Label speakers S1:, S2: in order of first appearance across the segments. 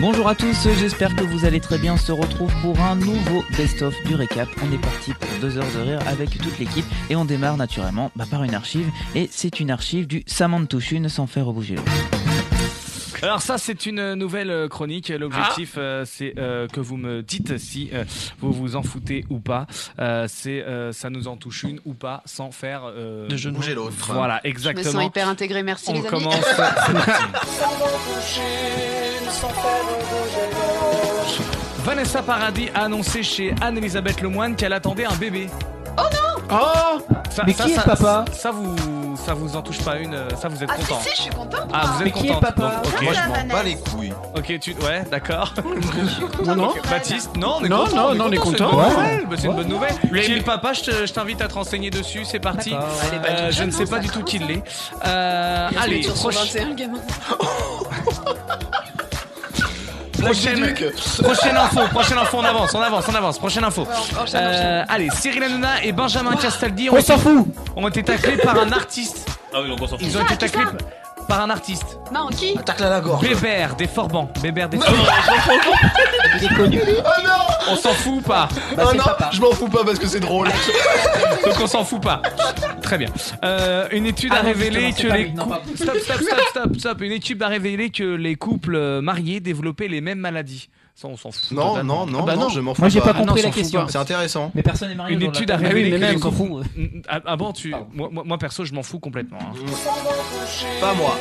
S1: Bonjour à tous, j'espère que vous allez très bien. On se retrouve pour un nouveau best-of du récap. On est parti pour deux heures de rire avec toute l'équipe et on démarre naturellement bah, par une archive. Et c'est une archive du Samantouchune sans faire bouger
S2: Alors ça, c'est une nouvelle euh, chronique. L'objectif, euh, c'est euh, que vous me dites si euh, vous vous en foutez ou pas. Euh, c'est euh, ça nous en touche une ou pas, sans faire euh,
S3: De genoux. Bouger l'autre.
S2: Voilà,
S4: Je me sens
S2: exactement.
S4: hyper intégré, merci
S2: On
S4: les amis.
S2: commence. Vanessa Paradis a annoncé chez Anne-Elisabeth Lemoine qu'elle attendait un bébé.
S5: Oh
S2: Ça,
S5: Mais qui est le papa
S2: ça, ça vous, ça vous en touche pas une, euh, ça vous êtes
S4: Ah
S2: content.
S4: si si, je suis contente.
S2: Ah, vous
S5: Mais
S2: êtes
S5: qui est
S2: content.
S5: papa
S2: ok,
S3: Moi,
S4: Ça,
S3: je m'en
S4: Vanessa.
S3: bats les couilles.
S2: ok, tu, ouais, d'accord.
S5: Non, non.
S2: Baptiste, non, on est
S5: Non,
S2: content.
S5: non, non, on est
S2: content,
S5: content.
S2: c'est une bonne
S5: Ouais.
S2: nouvelle, bah, C'est une bonne nouvelle.
S5: Les-
S2: Qui est le papa Je te- je t'invite à te renseigner dessus. C'est parti.
S5: D'accord.
S2: Euh,
S4: Allez, bah,
S2: je ne sais
S4: ça
S2: pas du tout
S4: commence,
S2: qui l'est. Euh, allez,
S4: sur son
S2: proche-
S4: 21, le gamin.
S2: prochaine, prochaine info, prochaine info, on avance, on avance, on avance, prochaine info.
S4: Ouais, enchaîne,
S2: Euh, allez, Cyril Hanouna et Benjamin Castaldi ont,
S5: On s'en fout
S2: ont été taclés par un artiste.
S6: Ah oui, donc on s'en fout.
S2: Ils
S4: Qui
S2: ont
S4: ça,
S2: été
S4: qui
S2: taclés
S4: ça
S2: p- par un artiste.
S4: Manqui
S3: Attaque la la gorge.
S2: Bébert des Forbans. Bébert des Forbans.
S1: Il est connu.
S3: Oh non
S2: On s'en fout ou pas
S1: Bah,
S3: Oh
S1: c'est
S3: non
S1: papa.
S3: Je m'en fous pas parce que c'est drôle.
S2: Donc on s'en fout pas. Très bien. Euh, une étude
S1: Ah
S2: a
S1: non,
S2: révélé
S1: justement, c'est
S2: que
S1: pas
S2: les
S1: lui, non,
S2: couples... Stop, stop, stop, stop, stop. Une étude a révélé que les couples euh, mariés développaient les mêmes maladies. Ça, on s'en fout.
S3: Non,
S2: totalement.
S3: non, non,
S2: Ah bah
S3: non, je m'en fous
S1: Moi j'ai
S3: pas.
S1: pas
S5: non,
S1: compris
S5: on
S1: la
S5: s'en fout
S1: question.
S5: pas.
S3: C'est intéressant.
S1: Mais personne n'est marié.
S2: Une
S1: aujourd'hui.
S2: étude a
S1: Ah oui,
S2: révélé
S1: mais
S2: que
S1: même,
S2: les
S1: on s'en
S2: couples-
S1: fout.
S2: Mm, ah, ah bon, tu... moi, moi- moi, perso, je m'en fous complètement. hein.
S3: Pas moi.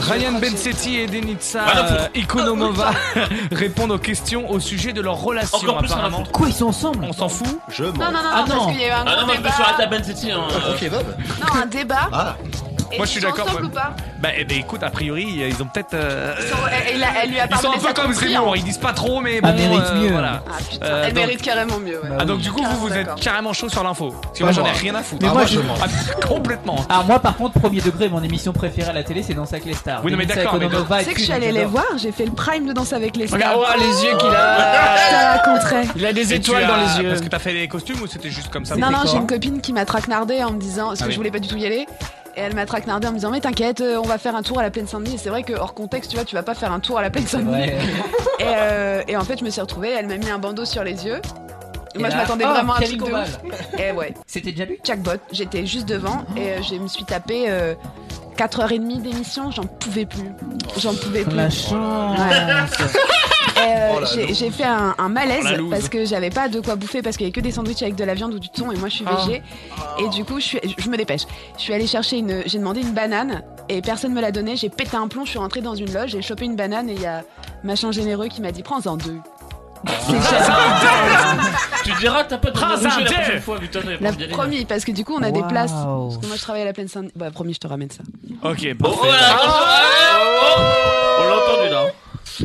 S2: Ryan Bensetti et
S6: Rien à
S2: Denitsa
S6: foutre.
S2: euh, Ikonomova répondent aux questions au sujet de leur relation
S6: Encore plus rien à
S2: apparemment.
S1: Quoi, ils sont ensemble
S2: On s'en fout
S3: Je m'en
S4: Non, non, non,
S1: Ah,
S4: non, parce
S1: non.
S4: qu'il y a eu un
S6: Ah non,
S4: gros
S6: moi je
S4: débat.
S6: suis à la Ben City. Hein.
S3: Ah, ok, Bob.
S4: Non, un débat.
S3: Ah,
S4: Et ils
S2: Moi, je suis
S4: sont
S2: d'accord,
S4: ensemble
S2: moi.
S4: ou pas
S2: Bah, eh ben, écoute, a priori, ils ont peut-être... euh,
S4: Ils sont- elle, elle a- elle lui a
S2: Ils
S4: parlé
S2: sont un
S4: mais ça
S2: peu comme
S4: compris,
S2: Zemmour,
S4: hein.
S2: ils disent pas trop, mais bon,
S1: Ah, mérite
S2: euh,
S1: mieux.
S2: voilà.
S4: Ah putain,
S2: Euh,
S4: elle
S2: donc-
S4: mérite carrément mieux. ouais.
S1: Bah
S2: Ah
S1: oui.
S2: donc du coup vous vous êtes
S4: D'accord.
S2: carrément chaud sur l'info Parce que
S3: Pas
S2: moi j'en ai
S3: moi.
S2: rien à foutre
S1: Mais
S3: Ah,
S1: moi,
S3: je
S1: je-
S3: m'en fous.
S2: Ah, pff, Complètement
S1: Alors moi par contre premier degré mon émission préférée à la télé c'est Danse avec les stars.
S2: Oui, non, mais
S1: Danse
S2: d'accord,
S1: avec
S2: mais
S1: Onova
S7: Tu
S1: et
S7: sais que
S1: Cube,
S7: je suis allée les
S1: j'adore.
S7: voir, j'ai fait le prime de Danse avec les stars.
S5: Regarde, oh, les yeux qu'il a
S7: Ça la compterait.
S5: Il a des
S2: Et
S5: étoiles
S2: tu
S5: dans
S2: as- Ah,
S5: les yeux.
S2: Parce que t'as fait les costumes ou c'était juste comme ça
S7: Non,
S1: C'était
S7: non,
S1: quoi
S7: j'ai une copine qui m'a traquenardé en me disant, parce
S2: Ah
S7: que
S2: oui.
S7: je voulais pas du tout y aller. Et elle m'a traquenardé en me disant, mais t'inquiète, euh, on va faire un tour à la plaine Saint-Denis. Et c'est vrai que hors contexte, tu vois, tu vas pas faire un tour à la plaine Saint-Denis.
S1: Ouais.
S7: Et, euh, et en fait, je me suis retrouvée, elle m'a mis un bandeau sur les yeux. Et
S1: Et
S7: moi, je
S1: là,
S7: m'attendais
S1: oh,
S7: vraiment à un
S1: Pierre
S7: truc de
S1: Ricoval.
S7: ouf. Et ouais,
S1: C'était déjà lui
S7: jackpot, j'étais juste devant et euh, je me suis tapé 4h30 d'émission, j'en pouvais plus. J'en pouvais plus.
S1: La chance.
S7: Et, euh,
S3: Oh la
S7: j'ai-
S3: loose.
S7: j'ai fait un, un malaise
S2: Oh la loose.
S7: parce que j'avais pas de quoi bouffer parce qu'il y avait que des sandwichs avec de la viande ou du thon et moi je suis végé et du coup je, suis- je me dépêche. Je suis allée chercher une j'ai demandé une banane et personne me l'a donnée, j'ai pété un plomb, je suis rentrée dans une loge, j'ai chopé une banane et il y a machin généreux qui m'a dit prends-en deux.
S6: Tu diras, t'as pas de
S2: Ah,
S6: bouger
S2: c'est un
S6: la
S2: dé.
S6: prochaine fois, putain, t'avais pas
S7: La
S6: envie d'y aller.
S7: promis parce que du coup on a des
S1: Wow.
S7: places parce que moi je travaille à la plaine Saint bah promis je te ramène ça.
S2: Ok parfait
S6: Oh,
S2: Ah,
S6: oh, là, attention. Oh, On l'a entendu là.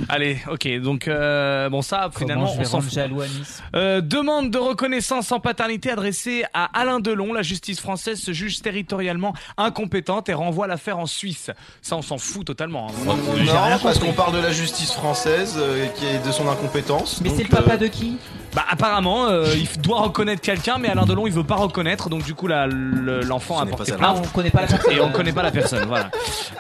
S2: Allez ok donc euh, bon ça finalement
S1: Comment je
S2: on
S1: vais
S2: s'en
S1: rendre
S2: fout
S1: jaloux à Nice
S2: Euh, Demande de reconnaissance en paternité adressée à Alain Delon La justice française se juge territorialement incompétente et renvoie l'affaire en Suisse Ça on s'en fout totalement hein.
S6: Oh, oui.
S3: Non, parce qu'on parle de la justice française euh, qui est de son incompétence.
S1: Mais
S3: donc,
S1: c'est le papa
S3: euh,
S1: de qui
S2: Bah apparemment euh, il f- doit reconnaître quelqu'un mais Alain Delon il veut pas reconnaître donc du coup la- le- l'enfant
S3: Ce
S2: a
S3: n'est
S2: porté
S3: pas
S2: plainte
S1: Ah, on connaît pas la personne.
S2: Et on connaît pas la personne, voilà.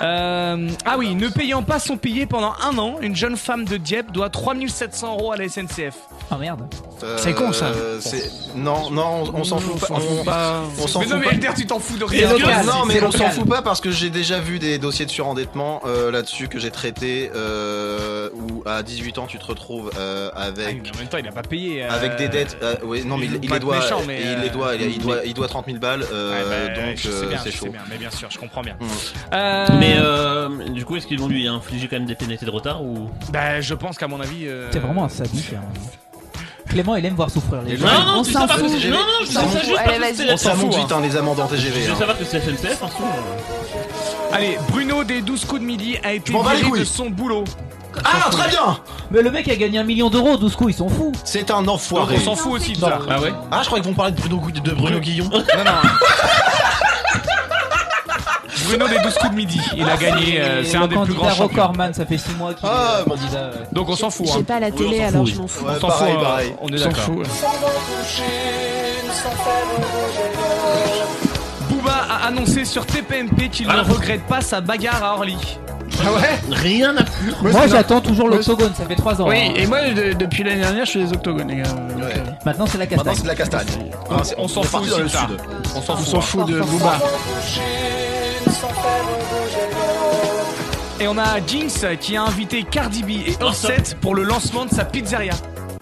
S2: Euh, ah oui, ne payant pas son payé pendant un an, une jeune femme de Dieppe doit 3700 euros à la SNCF.
S1: Ah merde.
S3: euh,
S2: C'est con, ça.
S3: c'est- Non, non, on, on s'en fout pas. On, on s'en
S2: mais non,
S3: fout
S2: mais
S3: pas.
S2: Elder, tu t'en fous de
S1: C'est
S2: rien.
S1: local,
S2: Parce que-
S3: non,
S1: c'est-
S3: mais
S1: c'est
S3: on s'en
S1: local.
S3: fout pas parce que j'ai déjà vu des dossiers de surendettement euh, là-dessus que j'ai traité euh, où à 18 ans tu te retrouves euh,
S2: Ah oui,
S3: avec
S2: mais en même temps, il a pas payé. euh,
S3: avec des dettes. euh, oui, non, mais
S2: il
S3: il,
S2: est
S3: il
S2: pas
S3: les doit,
S2: méchant, mais,
S3: il les doit, il, il
S2: euh,
S3: doit, il doit 30 000 balles,
S2: ouais,
S3: euh,
S2: bah,
S3: donc
S2: je sais
S3: euh,
S2: bien, je
S3: c'est
S2: sais
S3: chaud.
S2: bien, mais bien sûr, je comprends bien.
S3: Mm.
S2: Euh,
S6: Mais euh, du coup, est-ce qu'ils vont lui infliger quand même des pénalités de retard ou
S2: bah, je pense qu'à mon avis. euh,
S1: T'es vraiment un sadique. hein. Clément, il aime voir souffrir les gens.
S6: Non, non,
S7: on
S6: tu sais
S7: s'en
S6: pas parce que
S7: fout.
S6: c'est- Non, non, je
S7: On
S6: sais
S7: s'en
S6: ça
S7: fout.
S6: juste
S7: Allez,
S6: parce que
S7: vas-y.
S6: c'est
S3: On s'en
S6: la
S3: fout vite, hein, les amendes en
S6: Je
S3: TGV.
S6: veux
S3: hein.
S6: savoir que c'est SNCF, en dessous. euh.
S2: Allez, Bruno des 12 coups de midi a été
S3: Je m'en bats les
S2: viré de
S3: couilles.
S2: son boulot.
S3: Ah, très bien
S1: Mais le mec a gagné un million d'euros, 12 coups, ils sont fous.
S3: C'est un
S2: Donc,
S3: enfoiré.
S2: on s'en fout aussi de
S1: Non.
S2: ça.
S6: Ah ouais
S3: Ah, je croyais que vous parliez de Bruno, Gou- de Bruno Guillon.
S2: Non, non. Bruno des 12 coups de midi, il a gagné. euh, C'est
S1: Le
S2: un des plus
S1: candidat
S2: grands champions.
S1: recordman, ça fait 6 mois qu'il
S3: Ah,
S1: est
S3: bon.
S1: candidat. ouais.
S2: Donc on s'en fout.
S7: J'ai
S2: hein.
S7: pas la
S6: on
S7: télé
S6: s'en
S7: alors
S6: fout,
S7: je m'en fous.
S3: Ouais,
S2: On s'en hein. fout.
S3: pareil,
S2: euh,
S3: pareil.
S2: On est
S5: s'en
S2: d'accord.
S5: fout.
S2: Booba a annoncé sur TPMP qu'il ne
S6: Ah.
S2: regrette pas sa bagarre à Orly.
S5: Ah ouais
S6: Rien à
S1: Moi,
S5: c'est-
S1: j'attends toujours
S5: Moi,
S1: l'octogone, ça fait 3 ans.
S5: Oui,
S1: hein.
S5: et moi de- depuis l'année dernière, je fais des octogones, les gars. Donc,
S8: Ouais.
S5: euh,
S1: Maintenant, c'est la
S8: Maintenant,
S1: castagne.
S8: c'est de la castagne. Ah, c'est-
S2: On s'en
S8: est
S2: fout
S8: parti
S2: de
S8: dans le
S2: ça.
S8: sud.
S2: On s'en
S5: On
S2: fout.
S5: s'en fout de Booba.
S2: Et on a Jinx qui a invité Cardi B et Offset pour le lancement de sa pizzeria.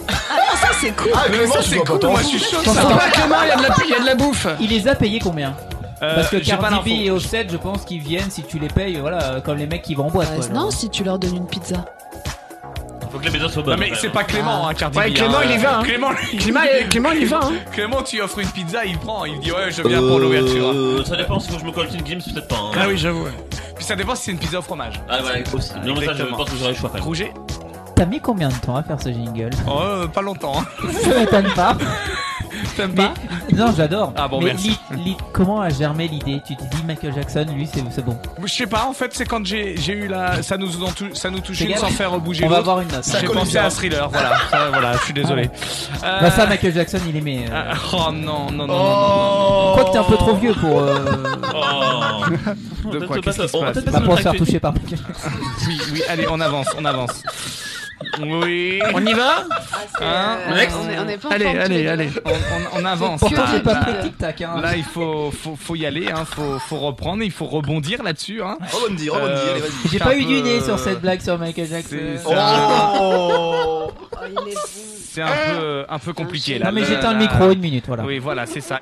S9: Ah, Ça, c'est cool.
S8: Ah, Clément,
S2: ça,
S8: tu
S2: c'est
S8: dois pas
S2: cool,
S8: t'en
S2: moi,
S8: foutre.
S2: je suis chaud.
S5: Faut pas, Clément, il y a de la- il y a de la bouffe.
S1: Il les a payés combien
S2: Euh,
S1: Parce que
S2: j'ai pas
S1: Cardi B
S2: l'info.
S1: et Offset, je pense qu'ils viennent si tu les payes, voilà, comme les mecs qui vont en boîte.
S10: Euh,
S1: quoi, genre.
S10: non, si tu leur donnes une pizza.
S6: Faut que la maison soit
S2: Non
S6: bonne.
S2: mais c'est pas Clément, hein, Cardi
S5: Ouais,
S2: B.
S5: Clément,
S2: hein.
S5: il y va, hein.
S2: Clément,
S5: Clément, il- Clément, il y va, hein.
S2: Clément, tu offres une pizza, il prend, il dit ouais, je viens pour l'ouverture.
S6: Euh, ça dépend si faut que je me colle une game, c'est peut-être pas. hein.
S5: Ah oui, j'avoue. ouais.
S2: Puis ça dépend si c'est une pizza au fromage.
S6: Ah voilà, aussi. Non, mais ça, je
S2: Exactement.
S6: pense que j'aurais le choix quand même.
S2: Rouget
S1: T'as mis combien de temps à faire ce jingle
S2: Oh, euh, pas longtemps. hein.
S1: Ça m'étonne pas.
S2: T'aimes
S1: Mais-
S2: pas
S1: non, j'adore.
S2: Ah bon,
S1: Mais
S2: merci.
S1: li- li- comment a germé l'idée Tu te dis Michael Jackson, lui, c'est c'est bon.
S2: Je sais pas, en fait, c'est quand j'ai j'ai eu la. Ça nous, en tou- ça nous touche
S1: Fais
S2: une
S1: gaffe.
S2: sans faire bouger
S1: On va
S2: l'autre.
S1: avoir une note.
S8: Ça
S2: J'ai
S8: colle
S2: pensé
S8: bien.
S2: à Thriller, voilà. Ça, voilà, je suis désolé. Euh,
S1: Bah ça, Michael Jackson, il aimait. euh,
S2: ah, Oh non, non, non, non,
S1: Je
S2: non.
S1: crois que t'es un peu trop vieux pour. euh,
S6: Oh
S2: non. De
S6: Peut-être
S2: quoi
S6: pas
S2: Qu'est-ce
S6: ça.
S2: qui se
S6: On va
S2: passe
S6: peut-être
S1: bah,
S6: notre
S1: pour se faire
S6: actualité.
S1: toucher par Michael Jackson.
S2: Oui, oui, allez, on avance, on avance. Oui.
S5: On y va
S6: Ah,
S2: Hein
S7: Euh,
S5: Next.
S7: on, est, on est pas en
S5: Allez,
S7: forme tous les
S5: allez,
S7: deux.
S5: allez.
S2: On, on- on avance.
S1: Pourtant,
S2: là.
S1: j'ai pas pris
S2: Là,
S1: le tic-tac. Hein.
S2: là, il faut, faut, faut y aller, hein. faut, faut reprendre, il faut rebondir là-dessus. Hein.
S8: Rebondis, rebondis,
S2: Euh,
S8: allez, vas-y.
S1: J'ai
S2: c'est
S1: pas
S2: un
S1: eu du
S2: peu,
S1: nez
S2: euh,
S1: sur cette blague sur Michael Jackson.
S2: c'est- c'est
S8: Oh
S7: Oh, il est bon.
S2: C'est un peu, un peu compliqué là.
S1: Non, mais
S2: Le-
S1: j'éteins le
S2: la-
S1: micro une minute, voilà.
S2: Oui, voilà, c'est ça.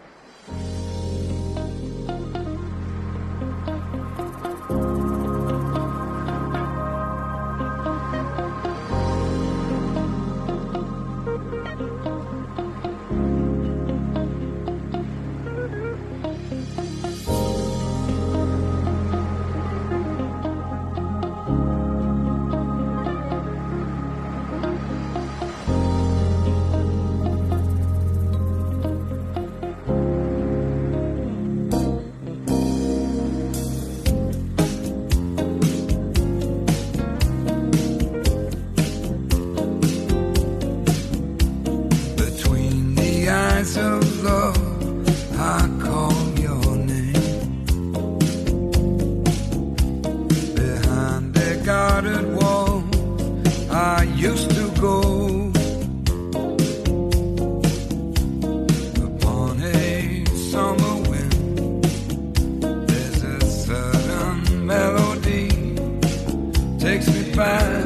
S11: Between the eyes of love, I call your name. Behind their guarded walls, I used to go. Upon a summer wind, there's a sudden melody takes me back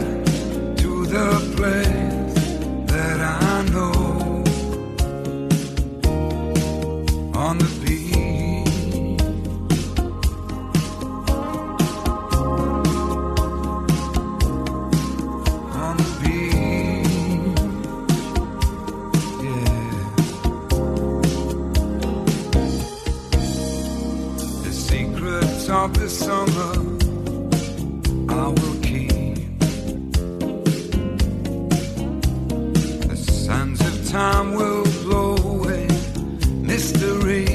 S11: to the place that I know on the beach. On the beach, yeah. The secrets of the summer I will keep. The sands of time will blow away mystery.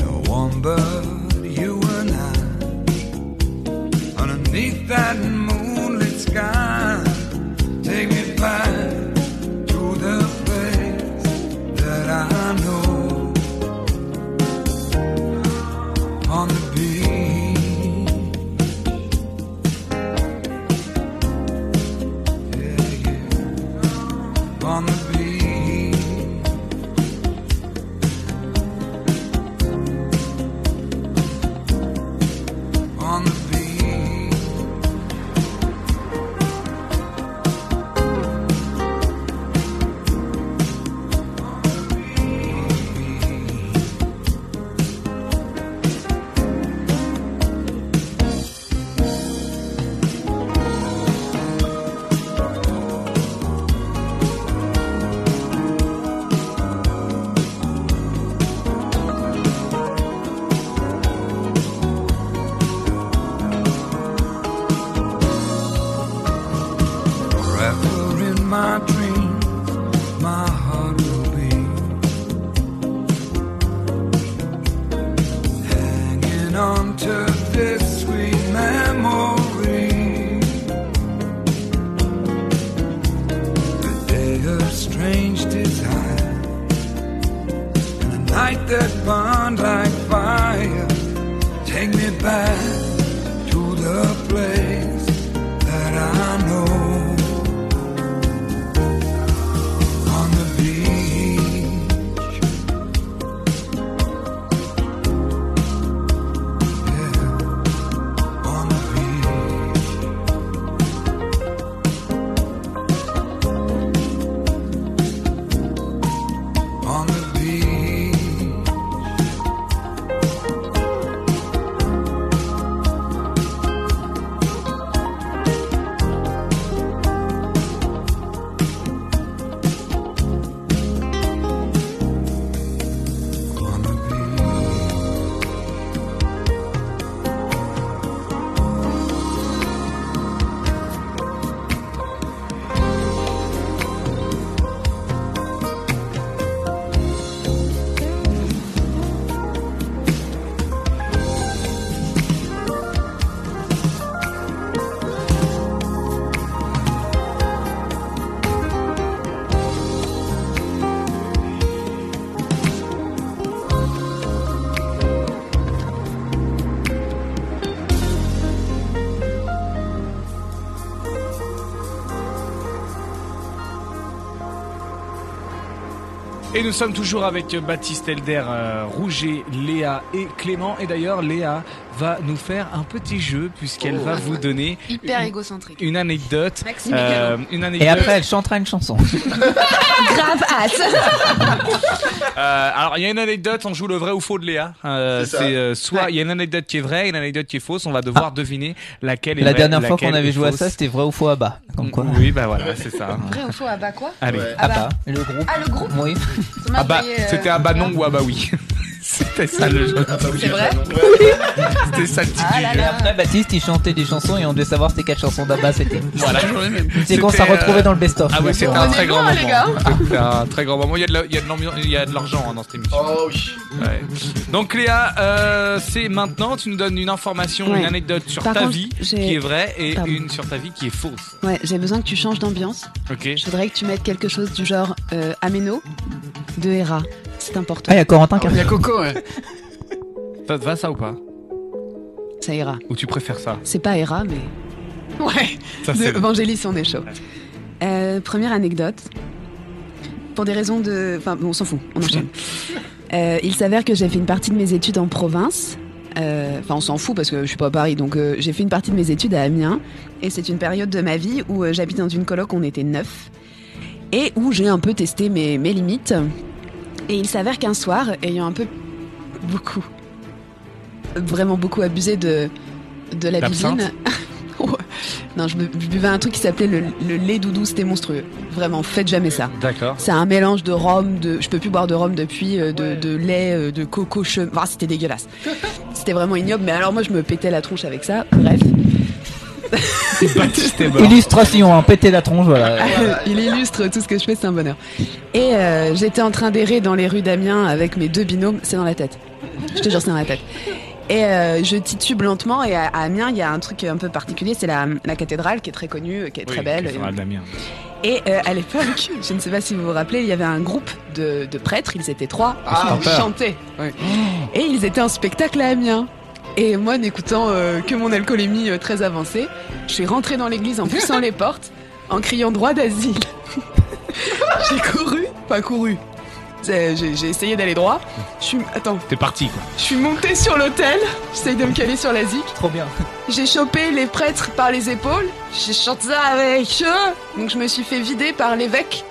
S11: No one but you and I. Underneath that moonlit sky, take me back to the place that I know. On the beach. Yeah, yeah. On the beach, on the beach, Forever in my dreams, my heart will be hanging on to this sweet memory. The day of strange desire and the night that burned like fire. Take me back to the place that I know. On the beach, yeah, on the beach. on the beach. On the beach.
S2: Et nous sommes toujours avec Baptiste Elder, euh, Rouget, Léa et Clément. Et d'ailleurs, Léa va nous faire un petit jeu puisqu'elle
S8: Oh.
S2: va vous donner
S7: Hyper égocentrique.
S2: une anecdote.
S7: Maxime
S2: Euh, une anecdote.
S1: Et après, elle chantera une chanson.
S7: Grave hâte.
S2: Euh, alors, il y a une anecdote, on joue le vrai ou faux de Léa. Euh,
S8: C'est ça.
S2: c'est euh, soit il y a une anecdote qui est vraie, une anecdote qui est fausse. On va devoir deviner laquelle est
S1: Ah. La
S2: vraie,
S1: dernière fois
S2: laquelle
S1: qu'on avait
S2: est
S1: joué à
S2: fausse.
S1: ça, c'était vrai ou faux à bas. Comme quoi.
S2: Oui, bah voilà, c'est ça.
S7: Vrai ou faux, à bah quoi
S2: Allez.
S8: Ouais.
S1: À
S7: bah.
S1: bas. Le groupe.
S7: Ah, le groupe euh,
S1: Oui.
S2: Ah bah, c'était ah bah non ou ah bah oui. c'était ça le jeu.
S8: Ah bah
S7: C'est vrai
S2: C'était ça le titre
S7: Ah
S2: du
S7: là
S2: jeu.
S1: Et
S7: là.
S1: après, Baptiste, il chantait des chansons et on devait savoir c'était quelle chanson d'Abba c'était.
S2: Voilà.
S1: C'est qu'on s'est
S2: C'était, euh,
S1: retrouvé dans le best-of.
S2: Ah oui, c'était
S7: On
S2: un
S7: est
S2: très grand
S7: loin,
S2: moment.
S7: les gars.
S2: C'était un très grand moment. Il y a de la- il y a de l'ambiance, il y a de l'argent hein, dans cette émission.
S8: Oh oui.
S2: Ouais. Donc Léa, euh, c'est maintenant. Tu nous donnes une information,
S7: Ouais.
S2: une anecdote sur
S7: Par
S2: ta
S7: contre,
S2: vie
S7: j'ai-
S2: qui est vraie et
S7: Pardon.
S2: une sur ta vie qui est fausse.
S7: Ouais, j'ai besoin que tu changes d'ambiance.
S2: Ok.
S7: Je voudrais que tu mettes quelque chose du genre euh, Ameno de Hera. C'est important.
S1: Ah, il y a Corentin qui a
S5: Il y a Coco, ouais.
S2: Ça te va ça ou pas
S7: Ça ira.
S2: Ou tu préfères ça
S7: C'est pas Hera, mais. Ouais,
S2: Ça
S7: de
S2: c'est.
S7: Vangelis, on est chaud. Euh, première anecdote. Pour des raisons de. Enfin, bon, on s'en fout, on enchaîne. Euh, il s'avère que j'ai fait une partie de mes études en province. Euh, Enfin, on s'en fout parce que je suis pas à Paris, donc euh, j'ai fait une partie de mes études à Amiens. Et c'est une période de ma vie où euh, j'habitais dans une coloc, on était neuf. Et où j'ai un peu testé mes, mes limites. Et il s'avère qu'un soir, ayant un peu. beaucoup. vraiment beaucoup abusé de. de la
S2: L'absinthe
S7: bibine. Ouais. non, je, bu- je buvais un truc qui s'appelait le, le lait doudou, c'était monstrueux. Vraiment, faites jamais ça.
S2: D'accord.
S7: C'est un mélange de rhum, de. Je peux plus boire de rhum depuis, euh, de, de lait, euh, de coco, che... enfin, c'était dégueulasse. c'était vraiment ignoble, mais alors moi je me pétais la tronche avec ça, bref.
S2: Baptiste est mort.
S1: Illustration, hein, péter la tronche, voilà.
S7: Il illustre tout ce que je fais, c'est un bonheur. Et euh, j'étais en train d'errer dans les rues d'Amiens avec mes deux binômes, c'est dans la tête. Je te jure, c'est dans la tête. Et euh, je titube lentement, et à, à Amiens, il y a un truc un peu particulier, c'est la, la cathédrale qui est très connue, euh, qui est
S2: Oui,
S7: très belle.
S2: Cathédrale d'Amiens.
S7: Et euh, à l'époque, je ne sais pas si vous vous rappelez, il y avait un groupe de, de prêtres, ils étaient trois,
S8: Ah,
S7: ils chantaient. Ouais. Et ils étaient en spectacle à Amiens. Et moi, n'écoutant euh, que mon alcoolémie euh, très avancée, je suis rentrée dans l'église en poussant les portes, en criant droit d'asile. j'ai couru, pas couru. C'est- J'ai j'ai essayé d'aller droit. Je suis, attends,
S2: T'es parti quoi.
S7: je suis montée sur l'autel. J'essaye de me caler sur la zic.
S1: Trop bien.
S7: J'ai chopé les prêtres par les épaules, j'ai chanté avec eux, donc je me suis fait vider par l'évêque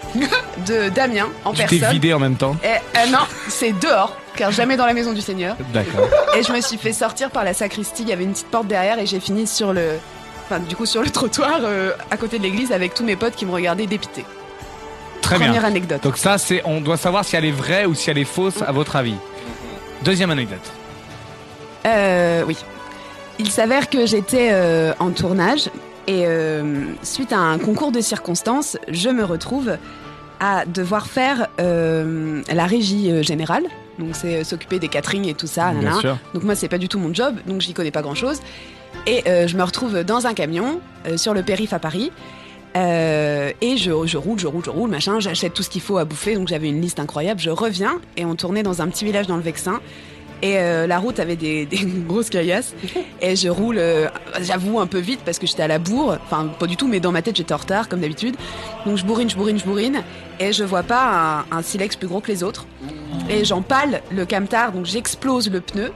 S7: de Damien en
S2: Tu t'es
S7: personne.
S2: vidé en même temps.
S7: Et euh, non, c'est dehors, car jamais dans la maison du Seigneur.
S2: D'accord.
S7: Et je me suis fait sortir par la sacristie, il y avait une petite porte derrière et j'ai fini sur le, enfin du coup sur le trottoir euh, à côté de l'église avec tous mes potes qui me regardaient dépité.
S2: Très
S7: Première
S2: bien.
S7: anecdote.
S2: Donc ça c'est, on doit savoir si elle est vraie ou si elle est fausse à votre avis. Deuxième anecdote.
S7: Euh, oui. Il s'avère que j'étais euh, en tournage et euh, suite à un concours de circonstances, je me retrouve à devoir faire euh, la régie euh, générale. Donc c'est euh, s'occuper des caterings et tout ça. nanana.
S2: sûr.
S7: Donc moi c'est pas du tout mon job, donc j'y connais pas grand chose. Et euh, je me retrouve dans un camion euh, sur le périph à Paris. Euh, et je, je roule, je roule, je roule, machin, j'achète tout ce qu'il faut à bouffer, donc j'avais une liste incroyable, je reviens et on tournait dans un petit village dans le Vexin. Et euh, la route avait des, des grosses caillasses. Et je roule, euh, j'avoue, un peu vite parce que j'étais à la bourre. Enfin, pas du tout, mais dans ma tête, j'étais en retard, comme d'habitude. Donc je bourrine, je bourrine, je bourrine. Et je vois pas un, un silex plus gros que les autres. Et j'empale le camtar, donc j'explose le pneu.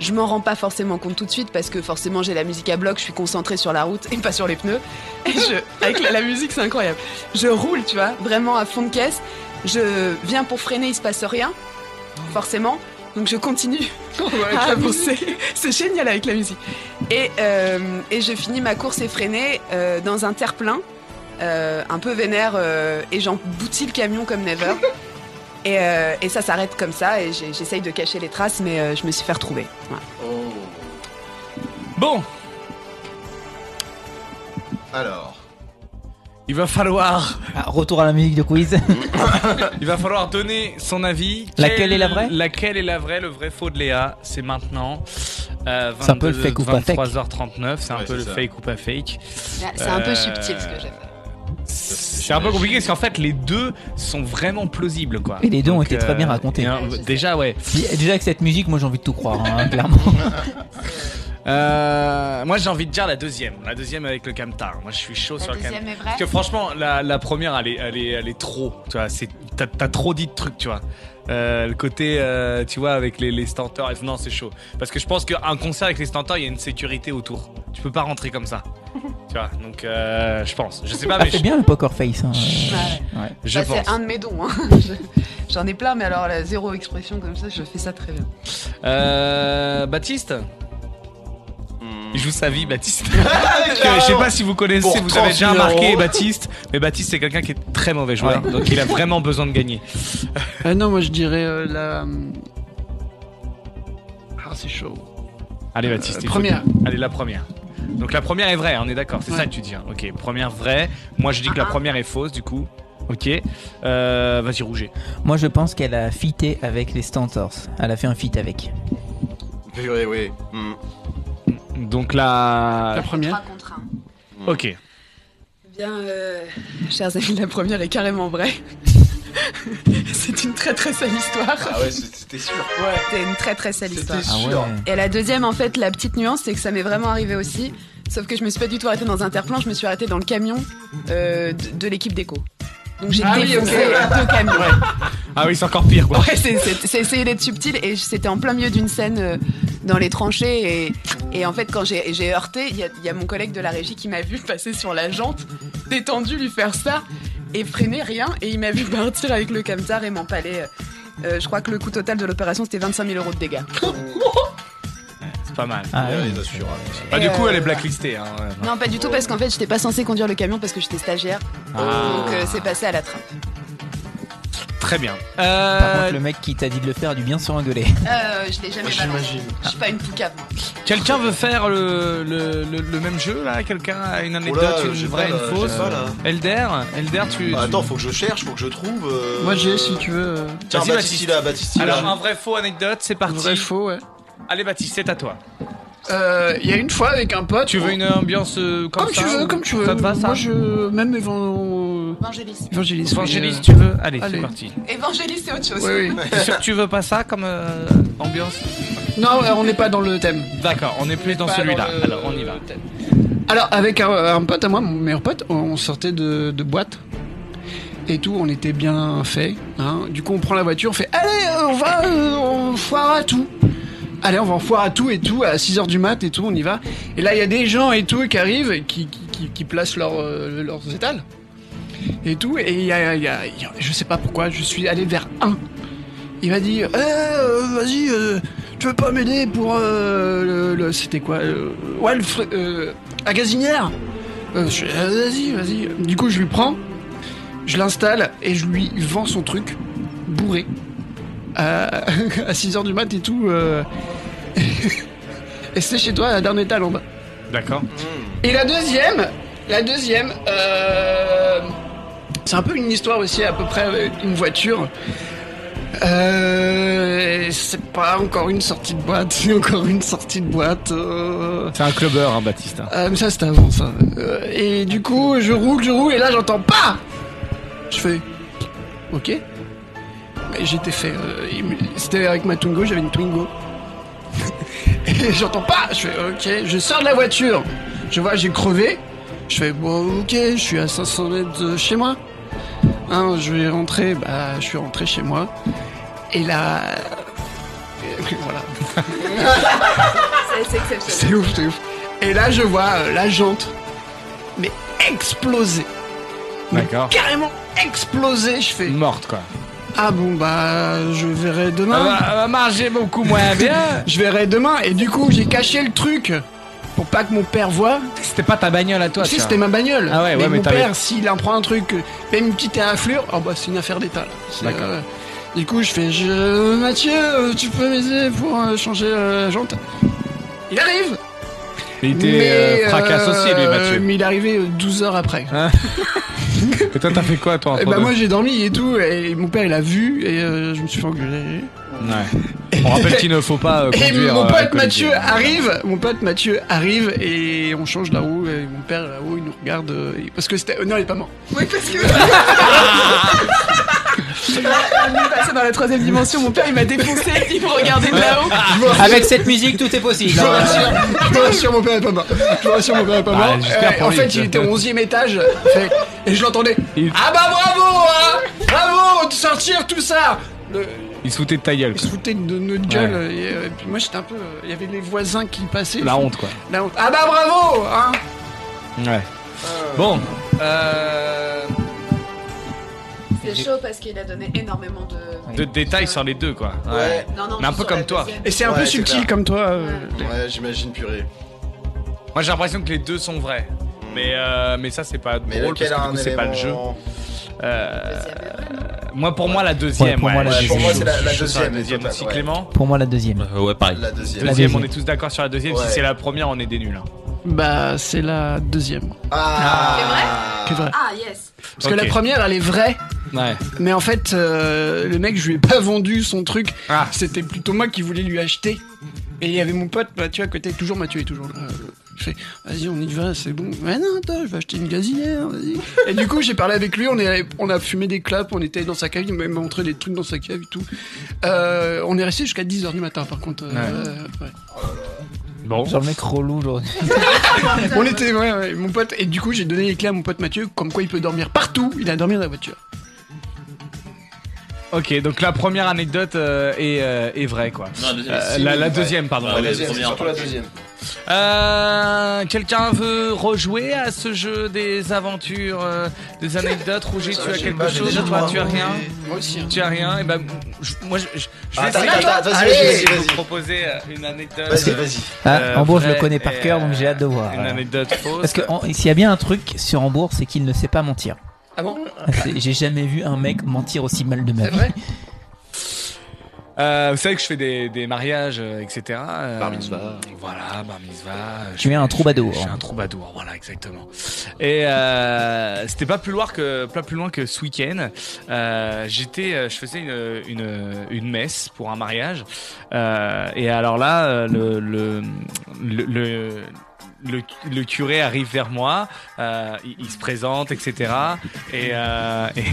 S7: Je m'en rends pas forcément compte tout de suite parce que forcément j'ai la musique à bloc, je suis concentrée sur la route et pas sur les pneus. Et je, avec la, la musique, c'est incroyable. Je roule, tu vois, vraiment à fond de caisse. Je viens pour freiner, il se passe rien, forcément. Donc je continue à avancer. C'est génial avec la musique. Et, euh, et je finis ma course effrénée euh, dans un terre-plein, euh, un peu vénère, euh, et j'emboutis le camion comme never. Et, euh, et ça s'arrête comme ça, et j'ai- j'essaye de cacher les traces, mais euh, je me suis fait retrouver. Voilà.
S2: Bon,
S8: Alors.
S2: il va falloir,
S1: Ah, retour à la musique de quiz.
S2: il va falloir donner son avis.
S1: Laquelle
S2: Quelle-
S1: est la vraie
S2: Laquelle est la vraie, le vrai faux de Léa C'est maintenant. Euh,
S1: C'est un peu le
S2: 22,
S1: fake ou pas fake.
S2: 23h39, c'est un
S8: Ouais,
S2: peu le
S8: c'est ça.
S2: fake ou pas fake. Euh,
S9: C'est un peu subtil ce que j'ai fait.
S2: C'est un peu compliqué parce qu'en fait les deux sont vraiment plausibles quoi. euh,
S1: Et les deux ont été très bien racontés.
S2: et un-
S9: Ouais, je sais.
S2: déjà ouais.
S1: Puis, Déjà avec cette musique, moi j'ai envie de tout croire, hein, clairement.
S2: Euh, moi j'ai envie de dire la deuxième, la deuxième avec le camtar. Moi je suis chaud sur
S9: La
S2: le camtar.
S9: deuxième est vraie.
S2: Parce que franchement la, la première elle est, elle est elle est trop. Tu vois c'est t'as t'as trop dit de trucs tu vois. Euh, le côté euh, tu vois avec les, les stenteurs et- non c'est chaud parce que je pense qu'un concert avec les stenteurs il y a une sécurité autour. Tu peux pas rentrer comme ça. tu vois donc euh, je pense. Je sais pas
S1: Ah,
S2: mais je,
S1: c'est bien le poker face. hein. Ouais.
S2: je
S7: Bah,
S2: pense.
S7: c'est un de mes dons. hein. Je- J'en ai plein, mais alors la zéro expression comme ça, je fais ça très bien.
S2: Euh, Baptiste.
S8: hmm.
S2: Il joue sa vie, Baptiste.
S8: Ah,
S2: Je sais
S8: clairement.
S2: pas si vous connaissez,
S8: Pour
S2: vous avez déjà
S8: 30 000
S2: remarqué
S8: euros.
S2: Baptiste, mais Baptiste c'est quelqu'un qui est très mauvais joueur, donc il a vraiment besoin de gagner.
S5: Ah non, moi je dirais euh, la. Ah, c'est chaud.
S2: Allez Baptiste.
S5: Euh,
S2: il faut
S5: première.
S2: que- Allez la première. Donc la première est vraie, on est d'accord, c'est
S5: Ouais.
S2: ça que tu dis. hein. Ok, première vraie. Moi je dis
S7: Ah.
S2: que la première est fausse du coup. Ok. Euh, Vas-y Rouget.
S1: Moi je pense qu'elle a fité avec les Stentors. Elle a fait un feat avec.
S8: Purée, oui. Hmm.
S2: Donc la.
S5: La première.
S9: contre un.
S2: Ok.
S7: Bien, euh, chers amis, la première est carrément vraie. c'est une très très sale histoire.
S8: Ah ouais, c'était sûr.
S7: C'est une très très sale histoire.
S8: C'était sûr.
S7: Et la deuxième, en fait, la petite nuance, c'est que ça m'est vraiment arrivé aussi. Sauf que je me suis pas du tout arrêtée dans un terre-plan, je me suis arrêtée dans le camion euh, de, de l'équipe d'éco. Donc j'ai
S5: Ah oui,
S7: défoncé
S5: ok.
S7: deux camions.
S2: Ah oui, c'est encore pire quoi.
S7: Ouais, c'est- c'est c'est essayer d'être subtil et c'était en plein milieu d'une scène euh, dans les tranchées et, et en fait quand j'ai j'ai heurté, il y, a- il y a mon collègue de la régie qui m'a vu passer sur la jante, détendu, lui faire ça et freiner rien et il m'a vu partir avec le camtar et m'empaler. Euh, je crois que le coût total de l'opération c'était 25 000 euros de dégâts.
S2: C'est pas mal.
S1: Ah,
S8: Ouais,
S1: oui.
S8: les assureurs.
S2: Bah, du
S7: Et,
S2: coup
S7: euh,
S2: elle est blacklistée. Hein. ouais.
S7: Non pas du tout parce qu'en fait j'étais pas censée conduire le camion parce que j'étais stagiaire
S2: Ah.
S7: donc euh, c'est passé à la trappe.
S2: Très bien.
S1: Par
S2: Euh,
S1: contre, le mec qui t'a dit de le faire a dû bien se engueuler.
S7: Euh, je l'ai jamais balancé. Je suis pas une poucave. moi.
S2: Quelqu'un veut faire le, le, le, le même jeu là Quelqu'un a une anecdote,
S8: Oula,
S2: une
S8: j'ai
S2: vraie,
S8: pas, là,
S2: une fausse
S8: j'ai pas, là.
S2: Elder Elder, tu.
S8: Bah,
S2: tu-
S8: attends, faut que je cherche, faut que je trouve. euh,
S5: Moi j'ai, si tu veux. euh,
S8: Tiens,
S2: Vas-y,
S8: Baptiste, il a, Baptiste, il a.
S2: Alors, un vrai faux anecdote, c'est parti.
S5: Vrai, faux, ouais.
S2: Allez, Baptiste, c'est à toi.
S5: Euh, Il y a une fois avec un pote.
S2: Tu veux une ambiance euh, comme,
S5: Comme tu
S2: ça,
S5: veux,
S2: ou-
S5: comme tu veux.
S2: Ça te va ça
S5: Moi je. Même évan...
S7: Évangéliste.
S5: évangéliste.
S2: Évangéliste,
S5: oui, euh,
S2: tu veux Allez,
S5: Allez.
S2: c'est parti.
S7: Évangéliste c'est autre chose.
S5: euh, Oui,
S2: T'es sûr que tu veux pas ça comme euh, ambiance
S5: oui. Non, euh, on n'est pas dans le thème.
S2: D'accord, on est plus dans
S5: Pas
S2: celui-là.
S5: dans le-
S2: Alors, on y va.
S5: Alors, avec un, un pote à moi, mon meilleur pote, on sortait de, de boîte et tout, on était bien fait. hein. Du coup, on prend la voiture, on fait Allez, euh, on va, euh, on foire à tout. Allez, on va en foire à tout et tout, à 6h du mat et tout, on y va. Et là, il y a des gens et tout qui arrivent, et qui, qui, qui- qui placent leur, euh, leurs étals et tout. Et il y a, il y a- il y a- je sais pas pourquoi, je suis allé vers un. Il m'a dit Eh, euh, vas-y, euh, tu veux pas m'aider pour. euh, le, le- C'était quoi euh, Ouais, le. fr- euh, à gazinière Euh, je- euh, Vas-y, vas-y. Du coup, je lui prends, je l'installe et je lui vends son truc bourré à, 6h du mat et tout. euh, et c'était chez toi, à la dernière étage en bas.
S2: D'accord.
S5: Et la deuxième, la deuxième, euh, c'est un peu une histoire aussi, à peu près euh, une voiture. Euh, c'est pas encore une sortie de boîte, c'est encore une sortie de boîte. euh,
S2: C'est un clubber, hein, Baptiste. hein.
S5: euh, mais ça c'était avant ça. Euh, et du coup, je roule, je roule, et là j'entends pas. Je fais, ok. Mais j'étais fait. euh, il me- c'était avec ma Twingo, j'avais une Twingo. et j'entends pas. Je fais ok, je sors de la voiture. Je vois, j'ai crevé. Je fais bon, ok, je suis à 500 mètres de chez moi. Hein, je vais rentrer. Bah, je suis rentré chez moi. Et là, euh, voilà.
S9: C'est c'est exceptionnel.
S5: C'est ouf, c'est ouf. Et là, je vois euh, la jante, mais explosée. Mais
S2: D'accord.
S5: Carrément explosée. Je fais
S2: Morte, quoi.
S5: ah bon bah je verrai
S2: Elle
S5: demain.
S2: va, elle va marcher beaucoup moins bien.
S5: Je verrai demain. Et du coup, j'ai caché le truc pour pas que mon père voit.
S2: C'était pas ta bagnole à toi,
S5: si
S2: tiens.
S5: c'était ma bagnole.
S2: Ah ouais,
S5: mais
S2: ouais, mais
S5: mon
S2: t'avais-
S5: père, s'il en prend un truc, euh, même une petite afflure, oh bah c'est une affaire d'état. là. C'est,
S2: D'accord.
S5: euh, du coup, je fais je... Mathieu, euh, tu peux m'aider pour euh, changer euh, la jante. Il arrive.
S2: Il
S5: mais,
S2: était euh, fracasse
S5: euh,
S2: aussi, lui, Mathieu. Hein
S5: Mais il est arrivé euh, 12 heures après.
S2: Et toi, t'as fait quoi, toi, entre
S5: Et bah
S2: deux
S5: moi j'ai dormi et tout, et mon père il a vu, et euh, je me suis fait engueuler.
S2: Ouais. On rappelle qu'il ne faut pas euh,
S5: Et
S2: conduire.
S5: mon
S2: euh,
S5: pote
S2: alcoolisé.
S5: Mathieu arrive, mon pote Mathieu arrive et on change la roue et mon père là-haut il nous regarde euh, et- parce que c'était euh, non il est pas mort.
S7: Oui, parce que. passé dans la troisième dimension, mon père il m'a défoncé, il me regardait de là-haut.
S1: Avec cette musique, tout est possible.
S5: Je vous
S1: hein.
S5: rassure, je vous rassure, mon père est pas mort. Je vous rassure mon père est pas
S2: Ah,
S5: mort.
S2: j'espère
S5: Euh,
S2: pour
S5: en
S2: lui,
S5: fait
S2: tu
S5: il
S2: vois.
S5: était au 11 étage fait- et je l'entendais.
S2: Il-
S5: Ah bah bravo hein Bravo de sortir tout ça Le-
S2: Il se foutait de ta gueule.
S5: Il
S2: quoi.
S5: se foutait de notre gueule et, euh, et puis moi j'étais un peu euh, il y avait les voisins qui passaient.
S2: La honte, quoi.
S5: La honte. Ah bah bravo hein
S2: Ouais. Bon. euh,
S7: C'est chaud parce qu'il a donné énormément de.
S2: De détails sur les deux, quoi.
S8: Ouais,
S7: Non, non,
S2: Mais un
S7: juste
S2: peu
S7: sur
S2: comme
S7: la
S2: toi.
S7: deuxième.
S5: Et c'est un
S8: Ouais,
S5: peu
S8: c'est
S5: subtil
S8: clair.
S5: comme toi. euh,
S8: ouais, j'imagine purée.
S2: Moi, j'ai l'impression que les deux sont vrais. Mais, euh, mais ça, c'est pas
S8: Mais
S2: drôle parce
S8: lequel
S2: que
S8: a
S2: du
S8: un
S2: coup, c'est pas le jeu.
S8: élément-
S2: Euh,
S9: Deuxième, ouais, non.
S2: moi, pour moi, la deuxième.
S1: Ouais, pour moi, la
S2: je
S1: deuxième.
S2: suis
S1: Pour moi,
S2: chaud,
S8: c'est la-
S2: je suis
S8: la
S2: chaud sur
S8: deuxième,
S2: deuxième.
S8: total,
S2: Aussi,
S8: ouais.
S2: Clément
S1: Pour moi, la deuxième.
S6: Euh, ouais, pareil.
S8: La deuxième.
S2: Deuxième,
S1: deuxième.
S2: on est tous d'accord sur la deuxième.
S8: Ouais.
S2: Si c'est la première, on est des nuls. hein.
S5: Bah, c'est la deuxième.
S8: Ah,
S5: C'est vrai.
S9: Ah, yes.
S5: Parce
S2: Ok.
S5: que la première, elle est vraie,
S2: Ouais.
S5: mais en fait, euh, le mec, je lui ai pas vendu son truc.
S2: Ah.
S5: C'était plutôt moi qui voulais lui acheter. Et il y avait mon pote Mathieu à côté, toujours Mathieu est toujours là. Je fais, vas-y, on y va, c'est bon. Mais non, attends, je vais acheter une gazinière, vas-y. et du coup, j'ai parlé avec lui, on, est allé- on a fumé des clopes, on était dans sa cave, il m'a montré des trucs dans sa cave et tout. Euh, on est resté jusqu'à 10h du matin, par contre. euh, ouais.
S2: Bon.
S1: Genre le mec relou aujourd'hui.
S5: On était, ouais, ouais, mon pote. Et du coup, j'ai donné les clés à mon pote Mathieu, comme quoi il peut dormir partout. Il a dormi dans la voiture.
S2: Ok, donc la première anecdote euh, est, euh, est vraie, quoi.
S6: Non, la deuxième.
S2: Euh, la, la deuxième, pardon.
S6: Ouais,
S8: la
S6: ouais,
S8: deuxième, c'est
S6: première,
S8: surtout la deuxième.
S2: Euh, Quelqu'un veut rejouer à ce jeu des aventures, euh, des anecdotes Roger, tu as quelque chose Toi, tu as rien
S5: Moi aussi.
S2: Tu as rien Et ben, je- moi, je, je- je
S8: hein.
S2: vais
S8: Attends,
S2: essayer
S8: attends, attends, vas-y,
S2: je vais
S8: vas-y,
S2: essayer de vous
S8: vas-y.
S2: proposer euh, une anecdote.
S8: Vas-y,
S2: euh,
S8: vas-y.
S1: Ah,
S2: euh,
S1: Hambourg, je le
S2: vraie
S1: connais par
S2: et,
S1: cœur, donc
S2: euh,
S1: j'ai hâte de voir.
S2: Une
S1: Voilà.
S2: anecdote fausse.
S1: Parce que en- s'il y a bien un truc sur Hambourg, c'est qu'il ne sait pas mentir.
S5: Ah bon
S1: C'est- J'ai jamais vu un mec mentir aussi mal de ma
S5: C'est
S1: vie.
S5: vrai
S2: Euh, vous savez que je fais des, des mariages, euh, etc. Euh,
S8: Bar mitzvah.
S2: Voilà, bar mitzvah. Euh,
S1: Tu
S2: je-
S1: es un troubadour.
S2: Je suis un troubadour, voilà, exactement. Et euh, c'était pas plus loin que pas plus loin que ce week-end. Euh, J'étais, euh, je faisais une, une une messe pour un mariage. Euh, et alors là, euh, le le le, le le- le curé arrive vers moi, euh, il, il se présente, etc. Et, euh, et, et,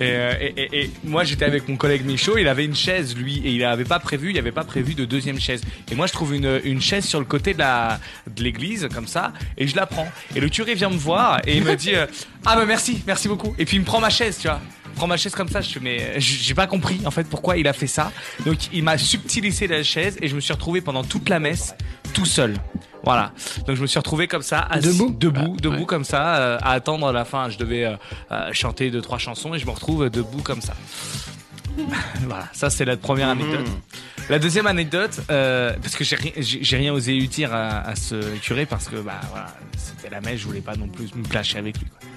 S2: euh, et- et- et moi j'étais avec mon collègue Michaud, il avait une chaise lui, et il n'avait pas prévu, il avait pas prévu de deuxième chaise. Et moi je trouve une, une chaise sur le côté de la de l'église comme ça, et je la prends. Et le curé vient me voir et il me dit euh, ah bah merci, merci beaucoup. Et puis il me prend ma chaise, tu vois. Il Prend ma chaise comme ça, je fais mais euh, j- j'ai pas compris en fait pourquoi il a fait ça. Donc il m'a subtilisé la chaise et je me suis retrouvé pendant toute la messe tout seul. Voilà. Donc je me suis retrouvé comme ça, assis-
S5: Debout
S2: debout,
S5: Ah,
S2: debout
S5: ouais.
S2: comme ça, euh, à attendre la fin. Je devais euh, euh, chanter deux trois chansons et je me retrouve debout comme ça. voilà, ça c'est la première anecdote. La deuxième anecdote, euh, parce que j'ai ri- j'ai j'ai rien osé lui dire à, à ce curé parce que bah voilà, c'était la messe, je voulais pas non plus me clasher avec lui. quoi.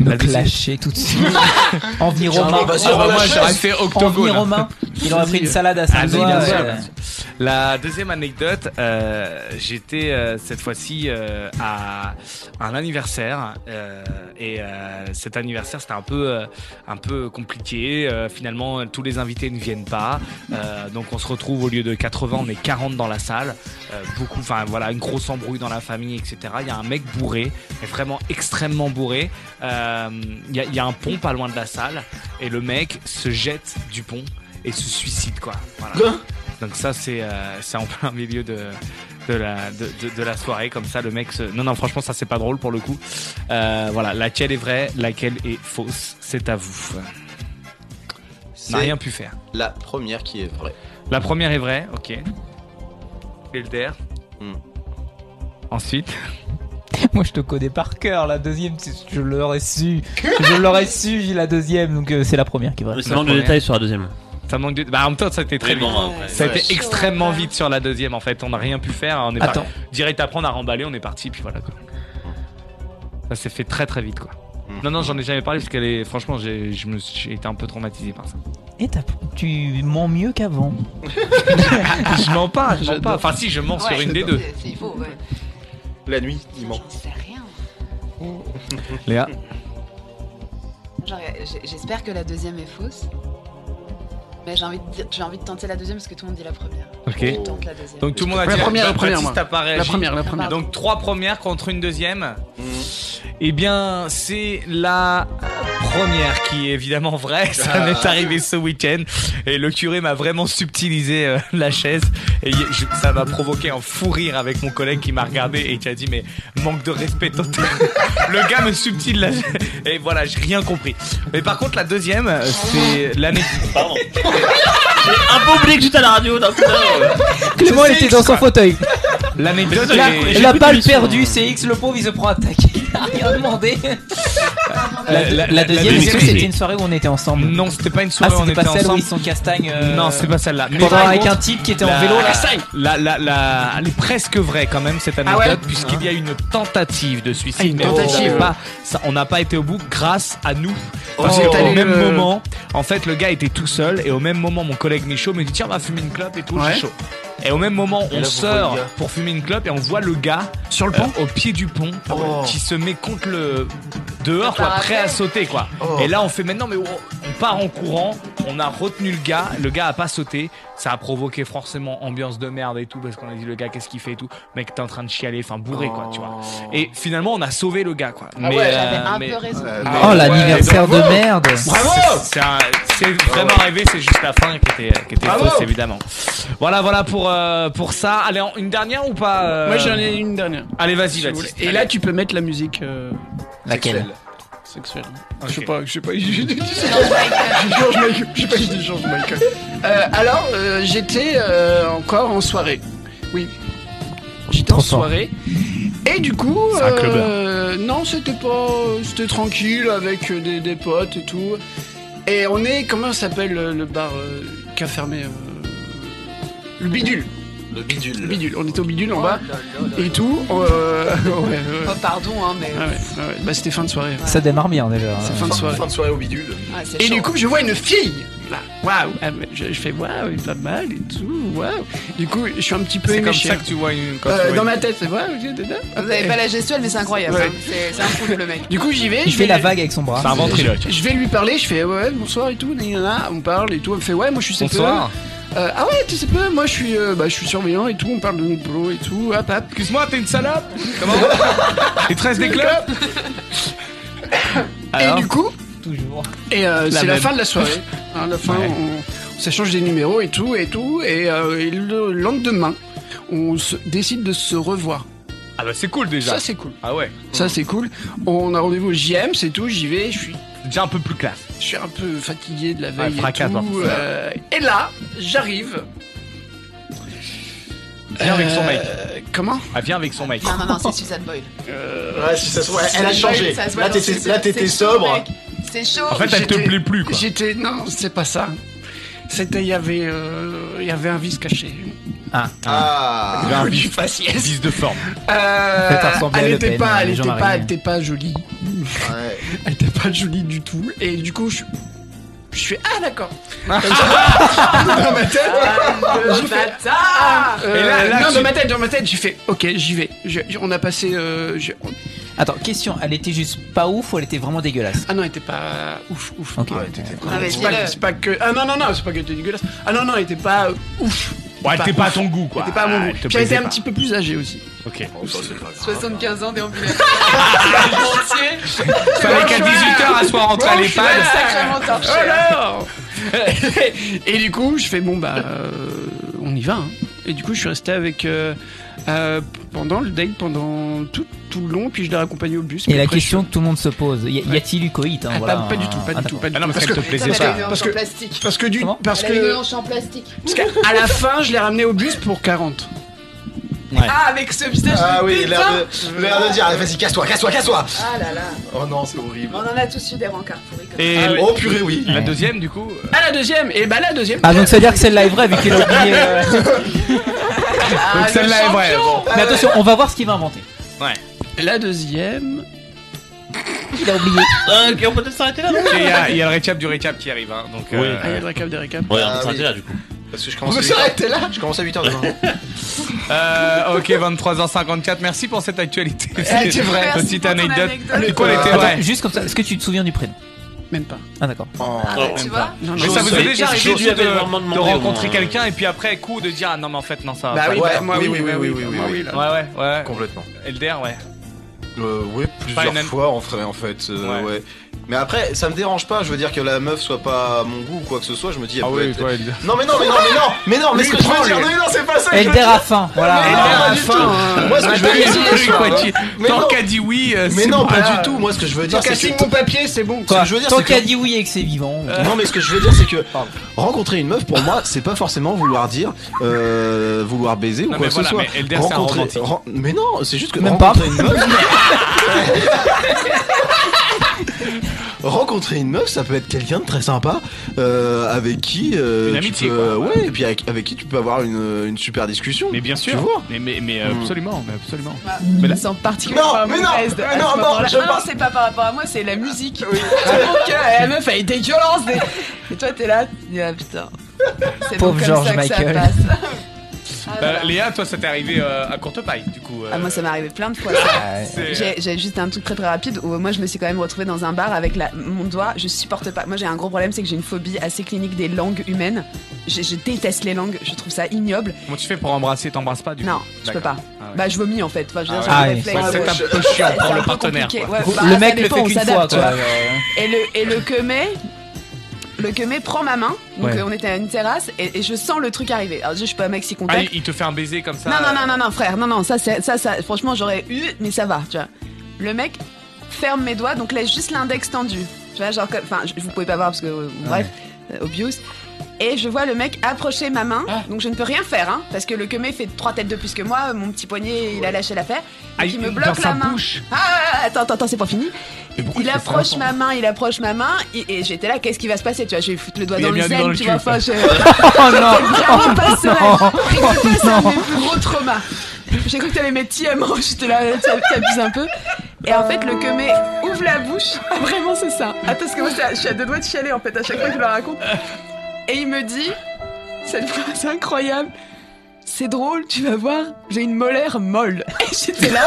S1: Me
S2: La deuxième-
S1: clasher tout de suite. En venir Romain.
S8: bah,
S2: Ah,
S8: sur
S2: bah,
S8: la
S2: moi
S8: chaise.
S2: j'aurais fait
S1: En
S2: octogone.
S1: venir Romain. Il aurait pris une salade à
S2: Ah,
S1: sa
S2: mais
S1: doigts.
S2: bien sûr,
S1: euh,
S2: bien sûr. La deuxième anecdote, euh, j'étais euh, cette fois-ci euh, à un anniversaire euh, et euh, cet anniversaire c'était un peu euh, un peu compliqué. Euh, finalement, tous les invités ne viennent pas, Euh, donc on se retrouve au lieu de 80, on est 40 dans la salle. Euh, beaucoup, enfin voilà, une grosse embrouille dans la famille, etc. Il y a un mec bourré, mais vraiment extrêmement bourré. Euh, Il y, a- il y a un pont pas loin de la salle et le mec se jette du pont et se suicide quoi. Voilà. Donc ça c'est euh, c'est en plein milieu de de la de, de- de la soirée comme ça le mec se... non non franchement ça c'est pas drôle pour le coup. Euh, voilà laquelle est vraie laquelle est fausse c'est à vous.
S8: C'est
S2: N'a rien pu faire.
S8: La première qui est vraie.
S2: La première est vraie ok. Elder. Ensuite.
S1: Moi, je te connais par cœur. La deuxième, c'est- je l'aurais su. Je l'aurais su, j'ai la deuxième. Donc, euh, c'est la première qui va.
S6: Mais ça manque de détails sur la deuxième.
S2: Ça manque de. Bah en même temps, ça a été très
S6: Oui,
S2: vite.
S6: bon, après.
S2: ça a été
S6: Ouais.
S2: extrêmement vite sur la deuxième en fait. On n'a rien pu faire. On est
S6: Attends.
S2: parti. Direct après, on a remballé, on est parti, puis voilà quoi. Ça s'est fait très très vite quoi.
S6: Mm.
S2: Non, non, j'en ai jamais parlé parce qu'elle est. Franchement, j'ai je me suis- j'ai été un peu traumatisé par ça.
S1: Et t'as- tu mens mieux qu'avant.
S2: je mens pas, je mens pas. Enfin, si, je mens sur
S9: Ouais,
S2: une des deux.
S9: c'est- Il faut, ouais.
S8: La nuit, Oh. il ment.
S2: Léa.
S7: Genre, j'ai- j'espère que la deuxième est fausse. Mais j'ai envie, de dire- j'ai envie de tenter la deuxième parce que tout le monde dit la première.
S2: Ok.
S7: Je tente la deuxième.
S2: Donc tout le monde a dit.
S5: La première, la
S2: Baptiste,
S5: première, moi.
S2: t'as pas réagi.
S5: La première, la première.
S2: Donc trois premières contre une deuxième. Eh bien, c'est la première qui est évidemment vraie. Ça
S6: Ah.
S2: m'est arrivé ce week-end et le curé m'a vraiment subtilisé euh, la chaise et y- je- ça m'a provoqué un fou rire avec mon collègue qui m'a regardé et qui a dit mais manque de respect total. le gars me subtile la chaise et voilà, j'ai rien compris. Mais par contre, la deuxième, euh, c'est l'année. Pardon.
S6: Un peu oublié que j'étais à la radio d'un coup.
S1: Clément, il était dans son fauteuil.
S2: L'anecdote.
S1: La,
S2: est-
S1: la balle
S5: hein.
S1: perdue, c'est X, le pauvre, il se prend à taquer. Il a rien demandé. La, la- la deuxième, est-ce que c'était une soirée où on était ensemble
S2: Non, c'était pas une
S1: Ah,
S2: soirée. on
S1: c'était pas
S2: était
S1: celle où
S2: ensemble.
S1: ils sont castagne. euh,
S2: Non, c'est pas celle-là. Mais
S1: Pendant
S2: par
S1: avec
S2: contre,
S1: un type qui était en vélo. là.
S2: La, la, la- elle est presque vraie quand même cette
S1: Ah
S2: anecdote
S1: ouais
S2: puisqu'il y a une tentative de suicide.
S5: Ah, une
S2: mais on
S5: tentative.
S2: n'a pas- ça- on n'a pas été au bout grâce à nous. Parce
S5: Oh.
S2: que au
S5: T'as
S2: même
S5: le-
S2: moment, en fait, le gars était tout seul et au même moment, mon collègue Michaud me dit tiens, on va fumer une clope et tout,
S5: Ouais.
S2: j'ai chaud. Et au même moment,
S5: Et
S2: on
S5: là, vous
S2: sort
S5: voyez le gars.
S2: pour fumer une clope et on voit le gars sur le pont, au pied du pont,
S1: Oh.
S2: qui se met contre le dehors, quoi, prêt à sauter, quoi. Et là, on fait maintenant, mais oh, on part en courant. On a retenu le gars. Le gars a pas sauté. Ça a provoqué forcément ambiance de merde et tout parce qu'on a dit le gars, qu'est-ce qu'il fait et tout. Mec, t'es en train de chialer, enfin bourré, quoi, tu vois. Et finalement, on a sauvé le gars, quoi. mais
S7: Oh. Ah
S2: euh,
S7: ouais, j'avais un
S2: mais-
S7: peu raison.
S2: Ah
S1: Oh,
S2: ouais,
S1: l'anniversaire
S2: bravo.
S1: de merde.
S2: Bravo C'est un- C'est vraiment rêvé, c'est juste la fin qui était, qui était
S5: Bravo.
S2: fausse, évidemment. Voilà, voilà pour, euh, pour ça. Allez, en- une dernière ou pas euh,
S5: Moi j'en ai une dernière.
S2: Allez, vas-y,
S5: Si vous voulez.
S2: Baptiste.
S5: Et là tu peux mettre la musique. euh,
S1: Laquelle
S5: Sexuelle. Ah, Je sais pas, je sais pas. Je sais George Michael. Je sais pas, je dis George Michael. Euh, alors, euh, j'étais euh, encore en soirée. Oui. J'étais en
S1: Trop fort.
S5: soirée. Et du coup,
S2: C'est un clubber.
S5: euh, non, c'était pas, c'était tranquille avec euh, des, des potes et tout. Et on est, comment ça s'appelle le, le bar euh, qu'a fermé euh, Le bidule.
S8: Le bidule.
S5: Le bidule. On était au bidule en bas et tout. euh, ouais, ouais.
S7: Oh, pardon, hein, mais.
S5: Ah ouais, ah ouais. Bah, c'était fin de soirée.
S1: Ça démarre bien déjà. hein.
S5: C'est fin de soirée.
S8: Fin de soirée au bidule.
S7: Ouais, Ah, c'est
S5: Et
S7: chaud.
S5: du coup, je vois une fille. Là, waouh. Ah, mais Je, je fais waouh, pas mal et tout. Waouh. Du coup, je suis un petit peu
S2: C'est comme
S5: éméché.
S2: ça que tu vois une. quand
S5: Euh,
S2: tu vois
S5: dans
S2: une-
S5: ma tête, c'est waouh. je- da- da.
S7: Vous avez pas la gestuelle, mais c'est incroyable.
S5: Ouais.
S7: hein. C'est c'est un fou le mec.
S5: Du coup, j'y vais.
S1: Il
S5: je
S1: fait
S5: vais
S1: la vague avec son bras.
S2: C'est un ventriloque.
S5: Je vais lui parler. Je fais ouais, bonsoir et tout. nanana. On parle et tout. Elle me fait ouais, moi je suis CPE.
S2: Bonsoir.
S5: Euh, ah ouais, tu sais pas, moi je suis, euh, bah, je suis surveillant et tout. On parle de notre boulot et tout. Hop, hop.
S2: Excuse-moi, t'es une salope Comment Il te reste des clubs
S5: et du coup,
S1: toujours.
S5: Et euh,
S2: La
S5: c'est la
S2: même.
S5: fin de la soirée. Hein, la fin,
S2: Ouais.
S5: on, on s'échange des numéros et tout et tout. Et, euh, et le lendemain, on se décide de se revoir.
S2: Ah bah c'est cool déjà.
S5: Ça c'est cool.
S2: Ah ouais.
S5: Ça c'est cool. On a rendez-vous au JM, c'est tout. J'y vais. Je suis,
S2: Déjà un peu plus classe.
S5: je suis un peu fatigué de la veille et
S2: fracasse,
S5: tout.
S2: hein, c'est ça.
S5: euh, et là, j'arrive.
S2: Viens avec son mec.
S5: Euh, Comment
S2: Ah, viens avec son mec.
S7: Non, non, non, c'est Suzanne Boyle.
S8: Euh, Ouais, si ça se trouve, elle a
S7: Suzanne
S8: changé.
S7: Boyle, ça se voit
S8: Là,
S7: dans
S8: t'étais-
S7: ses-
S8: là,
S7: c'est
S8: t'étais
S7: chaud,
S8: sobre.
S7: mec. C'est chaud.
S2: En fait, elle te
S5: J'étais-
S2: plaît plus quoi.
S5: J'étais non, c'est pas ça. C'était il y avait euh, il y avait un vice caché.
S8: Ah.
S2: Il a un
S5: du
S2: vice,
S5: faciès.
S2: vice de forme.
S5: Euh,
S1: Faites ressembler à
S5: elle
S1: Le
S5: était
S1: Pen,
S5: pas,
S1: euh,
S5: elle
S1: les gens
S5: était pas,
S1: mariés.
S5: elle était pas jolie.
S8: Ouais.
S5: Elle était pas jolie du tout. Et du coup, je, je suis ah d'accord. dans ma tête, j'ai fait, ah, euh,
S2: Et là- là,
S5: non,
S2: tu-
S5: dans ma tête, dans ma tête, j'ai fait ok, j'y vais. Je- je- on a passé, euh, je- on-
S1: Attends, question, elle était juste pas ouf ou elle était vraiment dégueulasse
S5: ah non, elle était pas ouf, ouf.
S1: Ok.
S7: Ah, mais
S5: C'est pas,
S7: dis-le.
S5: c'est pas que, ah non non non, c'est pas que t'es dégueulasse. Ah non non, elle était pas euh, ouf.
S2: Ouais, t'es pas à
S5: ouf.
S2: ton goût quoi.
S5: Elle était pas à mon
S2: Ah, te
S5: goût. Puis elle était
S2: plaisait
S5: un
S2: pas.
S5: petit peu plus âgée aussi.
S2: Ok.
S7: 75 ans déambulateur.
S2: Fallait qu'à 18h elle soit rentrée à l'EHPAD.
S7: Sacrément torché.
S5: Alors Et du coup, je fais bon bah, euh, on y y va. hein. Et du coup, je suis resté avec euh, euh, pendant le date, pendant tout, tout le long, puis je l'ai accompagné au bus.
S1: Et
S5: puis
S1: la
S5: après, je
S1: question que tout le monde se pose, y, a- y a-t-il eu coït hein,
S5: Ah,
S1: voilà,
S5: pas, pas du tout, pas
S1: hein,
S5: du tout, pas du
S2: Ah non,
S5: tout.
S2: parce que te plaisait
S5: parce
S2: pas.
S5: que-
S9: Parce
S5: parce
S9: que...
S5: que
S9: plastique.
S5: parce que du
S1: Comment
S5: parce
S9: Elle avait une
S5: que
S9: hanche en plastique.
S5: parce qu'à à la fin, je l'ai ramené au bus pour 40.
S9: Ah, avec ce visage
S8: Ah
S9: de
S8: oui, l'air
S9: putain
S8: de, l'air de dire, allez vas-y, casse-toi, casse-toi, casse-toi
S9: Ah là là.
S8: Oh non, c'est horrible.
S9: On en a tous eu des rencarts pourris comme
S2: Et
S8: Ah, Oh purée, oui.
S2: la deuxième, du coup.
S5: À la deuxième,
S7: eh
S5: et
S7: ben,
S5: bah la deuxième.
S1: Ah donc ça veut dire que celle-là est vraie vu qu'il a oublié. euh,
S2: Donc celle-là est vraie. bon.
S1: Mais attention, on va voir ce qu'il va inventer.
S5: La deuxième.
S1: Il a oublié.
S6: Euh, ok, on peut peut-être s'arrêter là, non
S2: Et Il y, a- il y a le récap du récap qui arrive. hein, donc, euh,
S5: Ah, il y a le récap des récaps.
S6: Ouais, on
S8: Ah,
S6: peut s'arrêter
S8: oui.
S6: là, du coup.
S8: Parce que je
S5: On
S8: commence
S5: peut
S8: à 8
S5: s'arrêter là
S8: Je commence à 8h demain.
S2: euh, ok, 23h54. Merci pour cette actualité.
S5: c'est vrai.
S9: Merci
S2: Petite
S9: pour ton
S2: anecdote.
S9: anecdote.
S2: Le col était
S1: Attends,
S2: vrai.
S1: juste comme ça, est-ce que tu te souviens du prénom
S5: Même pas.
S1: Ah d'accord.
S8: Oh.
S9: Ah, bah, tu vois
S5: Non,
S2: Mais
S5: non,
S2: ça
S5: non.
S2: vous est déjà
S6: Est-ce
S2: arrivé
S6: que tu lui avais
S2: de-
S6: vraiment
S2: de
S6: demandé au moins,
S2: rencontrer
S6: euh,
S2: quelqu'un et puis après coup de dire ah non mais en fait non ça.
S5: Bah
S2: ça-
S5: oui,
S8: Ouais,
S5: bah, moi
S8: oui,
S5: oui,
S8: oui,
S5: bah,
S8: oui,
S5: oui,
S8: oui,
S5: bah,
S8: oui,
S5: oui,
S8: oui.
S5: là.
S2: Ouais ouais ouais.
S8: Complètement.
S2: Elder ouais.
S8: Euh, oui, plusieurs
S2: Final.
S8: fois en fait. En fait euh,
S2: Ouais.
S8: ouais. Mais après, ça me dérange pas. Je veux dire que la meuf soit pas à mon goût ou quoi que ce soit. Je me dis, elle peut être-
S2: toi Elder.
S8: Non mais Oh, non, mais non, mais non, mais non, mais ce que je veux dire, non, non, c'est pas ça. que je veux
S1: Elder à fin,
S8: Mais
S1: voilà.
S8: non,
S5: Ah,
S8: pas
S5: pas
S8: du
S5: du
S8: tout.
S5: tout,
S3: euh,
S5: hein.
S8: Moi, ce que je veux dire,
S2: Oui,
S8: c'est
S2: quoi,
S8: ça.
S2: tu-
S8: Mais
S2: Tant
S8: non.
S2: qu'a dit oui. euh,
S8: dire.
S2: c'est
S8: Mais non,
S2: bon.
S8: pas
S5: pas-
S8: du tout. Moi, ce que je veux dire,
S5: Tant qu'à
S8: c'est
S5: signer
S8: que.
S5: mon papier, c'est bon.
S8: Ce
S1: Quoi
S8: que je veux dire,
S1: Tant
S8: c'est
S1: qu'il a
S8: que- Euh.
S1: dit oui et que c'est vivant.
S8: Non mais ce que je veux dire c'est que rencontrer une meuf pour moi c'est pas forcément vouloir dire euh, vouloir baiser ou
S2: Non,
S8: quoi
S2: mais
S8: que
S2: voilà,
S8: ce soit.
S2: mais Elder, c'est un romantique.
S8: ren- mais non c'est juste que
S1: Même
S8: rencontrer une meuf. rencontrer une meuf ça peut être quelqu'un de très sympa euh, avec qui euh,
S2: Une
S8: tu
S2: amitié,
S8: peux-
S2: quoi, ouais.
S8: ouais et puis avec, avec qui tu peux avoir une, une super discussion.
S2: Mais bien sûr.
S8: Tu vois
S2: mais mais mais euh,
S8: Mm.
S2: absolument mais absolument.
S7: Mais là... Sans particulièrement
S8: Non,
S7: pas
S8: mais
S7: mon
S8: non,
S7: reste
S8: mais
S7: à ce
S8: non, non,
S7: moment-là.
S8: je
S7: Ah non,
S8: pense-
S7: c'est pas par rapport à moi, c'est la musique. C'est mon cœur, et la meuf, elle était violente. Et, et toi, t'es là, tu dis, ah putain. C'est
S1: Pauvre
S7: bon comme
S1: George
S7: ça que ça
S1: Michael.
S7: passe. Ah,
S2: Euh,
S7: voilà.
S2: Léa, toi ça t'est arrivé euh, à courte paille du coup. euh,
S7: Ah, moi, ça m'est arrivé plein de fois.
S2: c'est- euh,
S7: J'ai j'ai juste un truc très très rapide où moi je me suis quand même retrouvée dans un bar avec la, mon doigt. Je supporte pas. Moi j'ai un gros problème, c'est que j'ai une phobie assez clinique des langues humaines. Je, je déteste les langues, je trouve ça ignoble.
S2: Comment tu fais pour embrasser T'embrasses pas du
S7: Non,
S2: coup
S7: je peux
S2: D'accord.
S7: pas.
S2: Ah ouais.
S7: Bah je vomis en fait. Enfin, je veux dire,
S2: Ah
S7: j'ai
S1: ouais.
S7: un
S2: Ouais,
S7: réflexe.
S2: c'est un
S7: Ouais,
S2: peu chiant
S7: c'est
S2: pour
S7: un
S2: le
S7: peu
S2: partenaire.
S7: compliqué.
S2: quoi.
S7: Ouais, bah,
S1: le
S7: ça
S1: mec le
S7: dépend,
S1: fait
S7: on
S1: qu'une
S7: s'adapte,
S1: fois
S7: tu
S1: quoi.
S7: vois. Et le, et le que met, le que met prend ma main. Donc
S2: Ouais.
S7: euh, on était à une terrasse et, et je sens le truc arriver. Alors je suis pas un maxi
S2: Ah,
S7: contact.
S2: il il te fait un baiser comme ça. euh,
S7: Non, non, non, non, non, frère, non, non, ça, c'est- ça, ça, franchement, j'aurais eu, mais ça va, tu vois. Le mec ferme mes doigts, donc laisse juste l'index tendu. Tu vois, genre, comme- enfin, je- vous pouvez pas voir parce que, euh, bref, euh, obvious. Et je vois le mec approcher ma main,
S2: Ah.
S7: donc je ne peux rien faire, hein, parce que le kemé fait trois têtes de plus que moi, euh, mon petit poignet, il a lâché l'affaire,
S2: Ah,
S7: donc il
S2: il-
S7: me
S2: dans
S7: bloque
S2: sa
S7: la main.
S2: bouche.
S7: Ah, ah, ah, attends, attends, attends, c'est pas fini. Il approche ma main, il approche ma main, et, et j'étais là, qu'est-ce qui va se passer, tu vois, je vais foutre le doigt
S2: Il a
S7: dans
S2: mis
S7: le
S2: un doigt dans
S7: zen,
S2: le
S7: tu
S2: cul,
S7: vois, enfin, je...
S1: Oh non
S7: Vraiment pas sereine. Rigole pas, c'est un de
S1: non.
S7: mes plus gros traumas. J'ai cru que t'allais mettre TM, j'étais là, t'ab- t'abuses un peu. Et en fait, le kemé ouvre la bouche. Ah, Vraiment, c'est ça. Attends, parce que moi, ça- je suis à deux doigts de chialer, en fait, à chaque fois que je le raconte. Et il me dit, cette phrase incroyable. C'est drôle, tu vas voir, j'ai une molaire molle. Et j'étais là.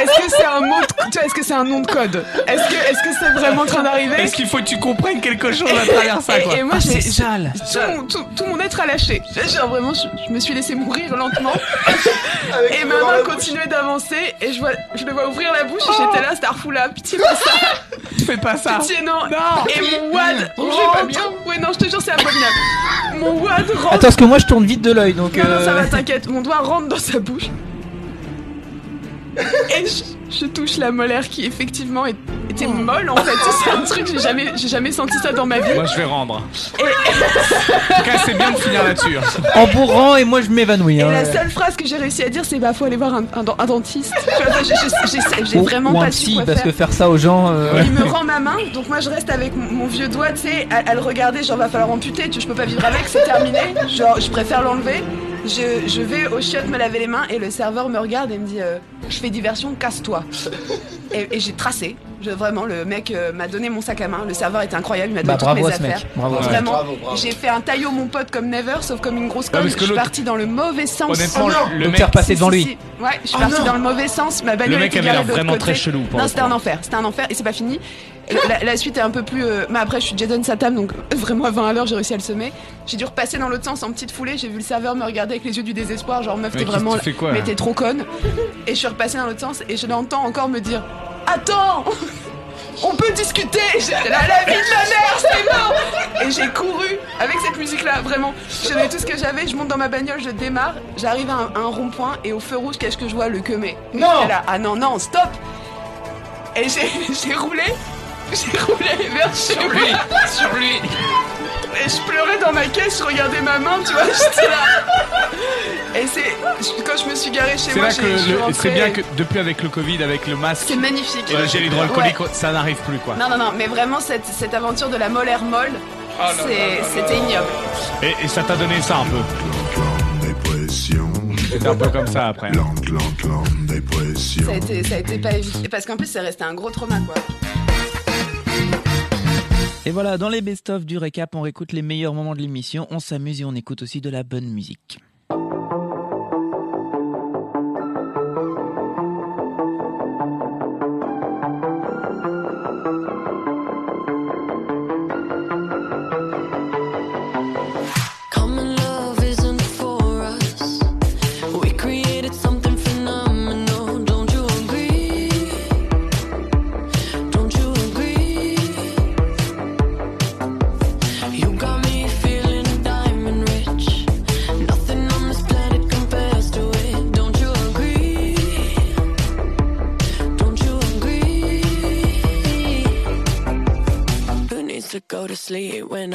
S7: Est-ce que c'est un mot de, tu vois, est-ce que c'est un nom de code Est-ce que, est-ce que c'est vraiment en train d'arriver
S2: Est-ce qu'il faut que tu comprennes quelque chose à travers ça quoi
S7: et, et moi,
S1: Ah,
S7: j'ai,
S1: c'est sale.
S7: tout mon, tout, tout mon être a lâché. Genre vraiment, je, je me suis laissé mourir lentement. et ma main continuait d'avancer et je, vois, je le vois ouvrir la bouche et j'étais là, Starfou là, pitié pas ça,
S2: Fais pas ça. Mmh.
S7: pitié non. et mon wad rentre. Ouais non, je te jure, c'est abominable. Mon wad rentre.
S1: Attends, parce que moi je tourne vite de l'œil donc.
S7: Non, non, ça
S1: euh,
S7: va, t'inquiète, mon doigt rentre dans sa bouche. Et je, je touche la molaire qui effectivement est- était molle en fait. C'est un truc, j'ai jamais, j'ai jamais senti ça dans ma vie.
S2: Moi je vais rendre. en tout cas c'est bien de finir là-dessus. hein.
S1: En bourrant et moi je m'évanouis.
S7: Et
S1: hein.
S7: la seule phrase que j'ai réussi à dire, c'est bah faut aller voir un, un dent- un dentiste. Tu vois, j'ai- j'ai- j'ai- J'ai
S1: Ou-
S7: vraiment
S1: ou un
S7: pas su
S1: psy
S7: quoi
S1: parce
S7: faire.
S1: que faire ça aux gens. euh,
S7: Il me rend ma main, donc moi je reste avec mon, mon vieux doigt, tu sais, à, à le regarder, genre va falloir amputer, tu, je peux pas vivre avec, c'est terminé. Genre je préfère l'enlever. Je, je vais au chiottes me laver les mains et le serveur me regarde et me dit euh, je fais diversion, casse-toi. Et, et j'ai tracé. Je, vraiment, le mec euh, m'a donné mon sac à main. Le serveur était incroyable, il m'a
S1: Bah
S7: donné
S1: bravo
S7: toutes
S1: à
S7: mes
S1: ce
S7: affaires.
S1: mec. Bravo. à ce mec.
S7: Vraiment,
S8: bravo, bravo.
S7: j'ai fait un taillot mon pote comme never, sauf comme une grosse
S2: Ah,
S7: conne.
S2: parce que
S7: je suis
S2: l'autre-
S7: partie dans le mauvais sens. Oh
S2: Honnêtement le, le
S1: Donc
S2: mec
S1: faire
S7: Si,
S1: passer devant
S7: si,
S1: lui.
S7: si. Ouais, je
S8: Oh
S7: suis partie dans le mauvais sens. Ma bagnole
S2: le mec
S7: était
S2: avait
S7: garée
S2: l'air
S7: de l'autre
S2: vraiment
S7: côté.
S2: très chelou pour
S7: Non,
S2: le
S7: c'était
S2: coup.
S7: un enfer. C'était un enfer et c'est pas fini. La, la suite est un peu plus. euh, Mais après, je suis Jaden Satam, donc euh, vraiment à 20 à l'heure, j'ai réussi à le semer. J'ai dû repasser dans l'autre sens en petite foulée. J'ai vu le serveur me regarder avec les yeux du désespoir, genre meuf,
S2: Mais
S7: t'es
S2: qu'est-ce que
S7: vraiment.
S2: tu fais quoi,
S7: mais
S2: là
S7: t'es trop conne. Et je suis repassée dans l'autre sens et je l'entends encore me dire Attends on peut discuter. Et J'étais là, la vie de ma mère, c'est énorme. Et j'ai couru avec cette musique-là, vraiment. Je donnais tout ce que j'avais, je monte dans ma bagnole, je démarre, j'arrive à un, un rond-point et au feu rouge, qu'est-ce que je vois Le queumé.
S5: Non.
S7: J'étais là, ah non, non, stop Et j'ai j'ai roulé, j'ai roulé vers chez Sur lui, sur lui et je pleurais dans ma caisse, je regardais ma main, tu vois, j'étais là. Et c'est je- quand je me suis garée chez
S2: C'est
S7: moi,
S2: là
S7: j'ai-
S2: que
S7: je suis
S2: le-
S7: rentrée.
S2: c'est bien que depuis avec le Covid, avec le masque,
S7: C'est magnifique.
S2: et le gel hydroalcoolique, ça n'arrive plus quoi.
S7: Ouais. Non, non, non, mais vraiment, cette, cette aventure de la molaire molle,
S2: Oh
S7: c'est- c'était ignoble.
S2: Et, et ça t'a donné ça un peu.
S12: Dépression.
S2: C'était un peu comme ça après.
S12: Clan, clan, clan, dépression.
S7: Ça a été, ça a été pas évident. Parce qu'en plus, c'est resté un gros trauma, quoi.
S1: Et voilà, dans les best-of du récap, on réécoute les meilleurs moments de l'émission, on s'amuse et on écoute aussi de la bonne musique.
S10: Common love isn't for us. We created something phenomenal. Don't you agree? Don't you agree? You got me feeling diamond rich. Nothing on this planet compares to it. Don't you agree? Don't you agree? Who needs to go to sleep when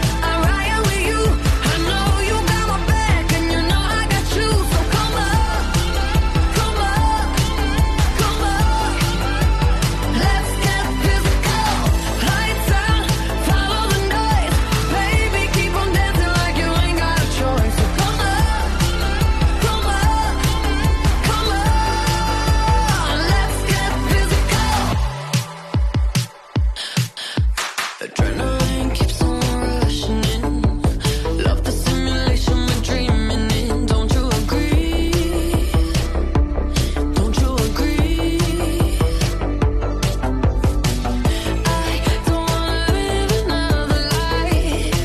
S10: Adrenaline keeps on rushing in. Love the simulation we're dreaming in. Don't you agree? Don't you agree? I don't wanna live another life.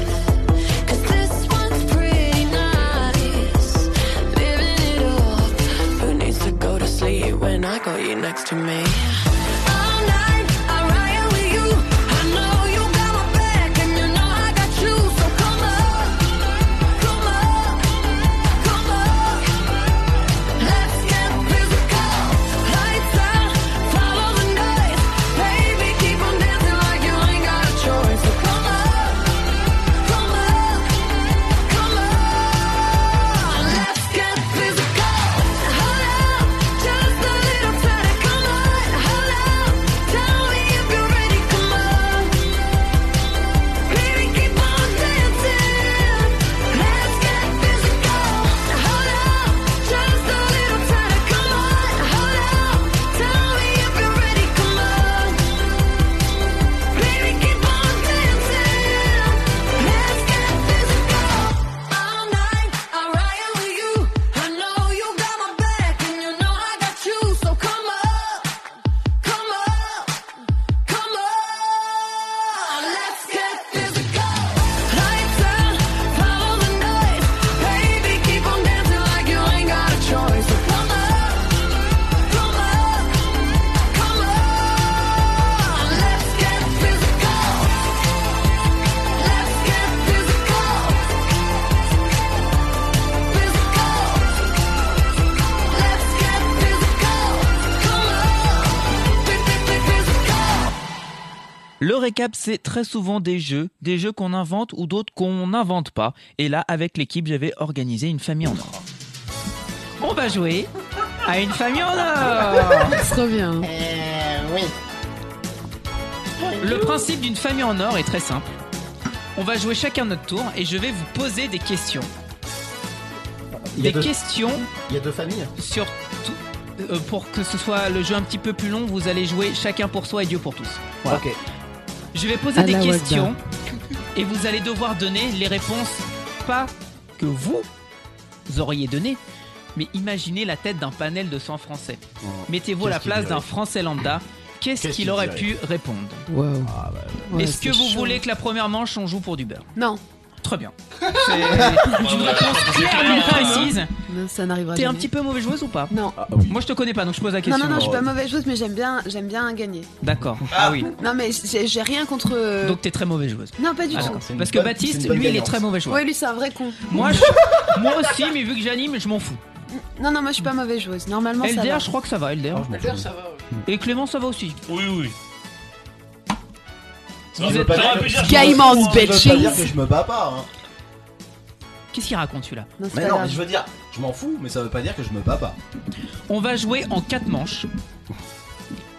S10: 'Cause this one's pretty nice. Living it up. Who needs to go to sleep when I got you next to me? All night I'm riding with you. I know you got my back and you know I got you. So come on, come on, come on. Let's get physical. Lights out, follow the noise. Baby, keep on dancing like you ain't got a choice. So come on, come on, come on. Let's get physical. Hold up, just a little tighter. Come on, hold up. Tell me if you're ready. Come on, baby, keep on dancing. Let's get physical. Hold up, just a little tighter. Come on, hold up. Tell me if you're ready. Come on, baby, keep on dancing. Let's get physical. All night I'm riding with you. I know you got my back and you know I got you. So come up, come up, come on. Let's get physical. Lights out, follow the noise. Baby, keep on dancing like you ain't got a choice. So come up, come up, come on. Let's get physical. Let's get physical.
S1: Le récap, c'est très souvent des jeux, des jeux qu'on invente ou d'autres qu'on n'invente pas. Et là, avec l'équipe, j'avais organisé une famille en or. On va jouer à une famille en or
S13: Trop bien.
S14: Euh,
S1: oui. Le principe d'une famille en or est très simple. On va jouer chacun notre tour et je vais vous poser des questions.
S3: Il y a
S1: Des
S3: deux-
S1: questions.
S3: Il y a deux familles.
S1: Surtout, euh, pour que ce soit le jeu un petit peu plus long, vous allez jouer chacun pour soi et Dieu pour tous. Voilà.
S3: Ok.
S1: Je vais poser
S3: Allah
S1: des
S3: Akbar.
S1: questions et vous allez devoir donner les réponses pas que vous auriez données, mais imaginez la tête d'un panel de 100 Français. Mettez-vous à la
S3: Oh, Qu'est-ce qu'il
S1: place d'un
S3: dirait
S1: Français lambda. Qu'est-ce qu'il
S3: qu'il
S1: aurait
S3: dirait
S1: pu répondre
S3: Wow.
S1: Est-ce que vous voulez que la première manche on joue pour du beurre
S13: Non.
S1: Très bien. C'est une réponse claire mais précise.
S14: Non, ça n'arrivera
S1: T'es un
S14: jamais.
S1: petit peu mauvaise joueuse ou pas
S14: Non.
S3: Ah,
S1: Moi je te connais pas donc je pose la
S14: Non,
S1: question.
S14: non, non, je suis pas mauvaise joueuse, mais j'aime bien, j'aime bien gagner.
S1: D'accord. Ah oui.
S14: Non, mais j'ai j'ai rien contre. euh,
S1: Donc t'es très mauvaise joueuse.
S14: Non, pas du
S1: Ah,
S14: tout.
S1: d'accord. Parce que Baptiste, lui, il est très mauvais joueur.
S14: Ouais, lui, c'est un vrai con.
S1: Moi, je- moi aussi, mais vu que j'anime, je m'en fous.
S14: Non, non, moi, je suis pas mauvaise joueuse. Normalement, ça
S1: LDR,
S14: va.
S1: je crois que ça va.
S3: Ah,
S1: LDR.
S14: LDR, ça va,
S1: Mm. Et Clément, ça va aussi. Oui, oui.
S3: Je veux pas dire-
S14: Skyman's
S3: Je veux pas
S14: bitches.
S3: dire que je me bats pas. hein.
S1: Qu'est-ce qu'il raconte celui-là
S3: Mais non, mais je veux dire, je m'en fous, mais ça veut pas dire que je me bats pas.
S1: On va jouer en 4 manches.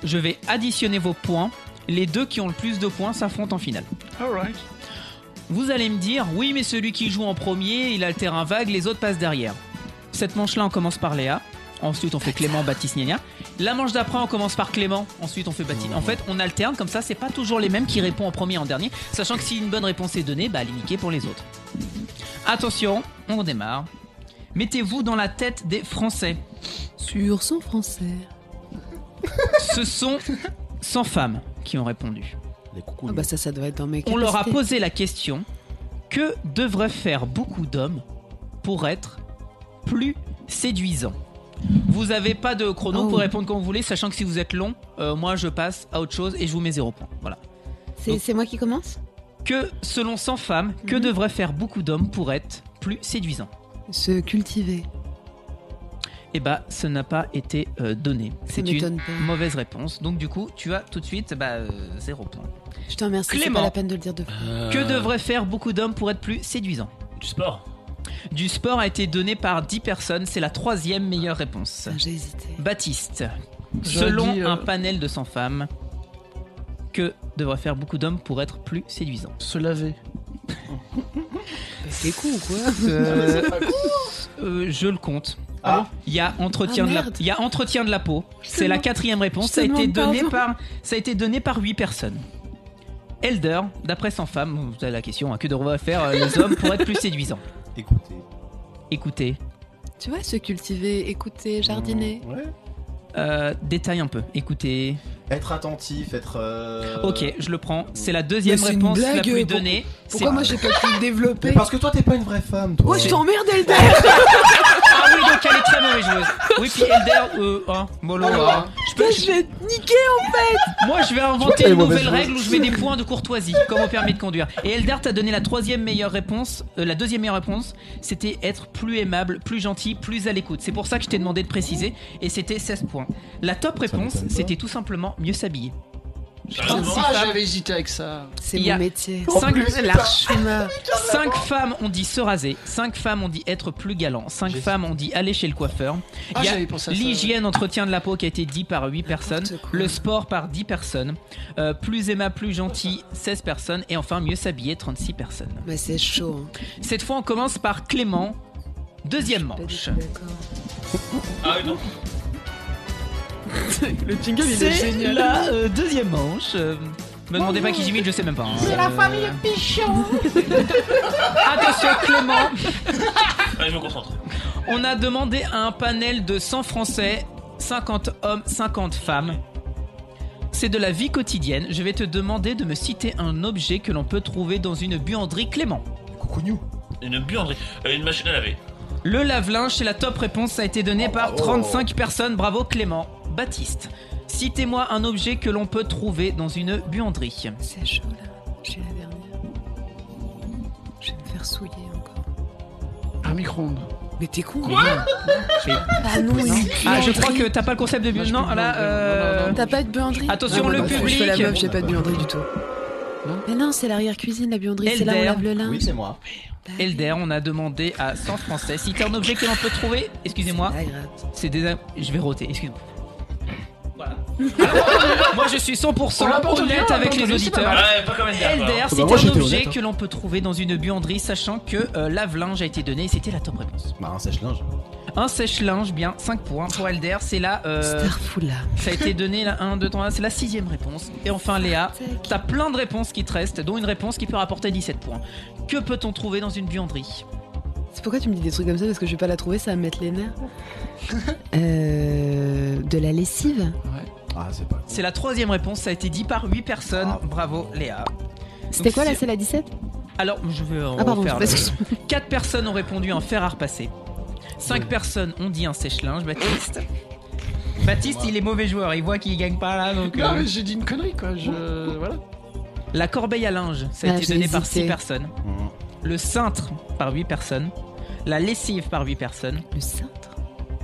S1: Je vais additionner vos points. Les deux qui ont le plus de points s'affrontent en finale. Vous allez me dire, oui, mais celui qui joue en premier, il a le terrain vague, les autres passent derrière. Cette manche-là, on commence par Léa. Ensuite, on fait Clément, Baptiste, gna gna. La manche d'après, on commence par Clément. Ensuite, on fait Baptiste. En fait, on alterne comme ça. C'est pas toujours les mêmes qui répondent en premier et en dernier. Sachant que si une bonne réponse est donnée, bah, elle est niquée pour les autres. Attention, on démarre. Mettez-vous dans la tête des Français.
S7: Sur son français.
S1: Ce sont 100 femmes qui ont répondu.
S14: Oh,
S7: Ah bah ça, ça doit être dans mes
S1: On leur a
S7: capacités.
S1: posé la question que devraient faire beaucoup d'hommes pour être plus séduisants Vous n'avez pas de chrono
S7: Oh.
S1: pour répondre quand vous voulez, sachant que si vous êtes long, euh, moi je passe à autre chose et je vous mets 0 points. Voilà.
S14: C'est c'est moi qui commence
S1: Que, selon 100 femmes, que
S7: Mhm.
S1: devraient faire beaucoup d'hommes pour être plus séduisants
S7: Se cultiver.
S1: Eh bah, ce n'a pas été euh, donné. C'est une
S7: m'étonne pas.
S1: mauvaise réponse. Donc, du coup, tu as tout de suite bah, 0 points.
S7: Je te remercie,
S1: c'est Clément.
S7: pas la peine de le dire deux fois.
S1: Que devraient faire beaucoup d'hommes pour être plus séduisants Euh, Du sport. Du sport a été donné par 10 personnes, c'est la troisième meilleure réponse.
S7: Ah, J'ai hésité.
S1: Baptiste,
S5: J'aurais
S1: selon
S5: dit, euh,
S1: un panel de 100 femmes, que devraient faire beaucoup d'hommes pour être plus séduisants
S5: Se laver.
S7: C'est con ou quoi
S1: Euh, euh, je le compte. Il y a entretien
S7: Ah,
S1: de la
S7: merde.
S1: il y a entretien de la peau.
S7: te
S1: C'est la
S7: demande-
S1: quatrième réponse.
S7: je te
S1: Ça a été
S7: demande
S1: donné
S7: pardon.
S1: par ça a été donné par huit personnes. Elder, d'après 100 femmes, vous avez la question hein, que devraient faire euh, les hommes pour être plus séduisants Écoutez. Écoutez.
S7: Tu vois, se cultiver, écouter, jardiner.
S1: Euh, détaille un peu. Écoutez.
S3: Être attentif, être. euh,
S1: Ok, je le prends. C'est euh, la
S3: Mais
S1: deuxième
S3: c'est une
S1: réponse la
S3: blague,
S1: plus
S3: pour-
S1: donnée.
S3: pourquoi
S1: C'est-
S3: moi, j'ai pas pu le
S7: développer
S3: Mais parce que toi, t'es pas une vraie femme, toi.
S7: Oh, je t'emmerde, Elder
S1: Ah oui, donc elle est très mauvaise joueuse. Oui, puis Elder, euh, hein, mollo, hein.
S3: Ah,
S1: Je peux-
S7: je vais te niquer en fait
S1: Moi, je vais
S7: Tu vois,
S1: inventer
S7: elle est
S1: une nouvelle
S7: mauvaise
S1: règle où
S7: joueuse.
S1: je mets des points de courtoisie, comme au permis de conduire. Et Elder t'a donné la troisième meilleure réponse. euh, la deuxième meilleure réponse, c'était être plus aimable, plus gentil, plus à l'écoute. C'est pour ça que je t'ai demandé de préciser, et c'était 16 points. La top réponse,
S5: m'étonne pas.
S1: c'était tout simplement mieux s'habiller.
S5: Ah, j'avais hésité avec ça.
S7: C'est
S1: Il y a
S7: mon métier. Oh,
S1: cinq-
S7: l'archuma.
S1: 5 femmes ont dit se raser, 5 femmes ont dit être plus galant, 5 femmes ont dit aller chez le coiffeur.
S5: Ah,
S1: Il y a
S5: j'avais pensé à ça,
S1: l'hygiène, entretien de la peau qui a été dit par 8 personnes, le sport par 10 personnes, euh, plus aimable, plus gentil, 16 personnes, et enfin mieux s'habiller, 36 personnes.
S7: Mais c'est chaud. hein.
S1: Cette fois, on commence par Clément, deuxième manche.
S6: Ah non.
S1: Le
S7: jingle, il est génial.
S1: la euh, deuxième manche. Euh, me demandez pas qui j'imite, je sais même pas. hein. Euh,
S2: Ah,
S7: Pichon
S1: Attention Clément
S6: Allez, je me concentre.
S1: On a demandé à un panel de 100 Français, 50 hommes, 50 femmes. C'est de la vie quotidienne. Je vais te demander de me citer un objet que l'on peut trouver dans une buanderie Clément.
S6: Une buanderie. Euh, une machine à laver.
S1: Le lave-linge, c'est la top réponse. Ça a été donné par 35 personnes. Bravo Clément. Baptiste, citez-moi un objet que l'on peut trouver dans une buanderie.
S7: C'est chaud là. Je suis la dernière. Je vais me faire souiller encore.
S5: Un micro-ondes.
S7: Mais t'es con hein.
S5: Quoi
S7: Ah non, une
S1: Ah, je
S7: buanderie.
S1: crois que t'as pas le concept de buanderie. Non, là. euh,
S7: T'as pas de buanderie
S1: Attention,
S7: Ah,
S1: le
S7: bah,
S1: public.
S7: Je fais la meuf, j'ai pas de buanderie du tout. Mais non, c'est l'arrière-cuisine, la buanderie, c'est là où on
S1: Elder.
S7: lave le linge.
S3: moi.
S1: Elder, on a demandé à 100 Français si t'as un objet que l'on peut trouver. Excusez-moi. C'est des. Je vais roter, excusez-moi. Voilà. Moi je suis 100%
S5: On l'a pas entendu, hein,
S1: honnête
S5: on l'a
S1: avec
S5: pas
S1: les
S5: entendu, c'est pas
S1: auditeurs.
S5: mal. Ouais, pas comme Elder,
S1: Elder,
S5: alors.
S1: c'est
S5: Bah, moi,
S1: un
S5: j'étais
S1: objet
S5: honnête, hein.
S1: que l'on peut trouver dans une buanderie, sachant que euh, lave-linge a été donné et c'était la top réponse.
S3: Bah, un sèche-linge.
S1: Un sèche-linge, bien 5 points pour Elder, c'est la. euh, ça a été donné la 1, 2, 3, c'est la sixième réponse. Et enfin Léa, t'as plein de réponses qui te restent, dont une réponse qui peut rapporter 17 points. Que peut-on trouver dans une buanderie
S7: C'est pourquoi tu me dis des trucs comme ça parce que je vais pas la trouver, ça va me mettre les nerfs. euh, de la lessive
S3: Ah, c'est pas. Ah.
S1: C'est la troisième réponse, ça a été dit par 8 personnes. Bravo Léa.
S7: C'était
S1: Donc,
S7: quoi là
S1: si-
S7: C'est la 17
S1: Alors, je vais en
S4: Ah, pardon,
S1: refaire.
S4: parce
S1: le- Quatre personnes ont répondu un fer à repasser. Cinq personnes ont dit un sèche-linge, Baptiste. Baptiste, il est mauvais joueur, il voit qu'il gagne pas là, donc.
S5: Non,
S1: euh,
S5: mais j'ai dit une connerie, quoi. Je... Voilà.
S1: La corbeille à linge, ça a
S4: Ah,
S1: été
S4: j'ai
S1: donné par
S4: hésité.
S1: 6 personnes.
S3: Mmh.
S1: Le cintre par 8 personnes. La lessive par 8 personnes.
S4: Le cintre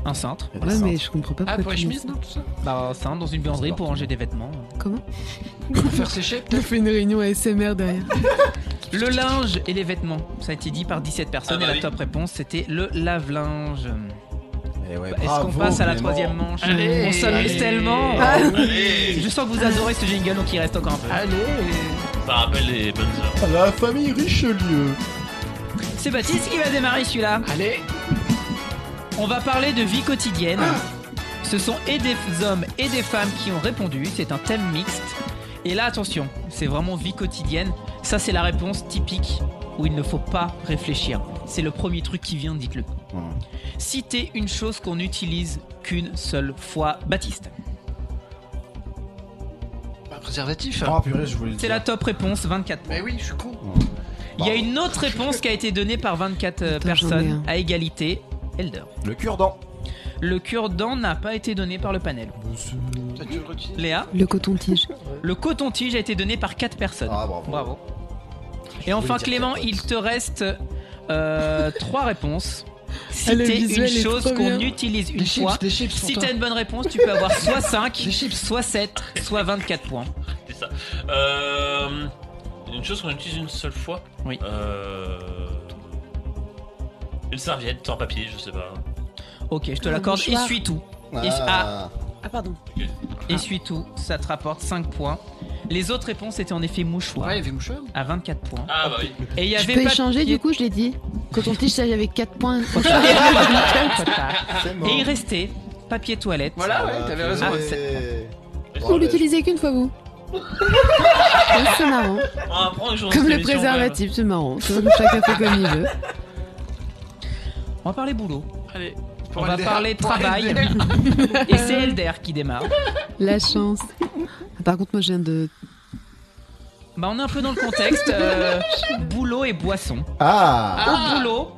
S1: Un cintre.
S4: Ouais, mais je comprends pas pourquoi. tu dis ça.
S5: tout ça
S1: Bah, un cintre dans une buanderie pour ranger des vêtements.
S4: Comment
S5: Faire sécher
S4: On fait une réunion ASMR derrière.
S1: Le linge et les vêtements, ça a été dit par 17 personnes.
S6: Ah bah
S1: et la
S6: oui.
S1: top réponse, c'était le lave-linge. Bah, Est-ce
S3: Eh bravo,
S1: qu'on passe à la
S3: Clément.
S1: troisième manche
S3: Allez.
S1: On s'amuse
S3: Allez.
S1: tellement
S3: Allez.
S1: Je sens que vous adorez ce jingle, donc il reste encore un peu.
S6: Ça rappelle les bonnes heures.
S3: La famille Richelieu.
S1: C'est Baptiste qui va démarrer celui-là.
S5: Allez.
S1: On va parler de vie quotidienne. Ce sont et des hommes et des femmes qui ont répondu. C'est un thème mixte. Et là, attention, c'est vraiment vie quotidienne. Ça, c'est la réponse typique où il ne faut pas réfléchir. C'est le premier truc qui vient, dites-le. Citez une chose qu'on n'utilise qu'une seule fois, Baptiste.
S5: Un préservatif hein.
S3: Oh purée, je voulais le
S1: C'est
S3: dire.
S1: la top réponse, 24 points.
S5: Mais oui, je suis con.
S1: Il y a une autre réponse qui a été donnée par 24 euh,
S5: j'en ai
S1: personnes
S5: un.
S1: à égalité. Elder.
S3: Le cure-dent.
S1: Le cure-dent n'a pas été donné par le panel. Léa
S4: Le coton-tige.
S1: Le coton-tige a été donné par 4 personnes. bravo. Et enfin,
S4: voulais dire
S1: Clément, il te reste 3 réponses.
S4: Ah, le
S1: Citer une
S4: visuel est
S1: chose
S4: trop bien.
S1: qu'on utilise une
S5: Des chips,
S1: fois.
S5: des chips pour
S1: si
S5: toi.
S1: t'as une bonne réponse, tu peux avoir soit 5, soit 7, soit 24 points.
S6: C'est ça. Euh, une chose qu'on utilise une seule fois.
S1: Oui.
S6: Euh, une serviette sans papier, je sais pas.
S1: Ok, je te
S6: Un
S1: l'accorde.
S6: mouchoir.
S1: Essuie tout.
S6: Ah.
S1: Essuie- Ah.
S4: Ah, pardon.
S1: Essuie tout, ça te rapporte 5 points. Les autres réponses étaient en effet mouchoir.
S5: Ouais, il y avait mouchoir.
S1: À 24 points.
S6: Ah bah oui.
S1: Et il y
S4: Je
S1: avait
S4: peux
S1: pas
S4: échanger du coup, je l'ai dit. Coton-tige, ça j'avais 4 points.
S1: Et il restait papier toilette.
S5: Voilà, ouais, t'avais raison.
S1: Ah, c'est-
S4: Vous l'utilisez qu'une fois, vous Ouais, C'est marrant.
S6: On apprend les choses
S4: Comme le
S6: d'émission, quand même.
S4: préservatif, c'est marrant. C'est vrai que Chacun fait comme il veut.
S1: On va parler boulot.
S5: Allez.
S1: On va
S4: LDR,
S1: parler
S4: pour
S1: travail.
S4: LDR.
S1: Et c'est Elder qui démarre.
S4: La chance. Ah, Par contre, moi, je viens de.
S1: Bah, on est un peu dans le contexte. euh, boulot et boisson.
S3: Ah.
S1: Au boulot,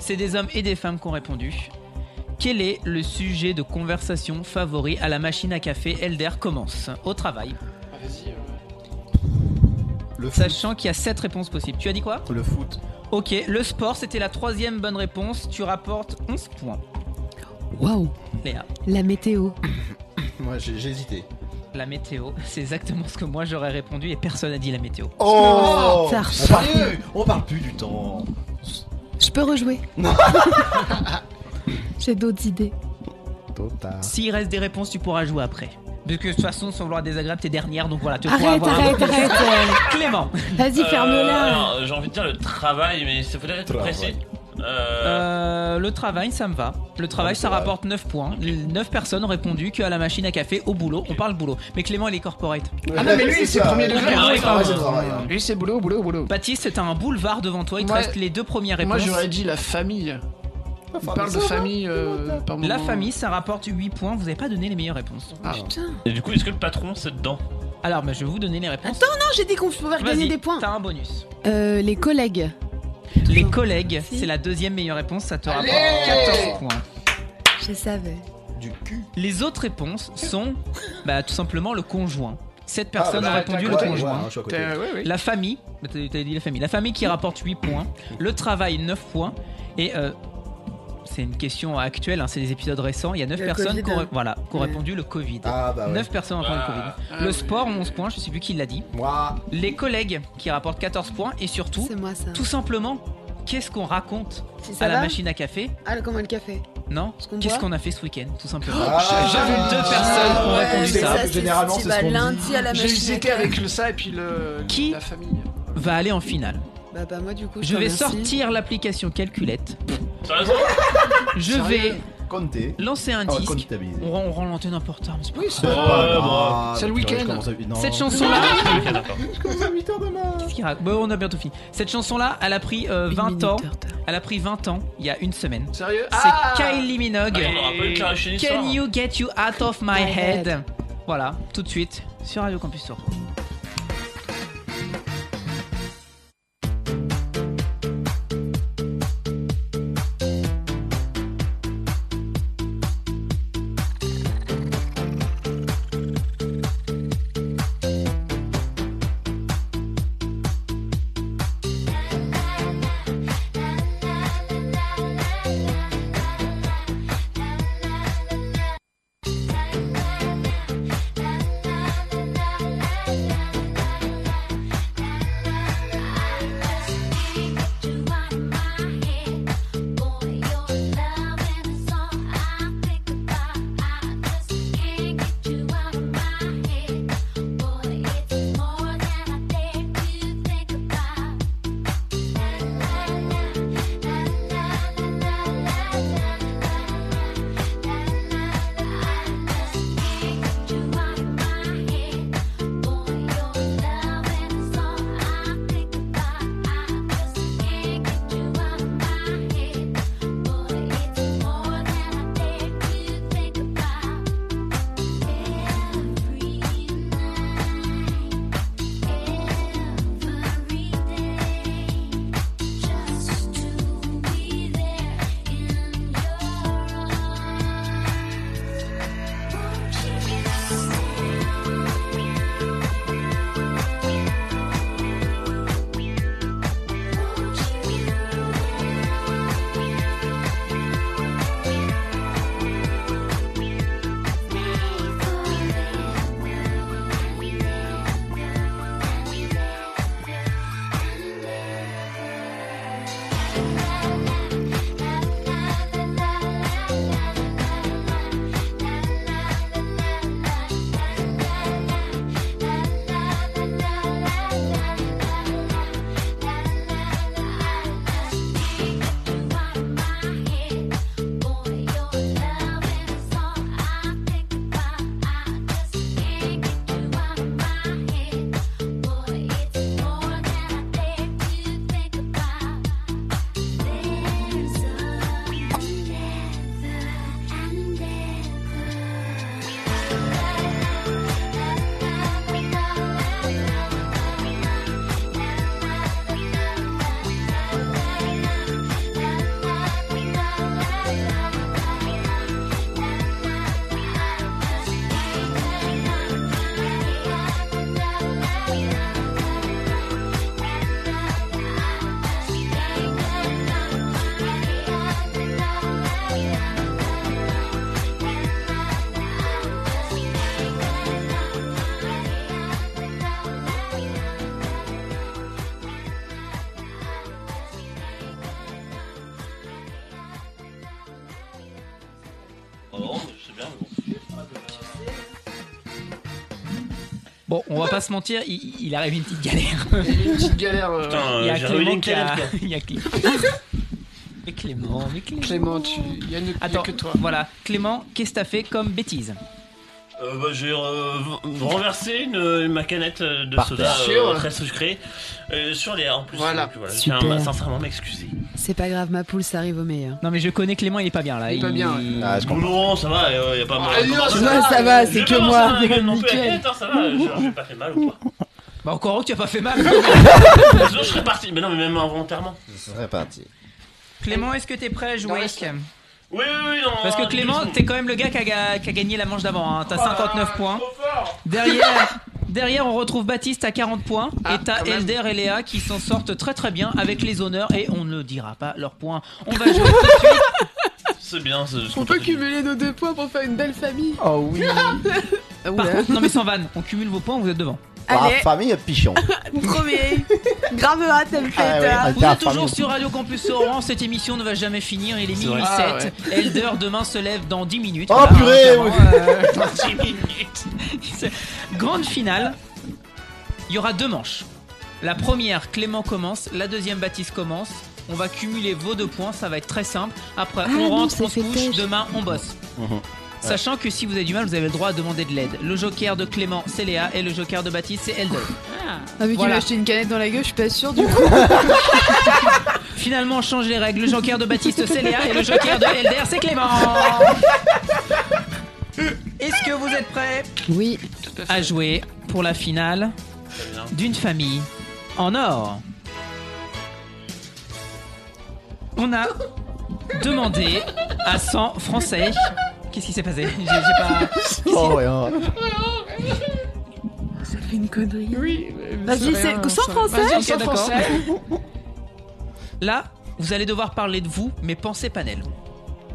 S1: c'est des hommes et des femmes qui ont répondu. Quel est le sujet de conversation favori à la machine à café Elder commence au travail.
S5: Vas-y.
S1: Sachant qu'il y a 7 réponses possibles. Tu as dit quoi
S3: Le foot.
S1: Ok, le sport, c'était la troisième bonne réponse. Tu rapportes 11 points.
S4: Waouh
S1: Léa.
S4: La météo.
S3: Moi, j'ai j'ai hésité.
S1: La météo, c'est exactement ce que moi j'aurais répondu et personne n'a dit la météo.
S3: Oh
S4: Ça
S3: On parle
S4: repart.
S3: plus, on parle plus du temps.
S4: Je peux rejouer. J'ai d'autres idées.
S3: Total.
S1: S'il reste des réponses, tu pourras jouer après. Parce que de toute façon, sans vouloir désagréable, t'es dernière, donc voilà, tu
S4: Arrête,
S1: pourras avoir un
S4: arrête,
S1: peu plus.
S4: arrête, euh.
S1: Clément
S4: Vas-y,
S6: Euh,
S4: ferme-la.
S6: alors, J'ai envie de dire le travail, mais ça faudrait être précis. Euh,
S1: Euh, le travail, ça me va. Le travail, ça rapporte 9 points. 9 personnes ont répondu qu'à la machine à café, au boulot, on parle boulot. Mais Clément, il est corporate.
S5: Ah non, mais lui, c'est premier degré.
S1: Clément, il est
S5: Ah,
S1: corporate.
S5: c'est travail. Lui, c'est boulot, boulot, boulot.
S1: Baptiste, t'as un boulevard devant toi, il te
S5: Ouais.
S1: reste les deux premières réponses.
S5: Moi, j'aurais dit la famille. On parle de famille euh, par
S1: La
S5: moment. Ah.
S1: famille, ça rapporte 8 points. Vous avez pas donné les meilleures réponses.
S6: Et du coup, est-ce que le patron c'est dedans
S1: Alors, bah, je vais vous donner les réponses.
S4: Attends, non, j'ai dit qu'on pouvait regagner
S1: Vas-y,
S4: des points.
S1: T'as un bonus.
S4: Euh, les collègues.
S1: Les collègues, c'est la deuxième meilleure réponse, ça te rapporte
S4: Allez
S1: 14 points.
S4: Je savais.
S1: Les autres réponses sont bah, tout simplement le conjoint. Cette
S3: Ah,
S1: personne
S3: bah,
S1: a
S3: t'as
S1: répondu le
S3: côté,
S1: conjoint.
S3: ouais, je suis à côté. T'as- ouais, ouais.
S1: La famille, bah, t'as- t'as dit la famille. La famille qui rapporte 8 points, le travail 9 points et euh, c'est une question actuelle, hein, c'est des épisodes récents. Il y a 9
S15: Le
S1: personnes
S15: Covid,
S1: qui ont,
S15: hein.
S1: ré- voilà, qui ont répondu le Covid.
S3: Ah, bah ouais.
S1: 9 personnes ont répondu le Covid.
S3: Ah.
S1: le sport, 11 points, je sais plus qui l'a dit. Les collègues qui rapportent 14 points et surtout, tout simplement, qu'est-ce qu'on raconte
S4: Si ça
S1: à la
S4: va.
S1: machine à café
S4: Ah, le- comment le café
S1: non
S4: qu'on
S1: Qu'est-ce
S4: boit
S1: qu'on a fait ce week-end, tout simplement
S3: Ah,
S1: J'ai vu
S3: ah,
S1: deux
S3: ah,
S1: personnes qui ont
S3: ouais,
S1: répondu
S3: mais
S1: ça.
S3: ça, c'est- Généralement, c'est c'est ce bah, qu'on dit. lundi à la
S5: J'ai
S3: machine
S5: hésité
S3: à café.
S5: avec le ça et puis le.
S1: Qui
S5: La famille.
S1: va aller en finale
S4: Bah, bah, moi, du coup,
S1: Je
S4: te
S1: vais
S4: remercie.
S1: sortir l'application calculette. Je
S3: Sérieux
S1: vais
S3: Comptez.
S1: lancer un
S3: Ah ouais,
S1: disque.
S3: comptabiliser.
S1: On, rend- on rend l'antenne un peu en retard, mais c'est pas
S3: C'est
S1: grave.
S3: pas grave.
S1: Euh, C'est le
S3: Purée, je
S1: week-end.
S3: commence à- non.
S1: Cette chanson-là.
S3: Ok, d'accord.
S1: Qu'est-ce qu'il raconte Bon, on a bientôt fini. Cette chanson-là, elle a pris euh, 20 ans. Elle a pris 20 ans il y a une semaine.
S5: Sérieux
S1: C'est
S5: Ah
S1: Kylie Minogue.
S6: Ah, on aura pas eu Clara Chini ce
S1: Can
S6: soir. hein.
S1: you get you out of my
S6: My
S1: head,
S6: head.
S1: Voilà, tout de suite sur Radio Campus Tour.
S6: oh,
S1: Bon, on va pas se mentir, il, il arrive une petite galère.
S5: une petite galère. euh.
S1: il y a Clément qui a... il y a Clé- Mais Clément, mais Clément.
S5: Clément, tu... il y a, ne- il y a
S1: Attends,
S5: que toi.
S1: Voilà, Clément, qu'est-ce que t'as fait comme bêtise
S6: Euh, bah, j'ai euh, v- renversé une, euh, ma canette euh, de
S1: Par
S6: soda
S1: terre. Sûr.
S6: euh, très sucrée euh, sur l'air en plus.
S5: Voilà.
S6: Donc, Je
S1: Super.
S6: tiens à sincèrement m'excuser.
S7: C'est pas grave, ma poule, ça arrive au meilleur.
S1: Non, mais je connais Clément, il est pas bien là.
S7: Il est pas bien,
S6: Ah, non, ça va, euh, y a pas mal.
S7: Ah, non, ça va, ça va, c'est
S6: J'ai
S7: que
S6: pas
S7: moi.
S6: mangé un non plus,
S7: Nickel.
S6: inquiète, hein, ça va, je- j'ai pas fait mal ou quoi.
S1: Bah, encore heureux que tu as pas fait mal.
S6: Sinon, je serais parti, mais non, mais même involontairement.
S3: Je serais parti.
S1: Clément, est-ce que t'es prêt à jouer
S6: Oui, oui, oui, non.
S1: Parce que
S6: euh,
S1: Clément,
S6: doucement.
S1: t'es quand même le gars qui a, ga- qui a gagné la manche d'avant. hein. T'as
S6: Ah,
S1: 59 points. Derrière, derrière, on retrouve Baptiste à 40 points. et t'as Elder et Léa qui s'en sortent très très bien avec les honneurs. Et on ne le dira pas leurs points. On va jouer.
S6: C'est bien, c'est.
S7: On peut cumuler nos deux points pour faire une belle famille.
S1: Ah
S3: Oh oui.
S1: Par contre, non mais sans vanne, on cumule vos points, vous êtes devant.
S3: La
S7: Allez.
S3: Ah, famille pichon.
S7: Premier. Grave hâte, elle me fait
S3: Ah ouais,
S7: peur.
S3: elle
S1: Vous
S3: t'a
S1: êtes toujours
S3: affamé.
S1: sur Radio Campus Oran, cette émission ne va jamais finir, il est
S3: C'est
S1: minuit
S3: vrai.
S1: 7.
S3: Ah ouais.
S1: Elder demain se lève dans 10 minutes.
S3: Oh,
S1: Voilà,
S3: purée,
S1: clairement,
S3: oui.
S1: euh, dans 10 minutes. C'est- Grande finale, il y aura deux manches. La première, Clément commence, la deuxième, Baptiste commence. On va cumuler vos deux points, ça va être très simple. Après,
S7: Ah non,
S1: on rentre,
S7: c'est
S1: on se
S7: fait
S1: couche,
S7: têche.
S1: demain, on bosse. Sachant que si vous avez du mal, vous avez le droit à demander de l'aide. Le joker de Clément, c'est Léa, et le joker de Baptiste, c'est Elder.
S7: Ah, vu qu'il
S1: Voilà.
S7: m'a acheté une canette dans la gueule, je suis pas sûre du coup.
S1: Finalement, on change les règles. Le joker de Baptiste, c'est Léa, et le joker de Elder, c'est Clément. Est-ce que vous êtes prêts
S7: Oui.
S1: À jouer pour la finale d'une famille en or. On a demandé à 100 Français. Qu'est-ce qui s'est passé J'ai- j'ai pas-
S3: Oh, rien.
S7: Ça fait une connerie. Oui.
S1: c'est
S7: Vas-y,
S1: rien,
S7: c'est sans
S1: ça-
S7: français.
S1: Vas-y, ok, d'accord. Là, vous allez devoir parler de vous, mais pensez panel.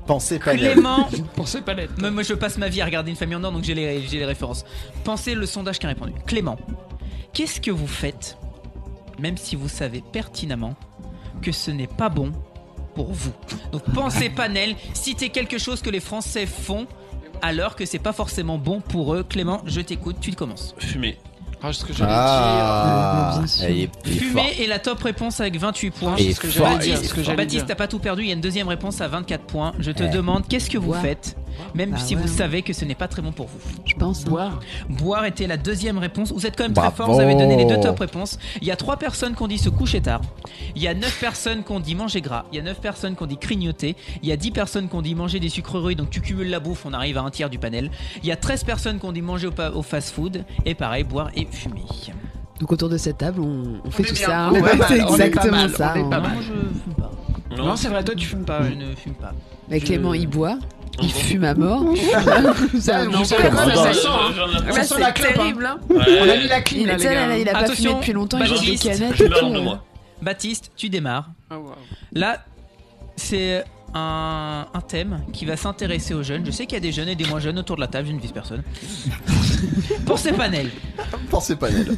S3: Pensez pas.
S1: Clément.
S5: Pensez palette.
S1: Moi, je passe ma vie à regarder une famille en or, donc j'ai les, j'ai les références. Pensez le sondage qui a répondu. Clément, qu'est-ce que vous faites, même si vous savez pertinemment que ce n'est pas bon pour vous Donc pensez panel, citez quelque chose que les Français font alors que c'est pas forcément bon pour eux. Clément, je t'écoute, tu commences.
S6: Fumer.
S5: Ah, ce que
S3: Ah, il est, il est fort.
S1: Fumer est la top réponse avec 28 points.
S3: Et
S1: ce que
S3: fort,
S1: j'allais
S3: et
S1: dire.
S3: ce que j'allais dire.
S1: Baptiste, t'as pas tout perdu. Il y a une deuxième réponse à 24 points. Je te
S3: Eh.
S1: demande, qu'est-ce que vous
S7: Boire.
S1: faites, même
S7: Bah
S1: si
S7: ouais,
S1: vous
S7: hein.
S1: savez que ce n'est pas très bon pour vous
S7: Je pense. hein.
S5: Boire.
S1: Boire était la deuxième réponse. Vous êtes quand même
S3: Bravo.
S1: très fort. Vous avez donné les deux top réponses. Il y a trois personnes qui ont dit se coucher tard. Il y a neuf personnes qui ont dit manger gras. Il y a neuf personnes qui ont dit crignoter. Il y a dix personnes qui ont dit manger des sucreries. Donc tu cumules la bouffe, on arrive à un tiers du panel. Il y a 13 personnes qui ont dit manger au, pa- au fast-food. Et pareil, boire et fumer.
S7: Donc autour de cette table, on, on fait
S5: est
S7: tout
S5: bien,
S7: ça. hein.
S5: on est pas mal,
S7: c'est
S5: on est pas
S7: exactement
S5: mal,
S7: ça.
S5: on est pas
S7: hein.
S5: mal.
S1: Moi, je fume pas.
S5: Non, c'est vrai, toi tu fumes pas.
S1: Je ne fume pas.
S7: Mais Bah, Clément, il boit, il fume à mort. ça,
S5: Ah,
S7: non,
S5: vous
S7: ça,
S5: savez, ça,
S7: ça,
S5: ça sent, hein.
S1: Ah,
S5: Ça sent la clope.
S7: hein.
S5: hein. On a mis la clim
S7: Il
S5: là,
S7: a,
S5: les
S7: ça, là, là,
S5: gars.
S7: il a pas fumé depuis longtemps, il joue des
S1: Baptiste,
S7: canettes
S6: je
S7: et
S6: meurs de
S7: tout.
S6: moi.
S1: Baptiste, tu démarres.
S5: Ah, waouh.
S1: Là, c'est un, un thème qui va s'intéresser aux jeunes. Je sais qu'il y a des jeunes et des moins jeunes autour de la table, je ne vise personne. Pour ces panels,
S3: Pensez pas d'elle.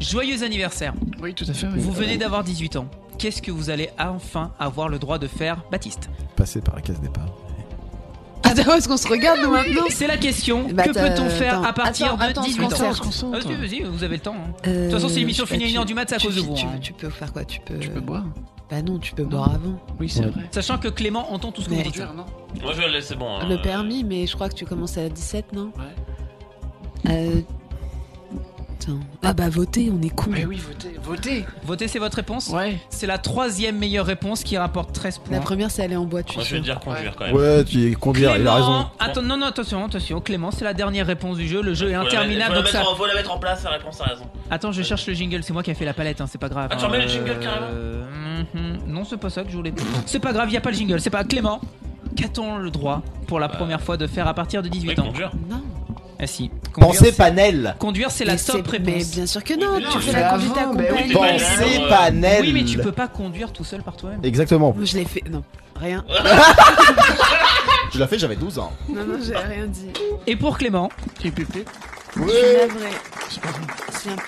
S1: joyeux anniversaire.
S5: Oui, tout à fait. oui.
S1: Vous venez d'avoir 18 ans. Qu'est-ce que vous allez enfin avoir le droit de faire, Baptiste
S3: Passer par la case départ.
S7: Attends, est-ce qu'on se regarde nous maintenant
S1: C'est la question.
S7: Bah,
S1: que
S7: t'as-
S1: peut-on faire
S7: attends,
S1: à partir
S7: attends,
S1: de
S7: attends,
S1: 18
S7: on se
S1: ans Ah,
S7: concentre, on se concentre.
S1: Vas-y, vas-y, vous avez le temps. hein.
S7: De
S1: toute façon, c'est l'émission finit à 1h du mat, c'est à cause de vous.
S7: Tu,
S1: hein.
S7: tu peux faire quoi Tu peux.
S5: Tu peux boire
S7: Bah non, tu peux boire avant.
S5: Oui, c'est vrai.
S1: Sachant que Clément entend tout ce que vous
S7: Mais-
S1: dites.
S5: non
S6: Moi, je vais le laisser bon.
S1: Euh,
S6: hein.
S7: Le permis, mais je crois que tu commences à 17, non
S5: Ouais.
S7: Euh. Attends. Ah bah voter, on est con.
S1: Eh
S5: Mais oui, votez. Votez.
S1: Votez, c'est votre réponse
S5: Ouais.
S1: C'est la troisième meilleure réponse qui rapporte 13 points.
S7: La première, c'est aller en boîte, tu
S6: Moi, je vais dire conduire quand même.
S3: Ouais, tu es conduire, il a raison.
S1: Attends, non, non, attention, attention. Clément, c'est la dernière réponse du jeu. Le jeu est
S6: Faut la
S1: interminable.
S6: mettre- Faut la,
S1: donc ça...
S6: mettre en, faut la mettre en place, la réponse a raison.
S1: Attends, je cherche le jingle. C'est moi qui a fait la palette, hein, c'est pas grave.
S6: Ah, tu
S1: hein,
S6: remets le jingle carrément
S1: euh, mhm. Non, c'est pas ça que je voulais. C'est pas grave, y a pas le jingle. C'est pas Clément. Qu'a-t-on le droit pour la première fois de faire à partir de
S6: Mais
S1: 18 ans
S6: Bah. conduire.
S7: Non.
S1: Ah si. Conduire,
S3: Pensez
S1: c'est-
S3: panel.
S1: Conduire, c'est la
S7: Mais
S1: top
S7: c'est- Mais
S1: réponse.
S7: bien sûr que non,
S6: Mais
S7: tu
S6: non,
S7: fais
S5: mais
S7: la conduite
S5: avant, mais oui,
S7: accompagnée.
S6: mais Bon.
S3: Pensez
S6: euh,
S3: panel.
S1: Oui, mais tu peux pas conduire tout seul par toi-même.
S3: Exactement.
S7: Moi, je l'ai fait. Non, rien.
S3: Je l'ai fait, j'avais 12 ans.
S7: Non, non, j'ai rien dit.
S1: Et pour Clément,
S5: Petit pépé.
S7: Je suis navrée. Si un peu.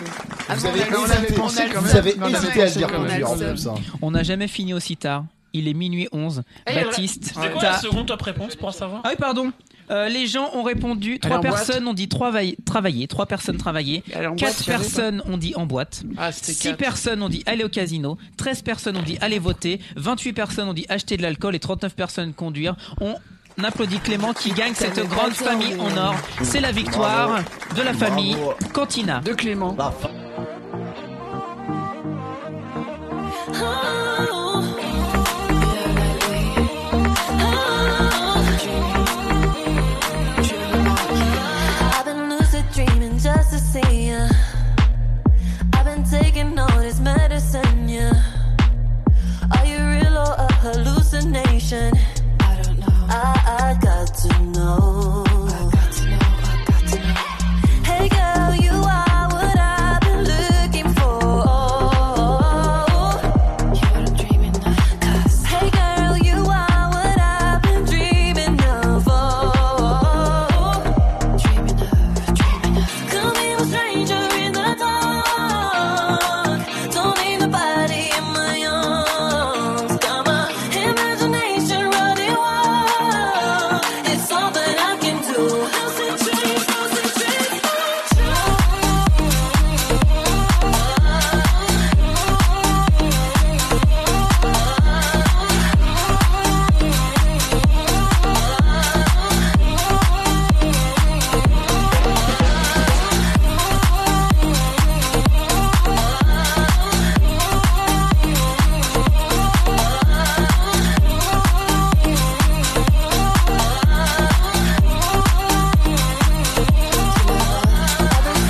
S7: Ah
S3: Vous
S7: bon,
S3: avez
S7: on a- on
S3: hésité,
S7: avait- on a-
S3: vous avez
S5: On avait
S3: hésité à
S5: pensé
S3: dire
S5: quand
S7: même.
S3: conduire en
S7: On a-
S3: plus. hein.
S1: on n'a jamais fini aussi tard. il est minuit 11.
S6: Eh, voilà.
S1: Baptiste,
S6: C'était quoi
S1: t'as-
S6: la seconde top réponse pour en savoir
S1: Ah oui, pardon. Euh, les gens ont répondu. Trois
S6: en
S1: personnes ont dit trois vaille- travailler. Trois personnes travailler.
S6: en boîte,
S1: Quatre
S6: tu avais, toi
S1: personnes ont dit en boîte. Six
S6: quatre.
S1: personnes ont dit aller au casino. 13 personnes ont dit aller voter. 28 personnes ont dit acheter de l'alcool et 39 personnes conduire. On applaudit Clément qui gagne
S5: Putain,
S1: cette
S5: mais
S1: grande
S5: d'accord,
S1: famille
S5: mais-
S1: en or. C'est la victoire
S5: Bravo.
S1: de la famille
S5: Bravo.
S1: Cantina.
S5: De Clément.
S2: Ah,
S10: I've been lucid dreaming just to see ya. I've been taking all this medicine, yeah. Are you real or a hallucination? I don't know. I, I got to know. I got to know. I got to know. Hey girl, you are what I've been looking for. You are dreaming of us. Hey girl, you are what I've been dreaming of. Oh. Could be a stranger in the dark. Don't need nobody in my arms. Got my imagination running wild. It's something I can do. Lucid dreams, lucid dreams,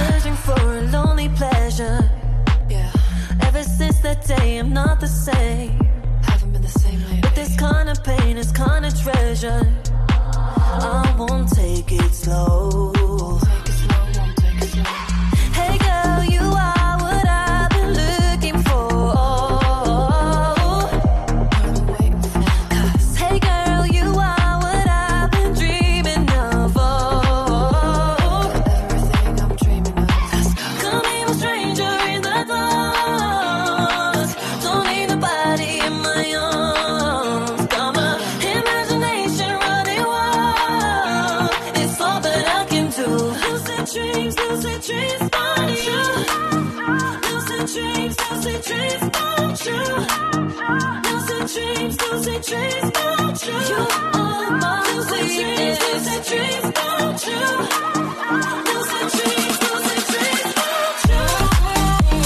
S10: searching for a lonely pleasure. Yeah. Ever since that day, I'm not the same. Haven't been the same lately. But this kind of pain is kind of treasure. I won't take it slow. Hey girl, you are what I've been looking for. Hey girl, you are what I've been dreaming of. Oh. Could be a stranger in the dark. Don't need nobody in my arms. Got my imagination running wild. It's all that I can do. Lucid dreams, lucid dreams, find you. Lucid dreams, lucid dreams, find you. Lucid dreams, lucid dreams, find you. You are my lucid dreams, lucid dreams, find you. Lucid dreams, lucid dreams, find you.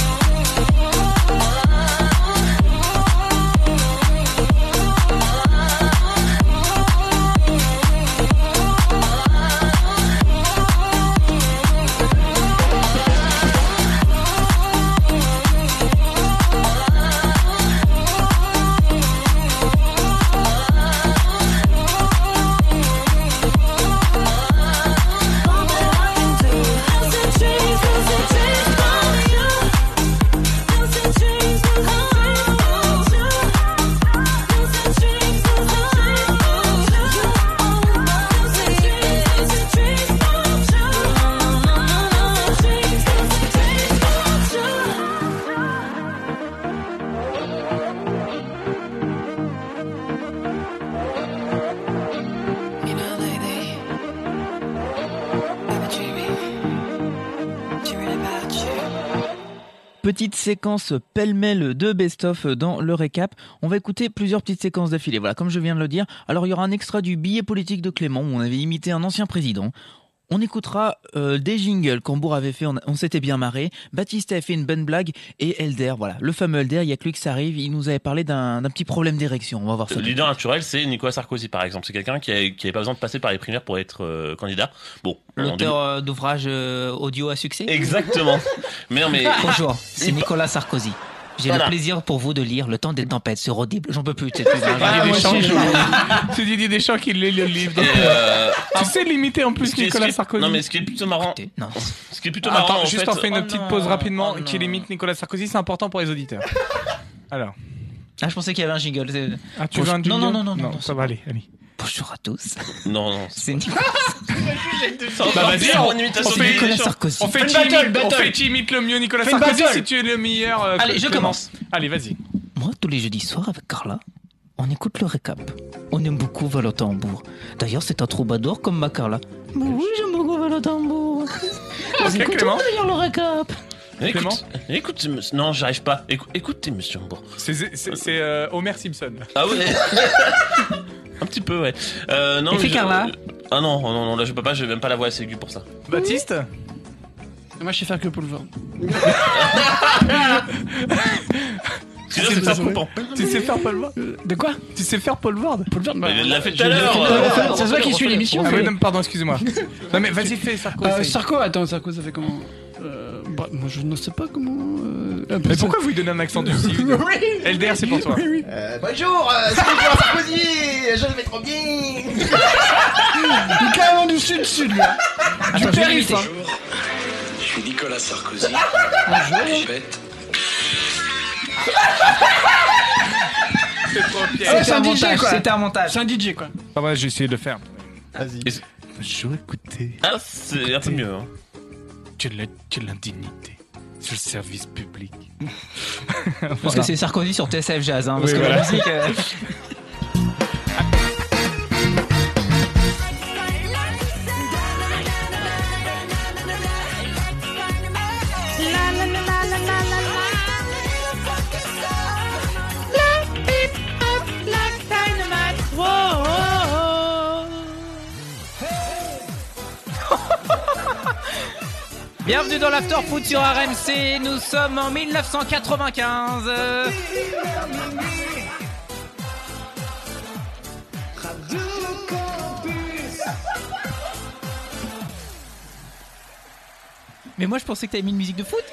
S1: Petite séquence pêle-mêle de best-of dans le récap. On va écouter plusieurs petites séquences d'affilée. Voilà, comme je viens de le dire. Alors, il y aura un extrait du billet politique de Clément où on avait imité un ancien président. On écoutera euh, des jingles qu'Ambour avait fait, on, on s'était bien marré. Baptiste a fait une bonne blague et Elder, voilà, le fameux Elder, il y a que lui qui s'arrive, il nous avait parlé d'un d'un petit problème d'érection. On va voir ça.
S6: Le leader naturel, c'est Nicolas Sarkozy, par exemple. C'est quelqu'un qui n'avait pas besoin de passer par les primaires pour être euh, candidat. Bon, en
S1: L'auteur euh, d'ouvrages euh, audio à succès
S6: Exactement. Mais non, mais-
S1: Bonjour, c'est Nicolas Sarkozy. J'ai
S6: Voilà.
S1: le plaisir pour vous de lire Le temps des tempêtes sur Audible. J'en peux plus Ah, de cette
S2: C'est Didier Deschamps qui- C'est Didier Deschamps qui lit le livre. donc,
S6: euh,
S2: Tu sais limiter en plus
S6: ce qui est- ce qui
S2: Nicolas
S6: est-
S2: Sarkozy.
S6: Non, mais ce qui est plutôt marrant. Ce qui est plutôt marrant.
S2: Attends,
S6: en
S2: juste
S6: fait,
S2: on fait une
S6: Oh
S2: petite
S6: non.
S2: pause rapidement
S6: Oh
S2: qui
S6: non.
S2: limite Nicolas Sarkozy, c'est important pour les auditeurs. Alors.
S1: Ah, je pensais qu'il y avait un jingle. c'est-
S2: Ah, tu
S1: Bonjour-
S2: veux un
S1: non,
S2: jingle
S1: non, non, non, non,
S2: ça va aller, allez.
S1: Bonjour à tous.
S6: Non, non.
S1: C'est
S2: Bah vas-y, on, on fait
S1: Nicolas Sarkozy.
S2: On fait,
S1: Fais une
S2: qui
S1: battle,
S2: imite, on
S1: battle.
S2: fait qui imite le mieux Nicolas
S1: Fais une
S2: Sarkozy
S1: battle.
S2: si tu es le meilleur. euh,
S1: Allez, je
S2: Clément.
S1: commence.
S2: Allez, vas-y.
S1: Moi, tous les jeudis soirs avec Carla,
S16: on écoute le récap. On aime beaucoup Valotambour. D'ailleurs, c'est un troubadour comme Macarla. Mais oui, j'aime beaucoup Valotambour. Vous
S6: Ok,
S16: écoutez
S6: Clément.
S16: d'ailleurs le récap.
S2: Clément
S6: Écoute, écoute, monsieur- non, j'arrive pas. Écou- écoutez, monsieur Hambourg.
S2: C'est c'est- c'est, euh, Homer Simpson.
S6: Ah ouais Un petit peu, ouais. Euh, non,
S2: Et
S6: mais
S2: fais
S6: je-
S2: Carla.
S6: Ah non, non, non, là je peux pas, j'ai même pas la voix assez aiguë pour ça.
S2: Baptiste
S5: Moi, je sais faire que Paul Verne.
S6: Tu sais faire Pompon.
S2: Tu sais faire Paul Ward
S5: Euh, De quoi
S2: Tu sais faire Paul Ward
S5: Paul Ward, bah,
S6: Mais il l'a fait tout à
S5: je l'ai
S6: l'heure.
S5: fait
S6: euh,
S5: tout à l'heure.
S6: on
S5: C'est toi
S6: refait,
S5: qui
S6: on
S5: suis
S6: refait.
S5: l'émission.
S2: Ah oui,
S5: mais-
S2: non, Ah, pardon, excusez-moi. Non, mais vas-y, fais Sarko.
S5: Euh,
S2: essaye.
S5: Sarko, attends, Sarko, ça fait comment euh, bah, Moi, je ne sais pas comment. euh, un peu
S2: Mais
S5: ça-
S2: pourquoi vous lui donnez un accent du Sud LDR, c'est pour toi.
S5: Oui, oui.
S3: Bonjour, euh, c'est Nicolas Sarkozy, je le vais trop bien.
S5: Il est carrément du sud-sud, là. hein. Du
S17: Attends, je vais
S5: périph',
S17: l'imiter.
S5: hein.
S17: Je suis Nicolas Sarkozy.
S5: Bonjour.
S17: Bête.
S2: C'est trop
S5: Ah ouais, c'est un DJ, quoi.
S1: C'était un montage.
S5: C'est un DJ, quoi.
S2: Ah ouais, j'ai essayé de le faire.
S3: Vas-y.
S2: Bonjour, écoutez.
S6: Ah, c'est un peu mieux. Hein.
S2: Tu l'as- tu l'indignité. C'est le service public.
S16: Parce
S2: Voilà.
S16: que c'est Sarkozy sur TSF Jazz. Hein, parce
S2: Oui,
S16: que
S2: voilà.
S16: la musique. euh,
S1: Bienvenue dans l'After Food sur RMC. Nous sommes en 1995. euh, Mais moi je pensais que t'avais mis une musique de foot.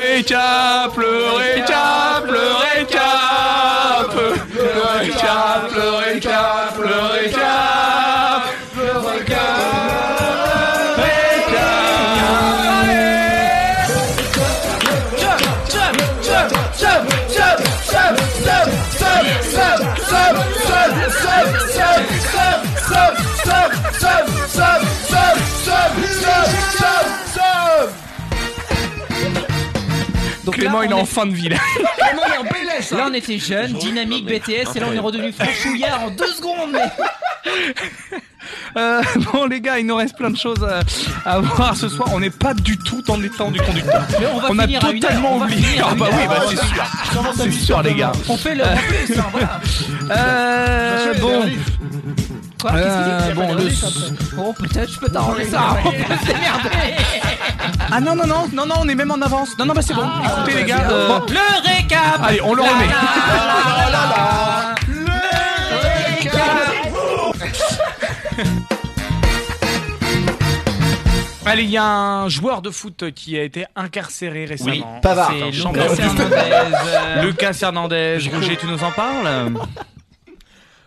S2: Récap, le récap, le récap, le récap, le récap, le récap, le Clément, il est en fin de vie là.
S1: Là on était jeunes, dynamique, BTS, et là on est redevenu franchouillard en deux secondes. Mais...
S2: Euh, bon les gars, il nous reste plein de choses à, à voir ce soir. On n'est pas du tout dans les temps du conducteur.
S1: Mais on va
S2: a
S1: finir à une heure,
S2: totalement
S1: on va
S2: oublié.
S1: finir à
S2: Ah bah
S1: une
S2: oui,
S1: heure.
S2: bah c'est sûr. C'est sûr les gars.
S1: On fait le. on fait ça, voilà.
S2: Euh, bon.
S1: Quoi Qu'est-ce qu'il dit
S2: Euh,
S1: Il y a
S2: bon,
S1: pas de
S2: le-
S1: rediff après Oh peut-être je peux t'arranger ça. C'est merde.
S2: Ah non, non, non, non, non, on est même en avance. Non, non, bah c'est bon.
S1: Ah,
S2: Écoutez, les gars. euh, bon.
S1: Le récap
S2: Allez, on le
S1: La,
S2: remet.
S1: la, la, la, la.
S2: Allez, il y a un joueur de foot qui a été incarcéré récemment.
S3: Oui, Pavard.
S2: C'est
S3: Lucas
S2: Lucas
S3: Hernandez.
S2: Hernandez. Lucas Hernandez. Roger, tu nous en parles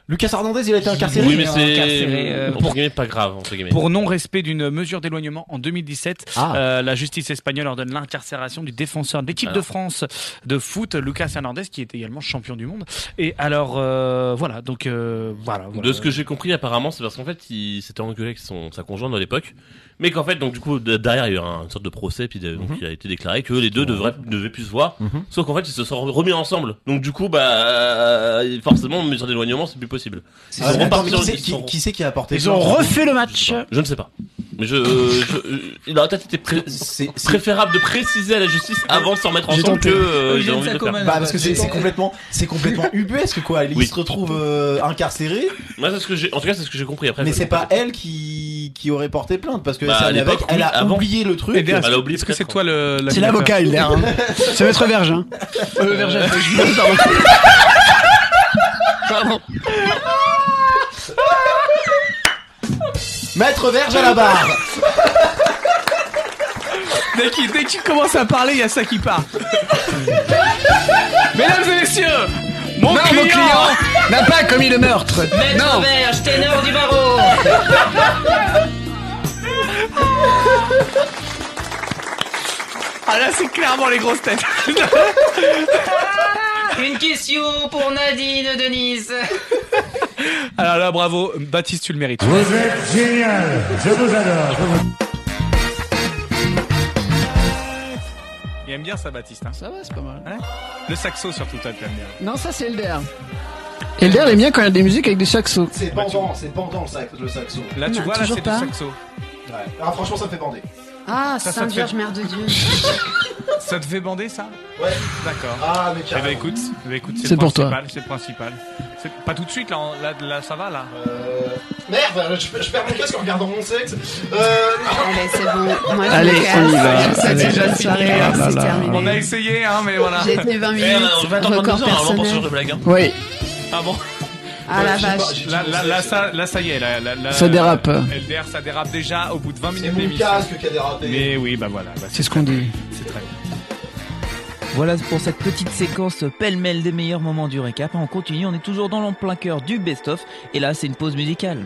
S3: Lucas Hernandez, il a été incarcéré. Ah,
S6: Oui, mais c'est.
S2: Incarcéré, euh,
S6: entre
S2: pour-
S6: guillemets, pas grave, entre guillemets.
S2: Pour non-respect d'une mesure d'éloignement en 2017,
S6: Ah.
S2: euh, la justice espagnole ordonne l'incarcération du défenseur de l'équipe
S6: Ah.
S2: de France de foot, Lucas Hernandez, qui est également champion du monde. Et alors, euh, voilà, donc euh, voilà.
S6: De ce que j'ai compris, apparemment, c'est parce qu'en fait, il s'était engueulé avec son, sa conjointe à l'époque. Mais qu'en fait, donc, du coup, de- derrière, il y a eu un- une sorte de procès, puis de- donc,
S3: Mhm.
S6: il a été déclaré que les deux devraient, devaient plus se voir.
S3: Mhm.
S6: Sauf qu'en fait, ils se sont remis ensemble. Donc, du coup, bah, euh, forcément, mesure d'éloignement, c'est plus possible. Ils sont repartis
S3: qui
S6: dans-
S3: c'est
S6: ils sont-
S3: qui, qui, c'est qui a apporté
S6: Ils ont refait le match. Je ne sais pas. Mais je, euh, je- je- il aurait peut-être été pré- préférable de préciser à la justice avant de s'en mettre
S3: J'ai
S6: ensemble que
S3: tenté.
S6: euh, ils ont envie de le faire.
S3: Bah, parce que
S5: euh,
S3: c'est c'est complètement, c'est complètement ubuesque quoi. Il
S6: Oui.
S3: se retrouve euh, incarcéré,
S6: Moi, c'est ce que j'ai, en tout cas, c'est ce que j'ai compris après.
S3: mais
S6: je-
S3: c'est pas elle qui qui aurait porté plainte parce que
S6: Bah,
S3: ça
S6: à
S3: venait
S6: l'époque,
S3: avec- elle
S6: oui,
S3: a
S6: avant.
S3: oublié le truc.
S6: Et derrière, Elle a oublié
S2: Est-ce que c'est toi le.
S5: C'est l'avocat, il l'air. Hein. C'est maître Verge. Hein. Euh, Verge, je- pardon.
S3: Pardon. Maître Verge à la barre.
S2: Dès qu'il dès qu'il commence à parler, il y a ça qui part. Mesdames et messieurs, mon
S5: Non,
S2: client,
S5: mon client n'a pas commis le meurtre.
S1: Maître
S5: non.
S1: Verge, ténor du barreau
S2: Ah là, c'est clairement les grosses têtes.
S1: Une question pour Nadine Denise.
S2: Alors là, bravo, Baptiste, tu le mérites.
S11: Vous êtes génial. Je vous adore. Je vous-
S2: T'aimes bien ça, Baptiste hein
S5: Ça va, c'est pas mal.
S2: Le saxo, surtout, toi, t'aimes bien.
S5: Non, ça c'est Elder. Elder aime bien quand il y a des musiques avec des saxos.
S3: C'est pendant, c'est pendant le, sac, le saxo.
S2: Là, tu
S5: Non,
S2: vois, là,
S5: toujours
S2: c'est du
S5: pas.
S2: saxo.
S3: Ouais. Ah, franchement, ça me fait bander.
S7: Ah,
S2: Ça, ça
S7: Sainte
S2: te
S7: Vierge
S2: fait-
S7: Mère de Dieu.
S2: Ça te fait bander, ça
S3: Ouais.
S2: D'accord.
S3: Ah, mais
S2: Eh ben, écoute, eh ben, écoute c'est
S5: C'est
S2: le
S5: pour toi.
S2: principal, C'est le principal. C'est- Pas tout de suite, là, on- là, là, ça va, là
S3: Euh, Merde, euh, je, je perds mon casque en regardant mon sexe. Euh...
S7: Allez, c'est bon. Moi,
S5: Allez, on y va. Allez. Ah là là.
S2: On a essayé, hein, mais voilà.
S7: J'ai tenu 20 minutes,
S2: Eh, on va attendre
S7: record
S2: 22 heures, normalement, pour ce genre de
S7: personnel.
S2: blague, hein.
S5: Oui.
S2: Ah bon
S7: Ah, la vache.
S2: Là, là, là, ça, là, ça y est, là, là, là-
S5: Ça dérape.
S2: LDR, ça dérape déjà au bout de 20 minutes d'émission.
S3: qui a dérapé.
S2: Mais oui, bah voilà. bah,
S5: C'est ce qu'on dit.
S2: C'est très bien.
S15: Voilà pour cette petite séquence pêle-mêle des meilleurs moments du récap. On continue, on est toujours dans le plein cœur du best-of. Et là, c'est une pause musicale.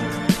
S10: Remember Oh.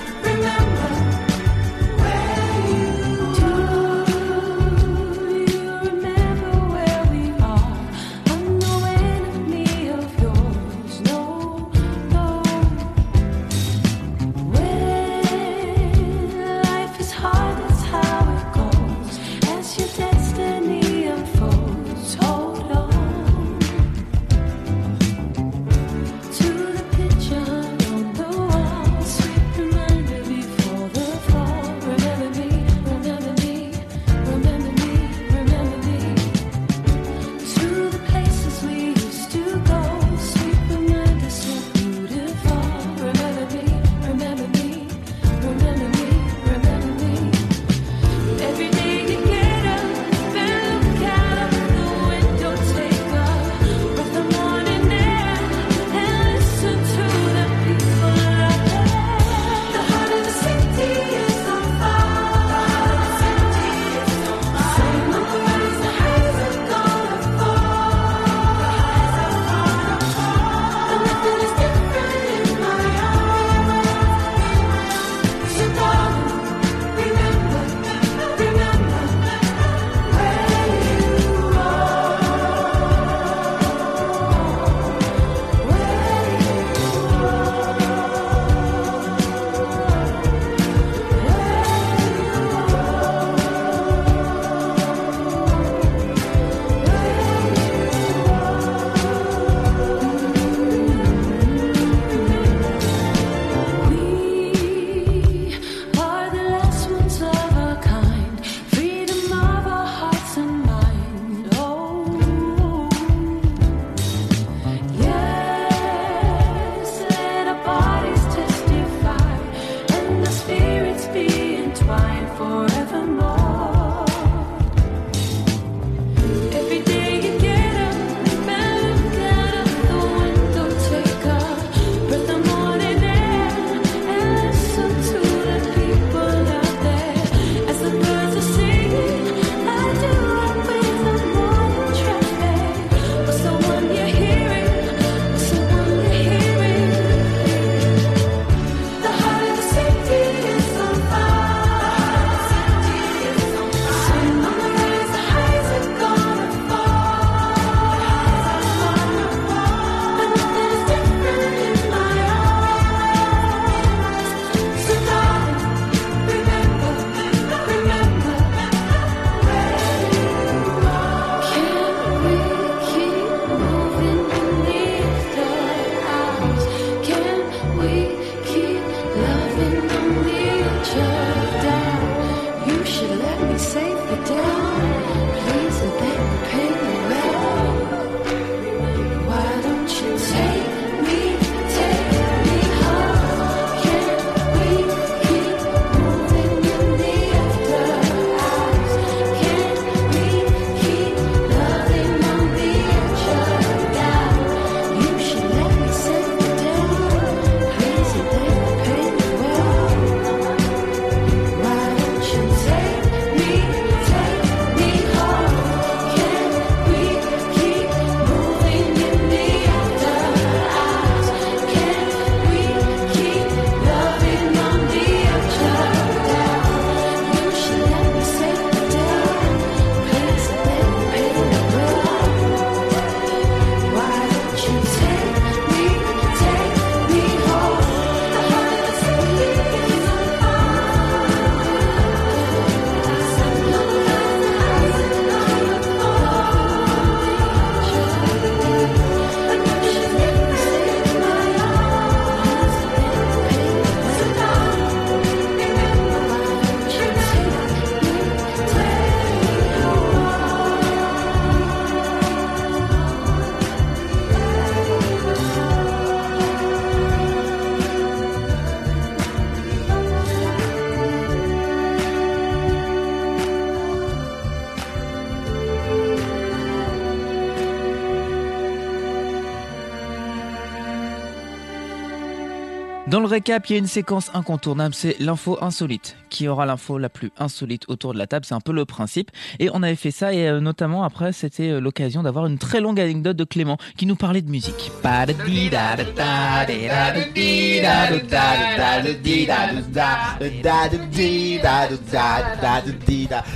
S15: Dans le récap, il y a une séquence incontournable, c'est l'info insolite. Qui aura l'info la plus insolite autour de la table, c'est un peu le principe. Et on avait fait ça, et euh, notamment après, c'était euh, l'occasion d'avoir une très longue anecdote de Clément qui nous parlait de musique.
S3: Ah,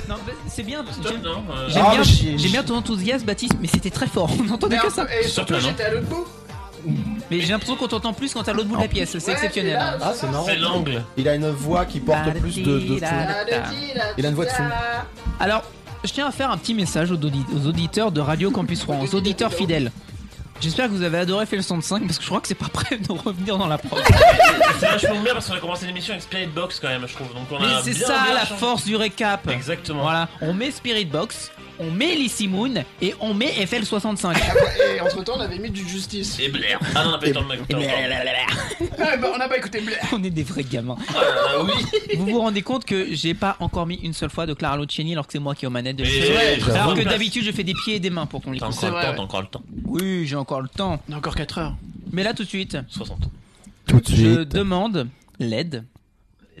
S1: Non, mais c'est bien. J'aime
S5: euh,
S16: J'aime
S5: ah,
S16: bien-
S1: j'aime bien, j'aime bien ton enthousiasme, Baptiste, mais c'était très fort. On n'entendait
S16: Mais
S1: que
S16: un
S1: ça.
S16: peu- et surtout, Surtout, j'étais
S5: à l'autre bout.
S1: Mais j'ai l'impression qu'on t'entend plus quand t'es à l'autre bout de la pièce. C'est exceptionnel.
S3: Ah, c'est marrant. Il a une voix qui porte plus de, de fond. Il a une voix de fond.
S1: Alors, je tiens à faire un petit message aux, audi- aux auditeurs de Radio Campus Rouen, aux auditeurs fidèles. J'espère que vous avez adoré Fait le son de 5 parce que je crois que c'est pas prêt de revenir dans la prog.
S6: C'est vachement bien parce qu'on a commencé l'émission avec Spirit Box quand même, je trouve. Donc on
S1: Mais
S6: a
S1: c'est
S6: bien,
S1: ça
S6: bien
S1: la
S6: changé.
S1: force du récap. Exactement. Voilà, on met Spirit Box, on met Lissy Moon et on met FL65.
S5: Et entre temps, on avait mis du justice.
S6: Et Blair. Ah non, on n'a pas eu le temps de m'écouter encore.
S5: Ah, bah, on n'a pas écouté Blair.
S1: On est des vrais gamins.
S6: Ah, bah
S1: Vous vous rendez compte que j'ai pas encore mis une seule fois de Clara Luciani alors que c'est moi qui ai aux manettes de
S6: Mais
S1: l'émission.
S6: ouais, j'avoue.
S1: Alors que
S6: Place.
S1: d'habitude je fais des pieds et des mains pour qu'on
S6: T'as
S1: l'écoute.
S6: encore le temps, t'as encore le temps.
S1: Oui, j'ai encore le temps.
S5: On a encore 4 heures.
S1: Mais là tout de suite.
S6: 60.
S1: Tout de suite. Je demande l'aide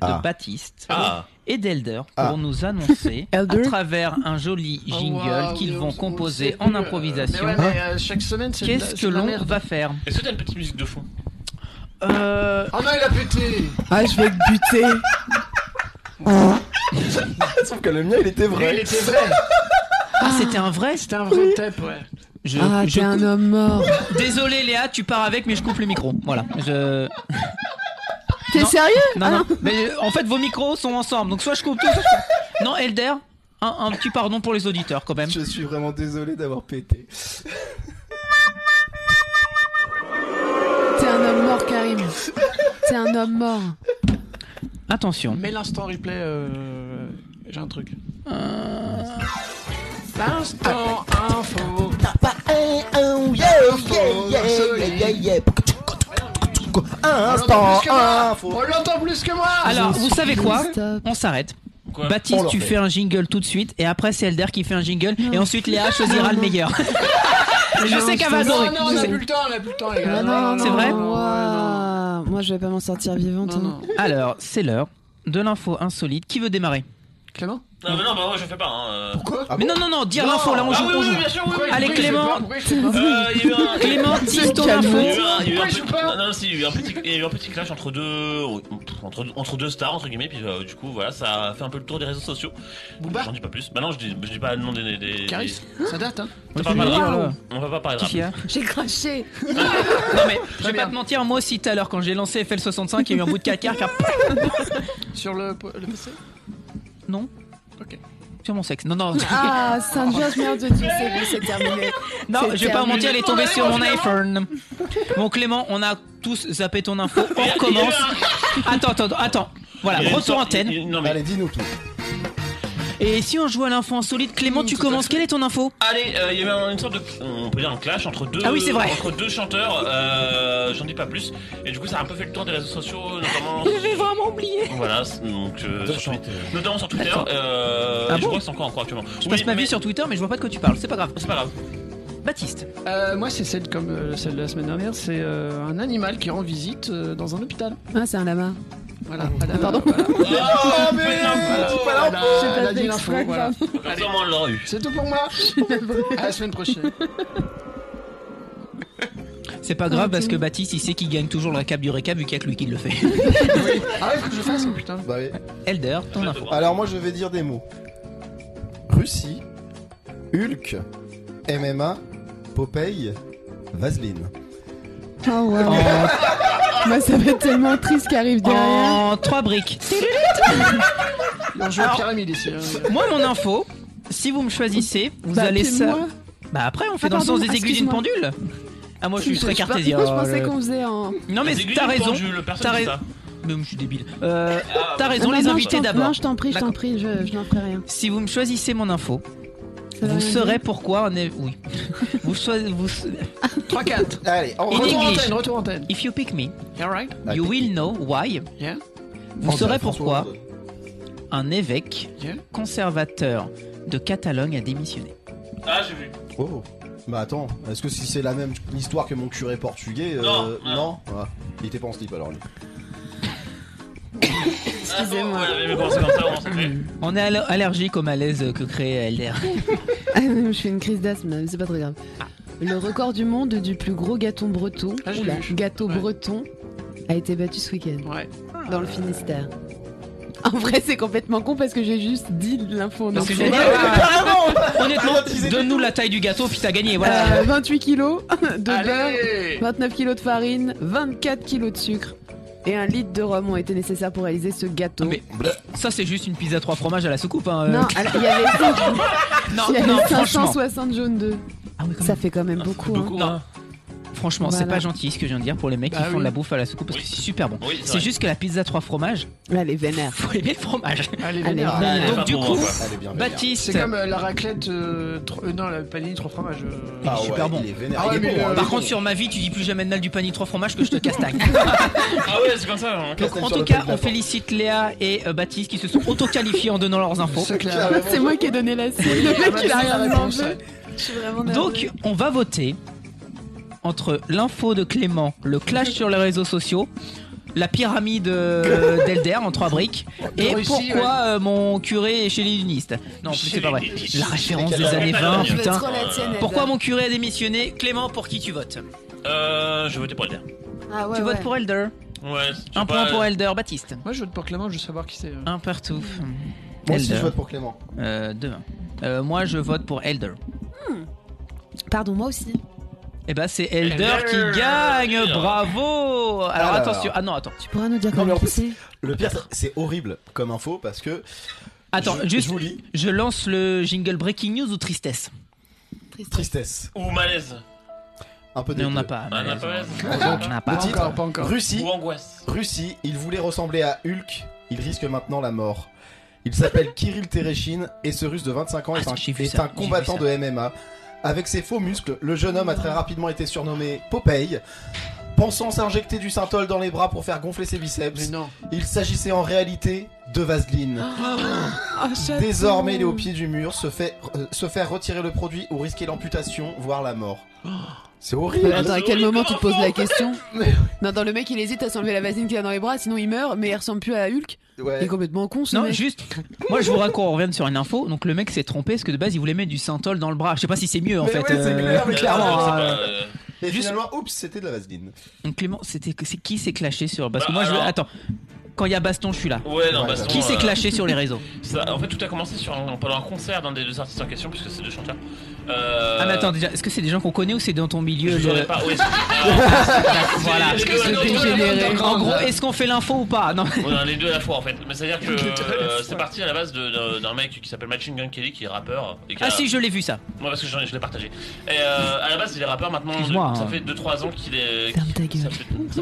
S1: de
S6: Ah.
S1: Baptiste
S6: Ah.
S1: et d'Elder pour
S6: Ah.
S1: nous annoncer à travers un joli
S5: Oh,
S1: jingle
S5: waouh,
S1: qu'ils
S5: mais on-
S1: vont
S5: on
S1: composer
S5: sait
S1: en
S5: plus, euh,
S1: improvisation.
S5: mais ouais, mais, euh, chaque semaine, c'est de la-
S1: Qu'est-ce
S5: c'est
S1: que
S5: de la
S1: l'on
S5: merde.
S1: va faire
S6: Est-ce que t'as une petite musique de fond
S1: Euh.
S5: Oh non, il a buté
S3: Ah, je vais te buter. Sauf que le mien, il était vrai.
S5: Il était vrai
S1: Ah, c'était un vrai
S5: C'était un vrai tape, ouais.
S1: Je-
S4: ah,
S1: je-
S4: t'es un homme mort.
S1: Désolé Léa, tu pars avec, mais je coupe le micro. Voilà. Je.
S4: T'es
S1: Non.
S4: sérieux
S1: Non,
S5: Ah.
S1: non. Mais euh, en fait, vos micros sont ensemble, donc soit je coupe tout, soit je coupe- Non, Elder, un, un petit pardon pour les auditeurs quand même.
S3: Je suis vraiment désolé d'avoir pété.
S4: T'es un homme mort, Karim. T'es un homme mort.
S1: Attention.
S5: Mais l'instant replay, euh, j'ai un truc.
S3: Euh. L'instant
S5: info.
S3: T'as pas un, un, yeah, yeah, yeah, yeah, yeah, yeah. Instant info.
S5: On l'entend plus que moi
S1: Ah. Alors, vous savez quoi On s'arrête.
S5: Quoi On
S1: Baptiste,
S5: le
S1: tu
S5: refait.
S1: fais un jingle tout de suite, et après c'est Elder qui fait un jingle, et ensuite Léa choisira
S5: Non,
S1: le
S5: non.
S1: meilleur. Et je sais qu'elle va adorer.
S5: Non, non, on a plus le temps, on a plus le temps, les gars.
S4: Ah non,
S1: C'est
S4: non,
S1: vrai
S4: non, waouh. Moi, je vais pas m'en sortir vivante. hein.
S1: Alors, c'est l'heure de l'info insolite. Qui veut démarrer Clément
S6: Non, mais non, bah moi je fais pas. Hein. Pourquoi
S1: Mais non, non, non, dire l'info, là on
S6: ah,
S1: joue.
S6: oui,
S1: on
S6: oui,
S1: joue.
S6: oui, bien sûr, oui, oui,
S1: Allez,
S6: oui,
S1: Clément.
S6: je sais pas, pourquoi je sais pas. Euh, il y a eu un-
S1: Clément, dis ton info.
S6: Il y a eu un- il y a eu un petit- non, non, si, il y a eu un petit- il y a eu un petit clash entre deux, entre, entre deux stars, entre guillemets, puis euh, du coup, voilà, ça a fait un peu le tour des réseaux sociaux. J'en dis pas plus. Bah non, je dis, je dis pas le nom des. des, des-
S5: Caris, ça date, hein
S6: On va pas parler de
S1: Waouh.
S6: rap. On va pas parler de rap.
S1: Qui a
S4: J'ai craché.
S1: Non mais je vais pas te mentir, moi aussi tout à l'heure quand j'ai lancé FL65, il y a eu un bout de cacar car
S5: Sur le, po- le PC
S1: Non. Ok. Sur mon sexe. Non non.
S4: Ah, Sainte Vierge Mère de Dieu, c'est bon, c'est terminé.
S1: Non,
S4: C'est
S1: je vais pas vous
S4: terminé.
S1: mentir, elle est tombée sur mon iPhone. Bon Clément, on a tous zappé ton info. On recommence. Attends, attends, attends. Voilà,
S6: Il y a une
S1: retour
S6: sorte-
S1: antenne.
S6: il- il- non, mais-
S3: Allez, dis-nous tout.
S1: Et si on joue à l'info insolite, Clément, tu commences. Quelle est ton info
S6: Allez, euh, il y a eu un- une sorte de, on peut dire un clash entre deux,
S1: Ah oui, c'est vrai.
S6: entre deux chanteurs. euh, J'en dis pas plus. Et du coup, ça a un peu fait le tour des réseaux sociaux, notamment.
S1: vais vraiment oublier.
S6: Voilà, c'est- donc euh, sur- notamment sur Twitter.
S1: D'accord.
S6: Euh,
S1: Ah
S6: et je
S1: bon
S6: crois que c'est encore en cours actuellement.
S1: Je passe ma vie sur Twitter, mais je vois pas de quoi tu parles. C'est pas grave.
S6: C'est pas grave.
S1: Baptiste.
S5: Euh, moi, c'est celle comme euh, celle de la semaine dernière. C'est euh, un animal qui rend visite euh, dans un hôpital.
S4: Ah, c'est un lama. Ah,
S5: Voilà. Adam,
S4: Pardon. Ah,
S5: voilà.
S4: mais
S5: Voilà.
S4: dis pas
S5: Voilà.
S4: l'info. J'ai pas
S5: Elle a
S4: fait
S5: dit l'info.
S4: exprès,
S5: voilà.
S4: pardon.
S6: Comme ça, moi, on l'aura eu.
S5: C'est tout pour moi. À la semaine prochaine.
S1: C'est pas grave parce que Baptiste, il sait qu'il gagne toujours le récap du récap vu qu'il y a que lui qui le fait.
S5: Ah ouais, faut que je fasse, oh, putain.
S3: Bah oui.
S1: Elder, ton info.
S3: Alors moi je vais dire des mots. Russie, Hulk, MMA, Popeye, Vaseline.
S4: Oh, wow. Moi, ça va être tellement triste qui arrive derrière.
S1: En trois briques.
S5: On joue à la pyramide ici.
S4: euh.
S5: hein.
S1: Moi, mon info, si vous me choisissez, vous
S4: Bah,
S1: allez
S4: puis
S1: ça.
S4: moi.
S1: Bah après, on fait
S4: Ah,
S1: dans le
S4: pardon,
S1: sens des aiguilles d'une
S4: excuse-moi.
S1: pendule. Ah moi, je suis
S4: Je-
S1: très
S4: je-
S1: cartésien.
S4: Je pensais
S1: le-
S4: qu'on faisait un.
S1: Non mais
S6: Les aiguilles
S1: t'as
S6: d'une
S1: raison.
S6: pendule, personne
S1: T'as
S6: dit
S1: raison.
S6: ça.
S1: Mais je suis débile. Euh,
S6: Ah,
S1: t'as
S6: bah,
S1: raison,
S4: Non,
S1: les
S4: non, je
S1: invités
S4: t'en-
S1: d'abord.
S4: Non, je t'en prie, je t'en prie, je, je n'en ferai rien.
S1: Si vous me choisissez mon info,
S4: veut
S1: vous
S4: rien
S1: saurez
S4: dire.
S1: pourquoi on est. Oui. vous choisissez. Vous...
S5: 3-4.
S3: Allez, on
S1: In
S5: Oh, Retour
S1: English.
S5: antenne, retour antenne.
S1: If you pick me,
S5: Yeah, right
S1: you will know why.
S5: Yeah.
S1: Vous
S5: François-
S1: saurez
S5: François
S1: pourquoi un évêque conservateur de Catalogne a démissionné.
S6: Ah, j'ai vu.
S3: Oh. Bah attends, est-ce que si c'est la même histoire que mon curé portugais euh,
S6: Non, non.
S3: Ah, Il était pas en slip alors lui.
S6: Excusez-moi. comme ça, on s'en fait.
S15: On est allo- allergique au malaise que crée LDR.
S4: Ah non, je fais une crise d'asthme, mais c'est pas très grave. Le record du monde du plus gros gâteau breton,
S5: je
S4: oula,
S5: l'ai vu.
S4: gâteau
S5: Ouais.
S4: breton, a été battu ce week-end. Dans le Finistère. En vrai, c'est complètement con parce que j'ai juste dit l'info en
S1: Parce que
S4: info.
S1: j'ai dit, ah, honnêtement, donne-nous la taille du gâteau, puis t'as gagné. Voilà.
S4: Euh, 28 kilos de
S1: Allez
S4: beurre, 29 kilos de farine, 24 kilos de sucre et un litre de rhum ont été nécessaires pour réaliser ce gâteau.
S1: Ça, c'est juste une pizza trois fromages à la soucoupe. Hein.
S4: Non, alors, il y avait, cinq-
S1: Non,
S4: il y avait
S1: non, franchement.
S4: 560 jaunes d'œufs. ça fait quand même beaucoup. hein.
S1: Non. Franchement, c'est
S4: Voilà.
S1: pas gentil ce que je viens de dire pour les mecs qui
S4: Bah
S1: font
S4: oui.
S1: de la bouffe à la soucoupe parce que c'est super bon.
S4: c'est
S1: c'est
S4: vrai.
S1: juste que la pizza trois fromages.
S4: Elle est vénère.
S1: Faut aimer le fromage.
S5: Elle est
S4: vénère.
S5: vénère.
S1: Donc, du coup, Baptiste.
S5: C'est comme euh, la raclette, euh, tro- euh, non, la panini trois fromages. euh,
S1: Il est super bon. hein,
S5: Ah ouais, mais, euh,
S1: Par contre, sur ma vie, tu dis plus jamais de mal du panier trois fromages que je te castagne.
S6: Ah ouais, c'est comme ça. hein.
S1: Donc, en tout cas, on félicite Léa et euh, Baptiste qui se sont auto-qualifiés en donnant leurs infos.
S5: C'est
S4: clair. C'est moi qui ai donné la cible. Le mec, il a rien demandé. Je suis vraiment
S1: Donc, on va voter entre l'info de Clément, le clash sur les réseaux sociaux, la pyramide euh, d'Elder en trois briques, et
S5: Russie,
S1: pourquoi
S5: ouais.
S1: euh, mon curé est chez les unistes. Non, en plus, c'est pas vrai. La référence des années 20, putain. Pourquoi mon curé a démissionné Clément, pour qui tu votes
S6: Euh, je vais voter pour Elder.
S4: Ah
S1: Tu votes pour Elder
S6: Ouais.
S1: Un
S6: pas-
S1: point pour Elder, Baptiste.
S5: Moi, je vote pour Clément, je veux savoir qui c'est. euh.
S1: Un partout.
S3: Moi aussi,
S1: Elder.
S3: je vote pour Clément.
S1: Euh, demain. Euh, moi, je vote pour Elder.
S4: Pardon, moi aussi.
S1: Et bah, c'est Elder,
S4: Elder
S1: qui gagne Bravo Oh, Alors,
S3: Alors.
S1: attention. Ah non, attends.
S4: Tu pourras nous dire
S3: Non, mais
S4: comment
S3: en
S4: qui
S3: plus,
S4: c'est
S3: Le pire, c'est- c'est horrible comme info parce que.
S1: Attends,
S3: je-
S1: juste,
S3: je vous
S1: je,
S3: lis.
S1: lance le jingle Breaking News ou Tristesse
S3: Tristesse.
S6: euh, Ou malaise.
S3: Un peu
S1: Mais on n'a
S3: deux.
S1: pas.
S6: Ah,
S1: mais-
S6: n'a pas malaise.
S1: On n'a pas.
S3: Le titre, Russie.
S6: Ou angoisse.
S3: Russie, il voulait ressembler à Hulk, il risque maintenant la mort. Il s'appelle Kirill Tereshin et ce russe de 25 ans
S1: Ah,
S3: est un, est un combattant de MMA. Avec ses faux muscles, le jeune homme a très rapidement été surnommé Popeye. Pensant s'injecter du synthol dans les bras pour faire gonfler ses biceps, il s'agissait en réalité de Vaseline.
S6: Ah,
S3: Désormais, il est au pied du mur, se, fait, euh, se faire retirer le produit ou risquer l'amputation, voire la mort. C'est horrible.
S4: Mais attends, à quel moment tu te poses la question Non, dans le mec, il hésite à s'enlever la vasine qu'il a dans les bras, sinon il meurt, mais il ressemble plus à Hulk.
S3: Ouais.
S4: Il est complètement con, ce
S1: Non,
S4: mec.
S1: juste, moi je vous raconte, on revient sur une info. Donc le mec s'est trompé parce que de base il voulait mettre du synthol dans le bras. Je sais pas si c'est mieux en
S3: Mais
S1: fait.
S3: ouais, c'est
S6: Euh,
S3: clair, mais clairement,
S1: hein.
S3: c'est pas, Et finalement, oups, c'était de la vaseline.
S1: Donc Clément, c'était c'est qui s'est clashé sur Parce que
S6: Bah,
S1: moi je veux.
S6: alors-
S1: Attends, quand il y a baston, je suis là.
S6: Ouais, non, baston,
S1: Qui s'est
S6: euh,
S1: clashé sur les réseaux
S6: ça, En fait, tout a commencé sur un, pendant un concert d'un des deux artistes en question, puisque c'est deux chanteurs. Euh...
S1: Ah mais attends, déjà, est-ce que c'est des gens qu'on connaît ou c'est dans ton milieu
S6: Je
S1: le-
S6: saurais pas, oui, Ah,
S1: Voilà.
S6: Est-ce que c'est dégénéré
S1: En gros, est-ce qu'on fait l'info ou pas Non.
S6: On a les deux à la fois en fait. Mais c'est-à-dire que
S1: Les deux à la
S6: euh,
S1: fois.
S6: c'est parti à la base de- de- d'un mec qui s'appelle Machine Gun Kelly qui est rappeur. Et qui
S1: Ah
S6: a-
S1: si, je l'ai vu ça.
S6: Moi parce que j'en ai- je l'ai partagé. Et euh, à la base il est rappeur maintenant.
S1: Excuse-moi,
S6: Ça
S1: hein.
S6: fait 2-3 ans qu'il est. Ça fait, ça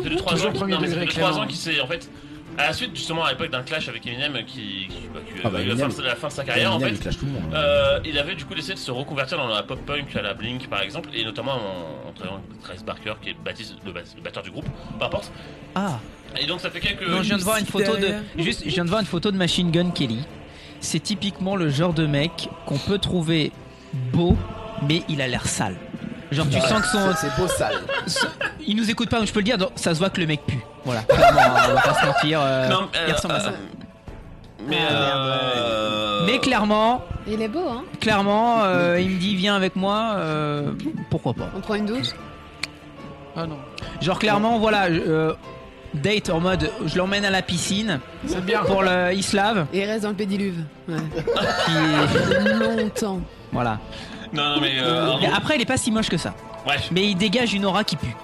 S6: fait 2-3
S5: Toujours
S6: ans. qu'il-
S5: premier
S6: non, mais ça
S5: degré,
S6: fait 2-3
S5: Clément.
S6: ans qu'il s'est en fait. À la suite justement à l'époque d'un clash avec Eminem qui. qui, bah, qui-
S3: Ah bah,
S6: la, fin
S3: Eminem.
S6: de, sa- la fin de sa carrière
S3: Eminem,
S6: en fait.
S3: il clash tout le monde, hein.
S6: Euh, il avait du coup essayé de se reconvertir dans la pop punk à la Blink par exemple et notamment en, en travaillant avec Trace Barker qui est Baptiste, le, bas- le batteur du groupe. Peu importe.
S1: Ah.
S6: Et donc ça fait quelques.
S1: Non, je viens de voir une photo de. Juste, je viens de voir une photo de Machine Gun Kelly. C'est typiquement le genre de mec qu'on peut trouver beau, mais il a l'air sale. Genre, tu
S3: Ouais,
S1: sens que son.
S3: c'est- C'est beau sale.
S1: son- Il nous écoute pas, donc je peux le dire, donc ça se voit que le mec pue. Voilà, clairement, hein, on va pas se mentir. euh,
S6: Non, mais,
S1: il
S6: euh,
S1: ressemble à ça. Ah,
S6: euh, Mais, euh,
S1: Mais clairement,
S4: Il est beau, hein
S1: clairement, euh, il me dit viens avec moi, euh, pourquoi pas.
S4: On prend une douce
S5: Ah non.
S1: Genre clairement, voilà, euh, date en mode je l'emmène à la piscine.
S5: C'est bien.
S1: Pour le il se lave.
S4: Et il reste dans le pédiluve. Ouais.
S1: Puis-
S4: Longtemps.
S1: voilà.
S6: Non, non, mais. euh,
S1: Mais après, il est pas si moche que ça.
S6: Bref.
S1: Mais il dégage une aura qui pue.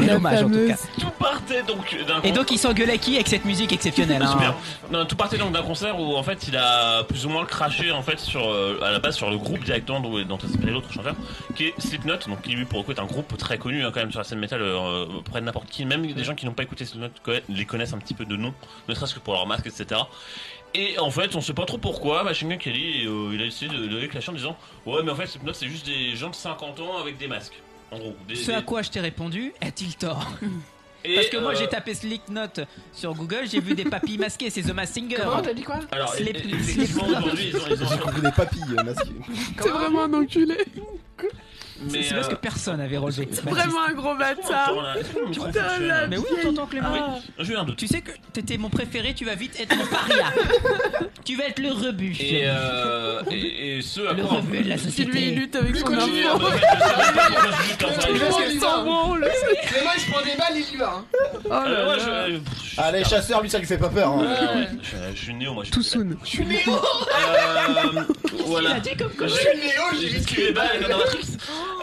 S1: Dommage en tout cas.
S6: Tout partait donc d'un
S1: Et
S6: con-
S1: donc il s'engueulait qui avec cette musique exceptionnelle. hein.
S6: Super. Non, tout partait donc d'un concert où en fait il a plus ou moins craché en fait sur euh, à la base sur le groupe directement dont, dont s'appelait l'autre chanteur qui est Slipknot donc qui lui pour le coup est un groupe très connu hein, quand même sur la scène métal euh, auprès de n'importe qui même des gens qui n'ont pas écouté Slipknot conna- les connaissent un petit peu de nom ne serait-ce que pour leur masque etc et en fait on sait pas trop pourquoi Machine Gun Kelly euh, il a essayé de, de les clasher en disant ouais mais en fait Slipknot c'est juste des gens de 50 ans avec des masques en gros des-
S1: Ce
S6: des-
S1: à quoi je t'ai répondu, a-t-il tort
S6: Et,
S1: Parce que moi
S6: euh,
S1: j'ai tapé Slipknot sur Google, j'ai vu des papilles masquées, c'est The Mask Singer.
S5: Comment t'as dit quoi
S6: Alors,
S1: Slip-
S6: e- e- effectivement,
S1: Slipknot.
S6: aujourd'hui, ils ont- ils ont-
S3: J'ai compris des papilles euh, masquées.
S5: C'est vraiment un enculé.
S6: Mais,
S1: C'est c'est parce que
S6: euh,
S1: personne n'avait relevé.
S18: Vraiment un gros bâtard. Putain, la
S1: Mais oui,
S18: vieille.
S1: t'entends Clément.
S18: Ah
S6: J'ai eu un doute.
S1: Tu sais que t'étais mon préféré, tu vas vite être mon paria. tu vas être le rebut.
S6: Et, euh, et, et ce à
S1: Le
S6: quoi
S1: rebut de la société.
S18: Lui, il lutte avec son
S6: Oui,
S18: info.
S6: euh, bah, je savais pas pourquoi je dis comme ça.
S5: il
S18: s'en branle.
S5: Clément, il se prend des balles, il y va. hein.
S1: Oh
S6: Euh, ouais, je-
S3: Allez, chasseur, Ah, lui, ça lui fait pas peur. hein.
S6: Ouais, ouais. Je, Euh, je suis néo, moi. Je
S3: Tout soon.
S6: Je suis néo. Euh, voilà.
S1: dit comme
S5: quoi
S6: Je suis néo, j'ai vu que les balles comme dans Matrix.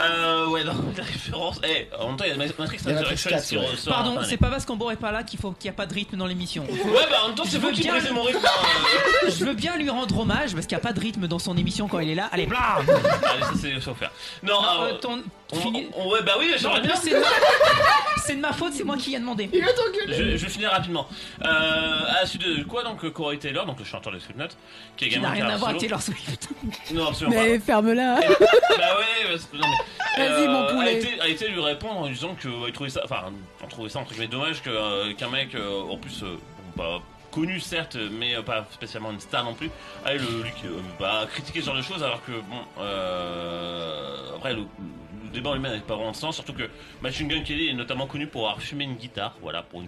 S6: Euh, ouais, non, la référence. Eh, en même temps, il y a Matrix
S1: Il y a Matrix
S6: Resurrection
S1: 4,
S6: qui
S1: ouais.
S6: ressort.
S1: Pardon,
S6: Enfin,
S1: c'est pas parce qu'Ambor est pas là qu'il faut qu'il n'y a pas de rythme dans l'émission.
S6: Ouais, bah, en même temps, c'est
S1: Je
S6: vous
S1: veux
S6: qui
S1: bien-
S6: brisez mon rythme, hein.
S1: Je veux bien lui rendre hommage parce qu'il n'y a pas de rythme dans son émission quand il est là. Allez, blam
S6: Allez, ça c'est faut faire. Non,
S1: Non,
S6: euh,
S1: euh, ton-
S6: on- on- ouais, bah oui, j'aurais
S1: Non,
S6: bien.
S1: C'est de, ma... c'est de ma faute, c'est moi qui ai demandé.
S5: Il
S6: Je, je vais finir rapidement. Euh, à la suite de quoi donc euh, Corey Taylor, donc le chanteur de Slipknot, qui a
S1: Qui
S6: également
S1: n'a
S6: une
S1: rien
S6: carrière
S1: à voir avec
S6: solo.
S1: Taylor Swift.
S6: Non, absolument pas.
S7: Mais ferme-la.
S6: bah ouais, parce que- non, mais, euh,
S7: Vas-y, mon poulet.
S6: A été, a été lui répondre en disant que euh, il trouvait ça, enfin, on trouvait ça entre guillemets dommage que, euh, qu'un mec, euh, en plus, euh, bon, pas connu certes, mais euh, pas spécialement une star non plus, aille le, lui, euh, bah, critiquer ce genre de choses, alors que bon, euh, après le, le débat en lui-même n'avait pas vraiment de sens, surtout que Machine Gun Kelly est notamment connu pour avoir fumé une guitare, voilà, pour une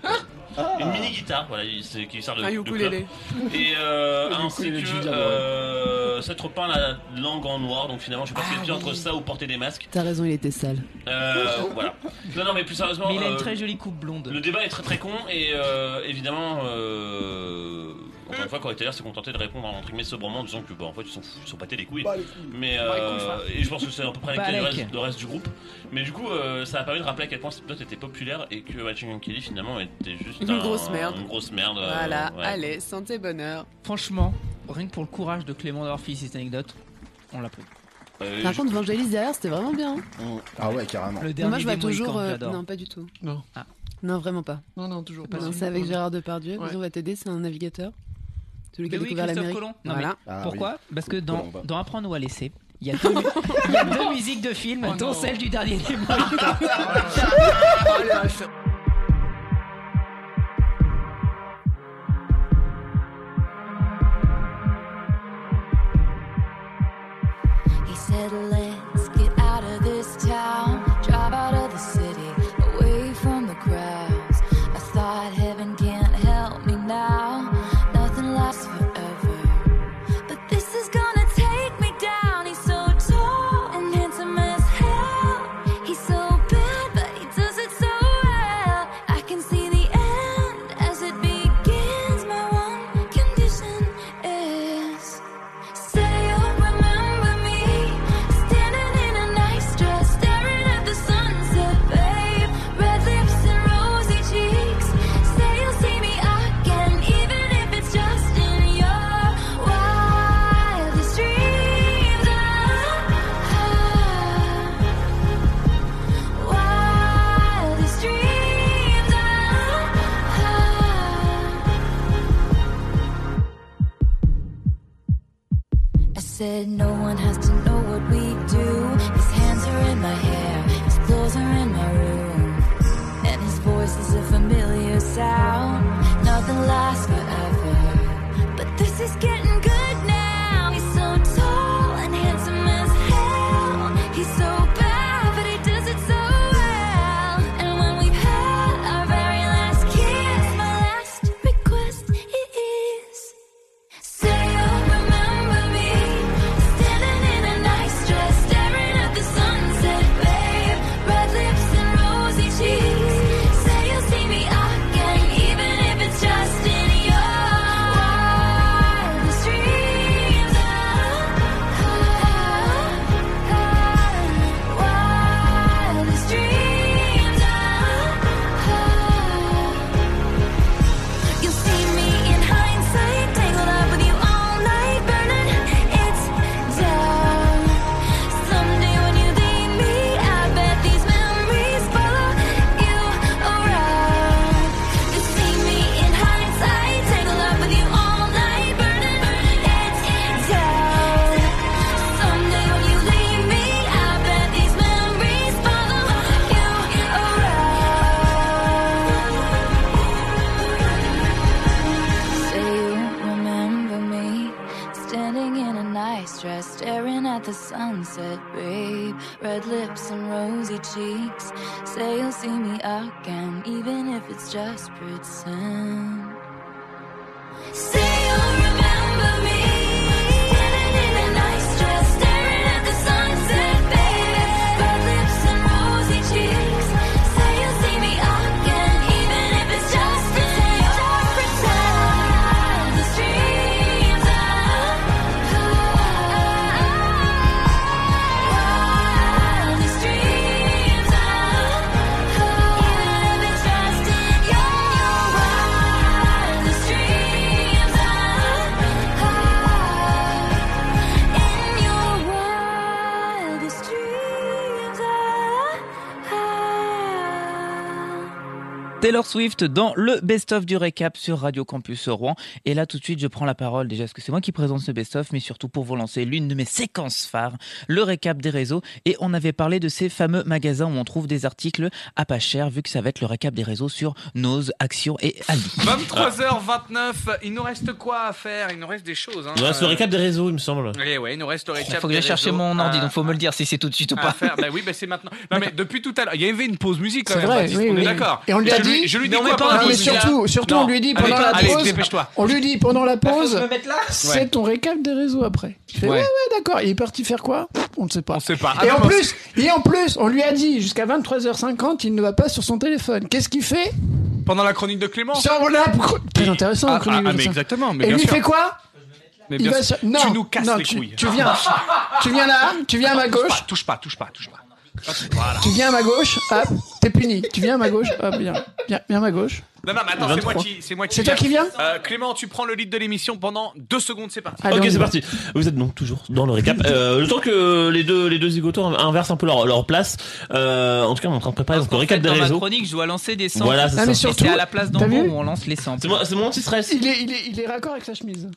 S6: une mini guitare, voilà, il- c'est- qui sert de,
S10: Ah. Un
S6: de
S10: ukulélé.
S6: clope. Et euh,
S10: Le
S6: ainsi
S10: ukulélé de
S6: que
S10: Julia
S6: euh, s'être peint la langue en noir, donc finalement je sais pas
S1: Ah
S6: ce qu'il y a de pire entre ça ou porter des masques.
S7: T'as raison, il était sale.
S6: Euh, voilà. Non, non, mais plus sérieusement.
S1: Mais il a une
S6: euh,
S1: très jolie coupe blonde.
S6: Le débat est très très con et euh, évidemment, euh, encore une fois, Corey Taylor s'est contenté de répondre en entre guillemets sobrement en disant que bah en fait ils sont, ils sont pâtés les couilles.
S3: Bah, les couilles.
S6: Mais
S3: Bah, les couilles,
S6: euh,
S3: frère.
S6: et je pense que c'est à peu près
S3: Bah,
S6: avec le
S3: les
S6: reste,
S3: couilles.
S6: le reste du groupe. Mais du coup, euh, ça a permis de rappeler à quel point cette note était populaire et que Matching Gun Kelly finalement était juste
S7: Une
S6: un-
S7: grosse merde.
S6: Une grosse merde. euh,
S7: Voilà,
S6: ouais.
S7: allez, santé, bonheur.
S1: Franchement, rien que pour le courage de Clément d'avoir fait cette anecdote, on l'a pris.
S6: Euh,
S7: Par contre, Vangelis derrière, c'était vraiment bien. hein.
S3: Ah ouais, carrément.
S1: Le
S7: Moi,
S1: dernier
S7: je vois
S1: des Mohicans,
S7: toujours. euh,
S1: j'adore. Ah.
S7: non, pas du tout.
S5: Non.
S7: Non, vraiment pas.
S5: Non, non, toujours pas.
S7: Non,
S5: celui-là.
S7: c'est avec Gérard Depardieu.
S5: Ouais.
S7: On va t'aider, c'est un navigateur. Celui qui
S1: Mais
S7: a
S1: oui,
S7: découvert
S1: Christophe
S7: l'Amérique.
S1: Colomb. Non,
S7: Voilà.
S1: mais pourquoi Parce que dans,
S7: Colomb, bah.
S1: dans Apprendre ou à laisser, il y a deux, mu- il y a deux musiques de films, dont celle du dernier des Mohicans.
S7: Ah, oh
S19: He said, Let's get out of this town, drive out of the city, away from the crowds. I thought heaven can't help me now, nothing lasts forever. But this is gonna take me down. He's so tall and handsome as hell. He's so bad, but he does it so well. I can see the end as it begins. My one condition is. Say you'll remember me standing in a nice dress, staring at the sunset, babe. Red lips and rosy cheeks. Say you'll see me again, even if it's just in your wildest dreams. Ah, wildest dreams. Ah, I said no one has to know what we do. His hands are in my hair, his clothes are in my room, and his voice is a familiar sound. Nothing lasts forever, but this is getting good now. He's so tall and handsome as hell. He's so bad, but he does it so well. And when we've had our very last kiss, my last request is. Say you'll remember me standing in a nice dress, staring at the sunset. at the sunset, babe. Red lips and rosy cheeks. Say you'll see me again, even if it's just pretend. Say you'll remember me. Standing in a nice dress, staring at the sunset, baby. Red lips and rosy cheeks. Say you'll see me again, even if it's just pretend. Just pretend. The streams of
S15: Taylor Swift dans le best-of du récap sur Radio Campus Rouen. Et là, tout de suite, je prends la parole déjà parce que c'est moi qui présente ce best-of, mais surtout pour vous lancer l'une de mes séquences phares, le récap des réseaux. Et on avait parlé de ces fameux magasins où on trouve des articles à pas cher, vu que ça va être le récap des réseaux sur Nose, Action et Aldi.
S2: 23h29, il nous reste quoi à faire Il nous reste des choses. hein.
S16: Il nous reste le récap des réseaux, il me semble.
S2: Eh ouais, il nous reste le récap.
S16: Il faut que
S2: des
S16: j'aille chercher
S2: réseaux
S16: mon
S2: à-
S16: ordi, donc faut me le dire si c'est tout de suite ou
S2: à
S16: pas.
S2: faire. Bah oui, bah c'est maintenant. Non mais depuis tout à l'heure, il y avait une pause musique quand
S16: C'est
S2: même.
S16: vrai,
S2: Baptiste,
S16: oui,
S2: on est
S16: oui.
S2: d'accord.
S5: Et on lui a
S2: Je
S5: dit
S2: je lui dis
S5: Non, mais
S2: quoi
S5: pas
S2: pendant la
S5: un
S2: pause
S5: disque. surtout- surtout, on lui dit pendant
S2: allez,
S5: la
S2: allez,
S5: pause-
S2: dépêche-toi.
S5: On lui dit pendant la pause,
S2: me mettre là Ouais.
S5: c'est ton récap des réseaux après. Il fait,
S2: Ouais.
S5: ouais, ouais, d'accord. Il est parti faire quoi On ne sait pas.
S2: C'est pas.
S5: et
S2: Ah,
S5: en
S2: non,
S5: plus, et en plus, on lui a dit jusqu'à 23h50, il ne va pas sur son téléphone. Qu'est-ce qu'il fait
S2: Pendant la chronique de Clément.
S5: Sur la pro- Très intéressant.
S2: Ah,
S5: la chronique
S2: ah, ah,
S5: de
S2: mais
S5: ça.
S2: exactement, mais
S5: et
S2: bien
S5: lui
S2: sûr.
S5: fait quoi
S2: Mais
S5: Il
S2: bien
S5: va
S2: sûr.
S5: sur- Non,
S2: tu nous casses
S5: non,
S2: les
S5: tu-
S2: couilles.
S5: tu viens- tu viens là, tu viens à ma
S2: Touche pas,
S5: gauche.
S2: Touche pas, Ah, touche pas, touche pas. Voilà.
S5: Tu viens à ma gauche, hop, t'es puni. Tu viens à ma gauche, hop, viens, viens, viens à ma gauche.
S2: Non, non, mais attends, c'est moi
S5: 23.
S2: qui. C'est moi qui.
S5: C'est toi qui viens
S2: Euh, Clément, tu prends le lead de l'émission pendant deux secondes, c'est parti.
S6: ok, c'est parti. Vous êtes donc toujours dans le récap. Euh, le temps que les deux les deux zigotos inversent un peu leur, leur place. Euh, en tout cas, on est en train de préparer donc le récap des
S1: Dans ma
S6: réseaux.
S1: chronique, je dois lancer des 100.
S6: Voilà, c'est Ah, ça. mais
S1: Et
S6: surtout,
S1: à la place
S6: t'as
S1: d'Ambo
S6: vu
S1: où on lance les 100.
S6: C'est moi- c'est mon petit stress.
S5: Il est, il est, il est raccord avec sa chemise.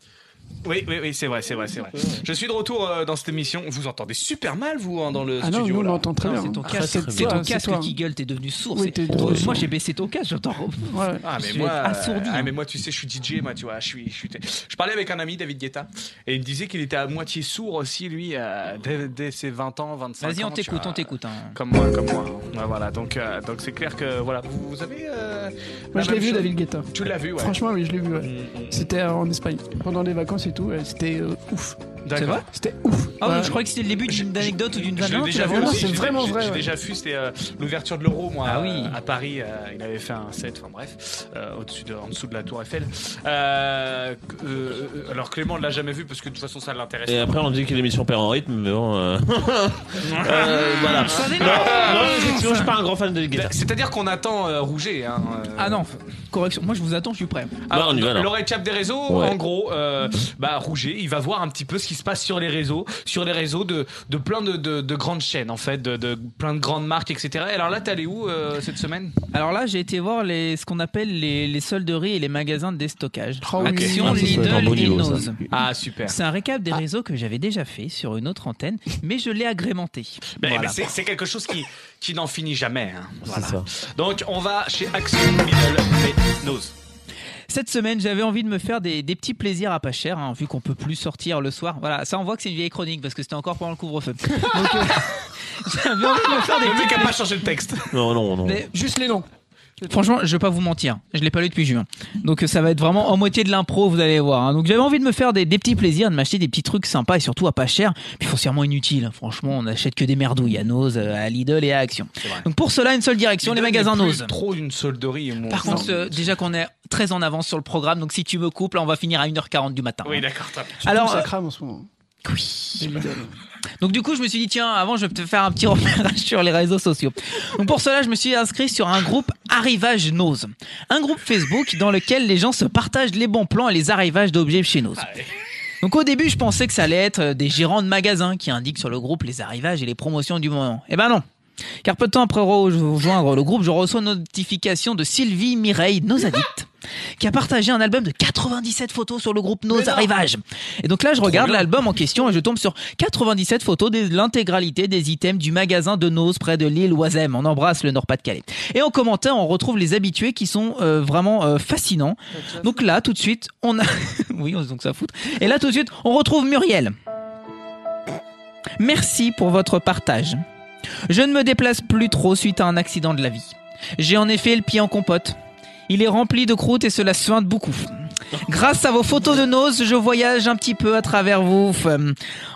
S2: Oui, oui, oui, c'est vrai, c'est vrai, c'est vrai. Je suis de retour euh, dans cette émission. Vous entendez super mal, vous, hein, dans le
S5: Ah non,
S2: studio.
S5: nous, on
S2: là.
S5: l'entend très
S2: Non,
S5: bien.
S2: C'est ton
S5: Ah,
S2: casque,
S5: c'est
S2: c'est
S5: toi,
S2: ton
S5: c'est
S2: casque
S5: toi.
S2: qui
S1: Qui gueule, t'es devenu sourd.
S5: Oui,
S1: c'est-
S5: t'es
S1: Oh,
S5: drôle.
S1: Moi, j'ai baissé ton casque, j'entends.
S2: Ah mais
S1: Je vais
S2: moi,
S1: être assourdi.
S2: ah, mais moi tu sais je suis DJ moi tu vois je suis je suis je parlais avec un ami David Guetta et il me disait qu'il était à moitié sourd aussi lui euh, dès, dès ses 20 ans 25 ans
S1: Vas-y, on
S2: tu
S1: t'écoute,
S2: vois.
S1: on t'écoute. hein.
S2: comme moi comme moi hein. Ouais, voilà donc euh, donc c'est clair que voilà vous, vous avez euh, la
S5: Moi, je l'ai
S2: même
S5: vu,
S2: chose.
S5: David Guetta.
S2: Tu l'as vu, ouais. Mm,
S5: Franchement, oui, je l'ai vu, ouais. C'était euh, en Espagne, pendant les vacances et tout, ouais, c'était euh, ouf.
S2: D'accord.
S5: vrai C'était ouf.
S1: Ah oui,
S5: Ouais.
S1: je croyais que c'était le début d'une anecdote ou d'une
S2: Je
S1: vanne.
S2: l'ai
S1: Non, tu
S2: déjà
S1: l'as
S2: vu
S1: vraiment-
S2: aussi,
S1: c'est
S2: j'ai-
S1: vraiment
S2: j'ai-
S1: vrai,
S2: J'ai
S1: ouais.
S2: déjà vu, c'était euh, l'ouverture de l'euro,
S1: Ah
S2: moi, euh, à Paris. euh, il avait fait un set, enfin bref, euh, au-dessus de, en dessous de la Tour Eiffel. Euh, euh, euh, alors Clément ne l'a jamais vu parce que de toute façon ça l'intéresse.
S6: Et
S2: pas.
S6: après, on dit que l'émission perd en rythme, mais bon. euh, euh, voilà.
S2: Ça
S6: Non,
S2: dénonce.
S6: non, effectivement, je suis pas un grand fan de Guetta.
S2: C'est-à-dire qu'on attend euh, Ah, Rouget. Hein,
S1: Ah non, correction. Moi, je vous attends, je suis prêt.
S2: Alors,
S6: Bah, on y va, alors.
S2: le récap Bah, des réseaux,
S6: Ouais.
S2: en gros, euh, bah, Rouget, il va voir un petit peu ce qui se passe sur les réseaux, sur les réseaux de, de plein de, de- de grandes chaînes, en fait, de, de plein de grandes marques, etc. Et Alors là, t'es allé où euh, cette semaine
S1: Alors là, j'ai été voir les, ce qu'on appelle les, les solderies et les magasins de déstockage.
S2: oui.
S1: Action,
S2: Ah, ça, ça doit être un
S1: Lidl
S2: beau
S1: et
S2: niveau, ça.
S1: Nose.
S2: Ah, super.
S1: C'est un récap des réseaux que j'avais déjà fait sur une autre antenne, mais je l'ai agrémenté.
S2: Ben,
S1: Voilà.
S2: ben, c'est- c'est quelque chose qui, qui n'en finit jamais. hein. Voilà.
S1: ça.
S2: Donc on va chez Action Lidl et Nose.
S1: Cette semaine, j'avais envie de me faire des, des petits plaisirs à pas cher, hein, vu qu'on peut plus sortir le soir. Voilà, ça on voit que c'est une vieille chronique parce que c'était encore pendant le couvre-feu. Donc, euh, j'avais envie de me faire des
S2: Le mec
S1: petits
S2: a pas changé le texte.
S6: Non, non, non.
S1: Mais juste les noms. Franchement, je vais pas vous mentir, je l'ai pas lu depuis juin. Donc euh, ça va être vraiment en moitié de l'impro, vous allez voir. hein. Donc j'avais envie de me faire des, des petits plaisirs, de m'acheter des petits trucs sympas et surtout à pas cher, puis foncièrement inutiles. Franchement, on n'achète que des merdouilles à Nose, euh, à Lidl et à Action. Donc pour cela, une seule direction,
S2: Lidl
S1: les magasins
S2: n'est plus
S1: Nose.
S2: Trop une solderie. mon-
S1: Par contre, euh, déjà qu'on est très en avance sur le programme, donc si tu me coupes, là on va finir à 1h40 du matin. hein.
S2: Oui, d'accord. top.
S1: Alors,
S5: ça
S1: euh,
S5: crame en ce moment.
S1: Oui. Donc du coup, je me suis dit tiens, avant je vais te faire un petit repérage sur les réseaux sociaux. Donc pour cela, je me suis inscrit sur un groupe Arrivage Nose, un groupe Facebook dans lequel les gens se partagent les bons plans et les arrivages d'objets chez Nose. Donc au début, je pensais que ça allait être euh, des gérants de magasins qui indiquent sur le groupe les arrivages et les promotions du moment. Eh ben non. Car peu de temps après rejoindre le groupe, je reçois une notification de Sylvie Mireille, nos addicts, qui a partagé un album de 97 photos sur le groupe Nos Arrivages. Et donc là, je regarde l'album en question et je tombe sur 97 photos de l'intégralité des items du magasin de Nose près de l'île Oisem. On embrasse le Nord-Pas-de-Calais. Et en commentaire, on retrouve les habitués qui sont euh, vraiment euh, fascinants. Donc là, tout de suite, on a... oui, on se donc ça fout. Et là, tout de suite, on retrouve Muriel. Merci pour votre partage. Je ne me déplace plus trop suite à un accident de la vie. J'ai en effet le pied en compote. Il est rempli de croûte et cela suinte beaucoup. Grâce à vos photos de nose, je voyage un petit peu à travers vous.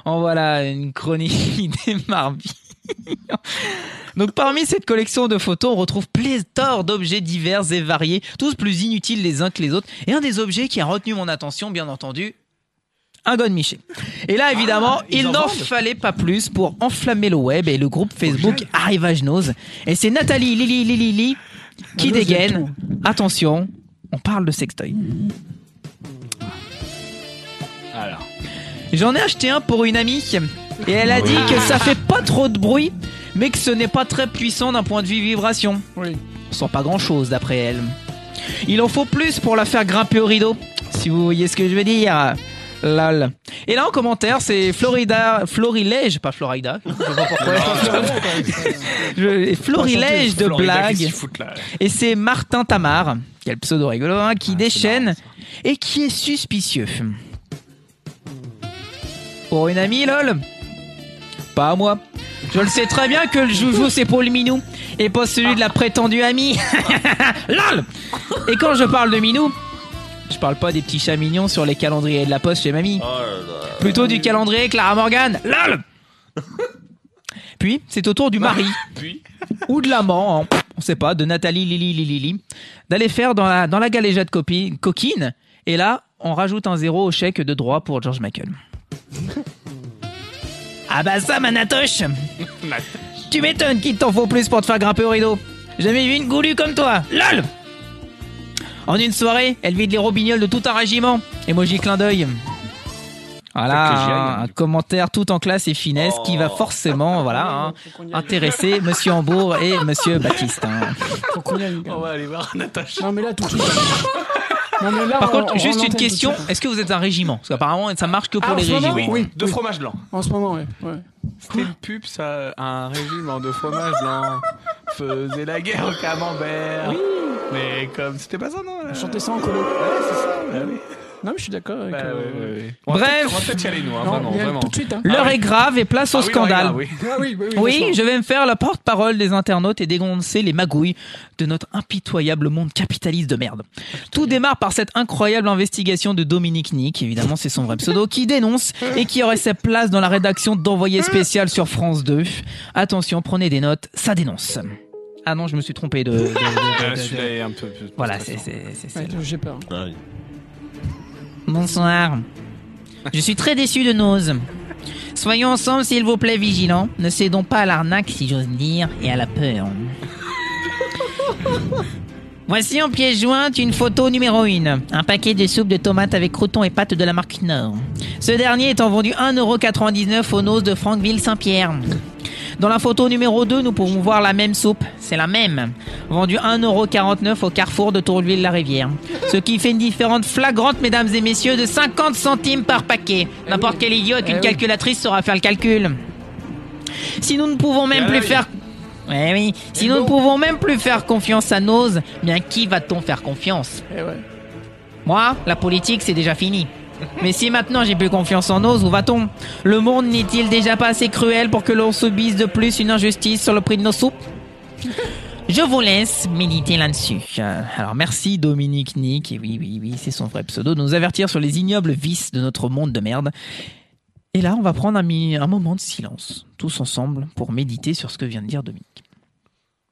S1: En voilà une chronique des marbies. Donc parmi cette collection de photos, on retrouve pléthore d'objets divers et variés, tous plus inutiles les uns que les autres. Et un des objets qui a retenu mon attention, bien entendu, un Godmiché. Et là, évidemment,
S15: Ah, ils
S1: il
S15: en
S1: n'en
S15: vendent
S1: fallait pas plus pour enflammer le web et le groupe Facebook Arrivage Nose. Et c'est Nathalie Lili Lili Lili qui
S15: Ah, nous, j'aime
S1: dégaine. Attention, on parle de sextoy.
S2: Alors. Ah
S1: J'en ai acheté un pour une amie et elle a
S2: Oui.
S1: dit que ça fait pas trop de bruit, mais que ce n'est pas très puissant d'un point de vue vibration. Sans pas grand chose d'après elle. Il en faut plus pour la faire grimper au rideau, si vous voyez ce que je veux dire. Lol. Et là en commentaire, c'est Florida, Florilège, pas Florida. Je sais pas pourquoi. Je- Florilège de
S2: Florida, qu'est-ce
S1: blagues.
S2: qu'ils foutent, là
S1: Et c'est Martin Tamar, quel pseudo rigolo, hein,
S2: Ah,
S1: qui déchaîne et qui est suspicieux. Pour une amie, lol Pas à moi. Je le sais très bien que le joujou c'est pour le minou et pas celui de la prétendue amie. lol Et quand je parle de minou, je parle pas des petits chats mignons sur les calendriers de la poste chez mamie. Plutôt du calendrier Clara Morgan. LOL Puis, c'est au tour du mari
S6: Puis,
S1: ou de l'amant, hein, on sait pas, de Nathalie Lili Lili Lili, d'aller faire dans la, dans la galéja de copi- coquine. Et là, on rajoute un zéro au chèque de droit pour George Michael. ah bah ça, Manatoche Tu m'étonnes qu'il t'en faut plus pour te faire grimper au rideau. Jamais vu une goulue comme toi. LOL En une soirée, elle vide les robignoles de tout un régiment. Emoji clin d'œil. Voilà,
S15: Faut que j'y aille, Oh.
S1: un- un, commentaire tout en classe et finesse qui va forcément voilà, hein, intéresser Monsieur Hambourg et Monsieur Baptiste. hein.
S2: Faut qu'on On va aller voir Natacha.
S20: Non, mais là, tout de suite. Non, mais là,
S1: Par
S20: on-
S1: contre,
S20: on- on
S1: juste une
S20: l'entend
S1: question,
S20: tout de suite.
S1: est-ce que vous êtes un régiment Parce qu'apparemment, ça marche que pour
S20: Ah, en
S1: les
S20: ce moment,
S1: régiments.
S20: oui,
S2: De fromage blanc.
S20: En ce moment, ouais. ouais.
S2: C'était une pub, ça, un régiment de fromage blanc faisait la guerre au camembert. Mais comme c'était pas ça, non là.
S20: Chanter ça en colo.
S2: Ouais, c'est ça. bah oui.
S20: Non, mais je suis d'accord avec.
S2: Bah,
S20: euh,
S2: ouais, ouais, ouais. On va peut-être- on va
S1: Bref,
S2: peut-être y aller, nous, hein, vraiment, vraiment.
S20: tout de suite, hein.
S1: L'heure
S20: Ah oui.
S1: est grave et place au
S20: Ah oui, l'heure est
S1: scandale.
S20: grave, oui. Ah oui, oui, oui, vachement.
S1: je vais me faire la porte-parole des internautes et dégoncer les magouilles de notre impitoyable monde capitaliste de merde. Tout démarre par cette incroyable investigation de Dominique Nick, évidemment c'est son vrai pseudo, qui dénonce et qui aurait sa place dans la rédaction d'Envoyé spécial sur France 2. Attention, prenez des notes, ça dénonce. Ah non, je me suis trompé de... de- de- de- de-
S2: Ah,
S1: de-
S2: Celui-là est un peu. plus-
S1: Voilà, c'est... c'est- c'est- c'est-
S20: Ouais, J'ai peur.
S1: Bonsoir. Je suis très déçu de Nose. Soyons ensemble, s'il vous plaît, vigilants. Ne cédons pas à l'arnaque, si j'ose dire, et à la peur. Voici en pièce jointe une photo numéro 1. Un paquet de soupe de tomates avec croutons et pâtes de la marque Nord. Ce dernier étant vendu 1,99€ au Nose de Frankville-Saint-Pierre. Dans la photo numéro 2, nous pouvons voir la même soupe. C'est la même. Vendue 1,49€ au carrefour de Tourville-la-Rivière. Ce qui fait une différence flagrante, mesdames et messieurs, de 50 centimes par paquet. N'importe quel idiote,
S15: Eh
S1: une
S15: oui.
S1: calculatrice saura faire le calcul. Si nous ne pouvons même
S15: Ah
S1: plus
S15: oui.
S1: faire... Ouais, oui. Si nous ne pouvons même plus faire confiance à Nose, bien qui va-t-on faire confiance Moi, la politique, c'est déjà fini. Mais si maintenant j'ai plus confiance en Nose, où va-t-on Le monde n'est-il déjà pas assez cruel pour que l'on subisse de plus une injustice sur le prix de nos soupes je vous laisse méditer là-dessus. Euh, Alors merci Dominique Nick, et oui, oui, oui, c'est son vrai pseudo, de nous avertir sur les ignobles vices de notre monde de merde. Et là, on va prendre un, mi- un moment de silence, tous ensemble, pour méditer sur ce que vient de dire Dominique.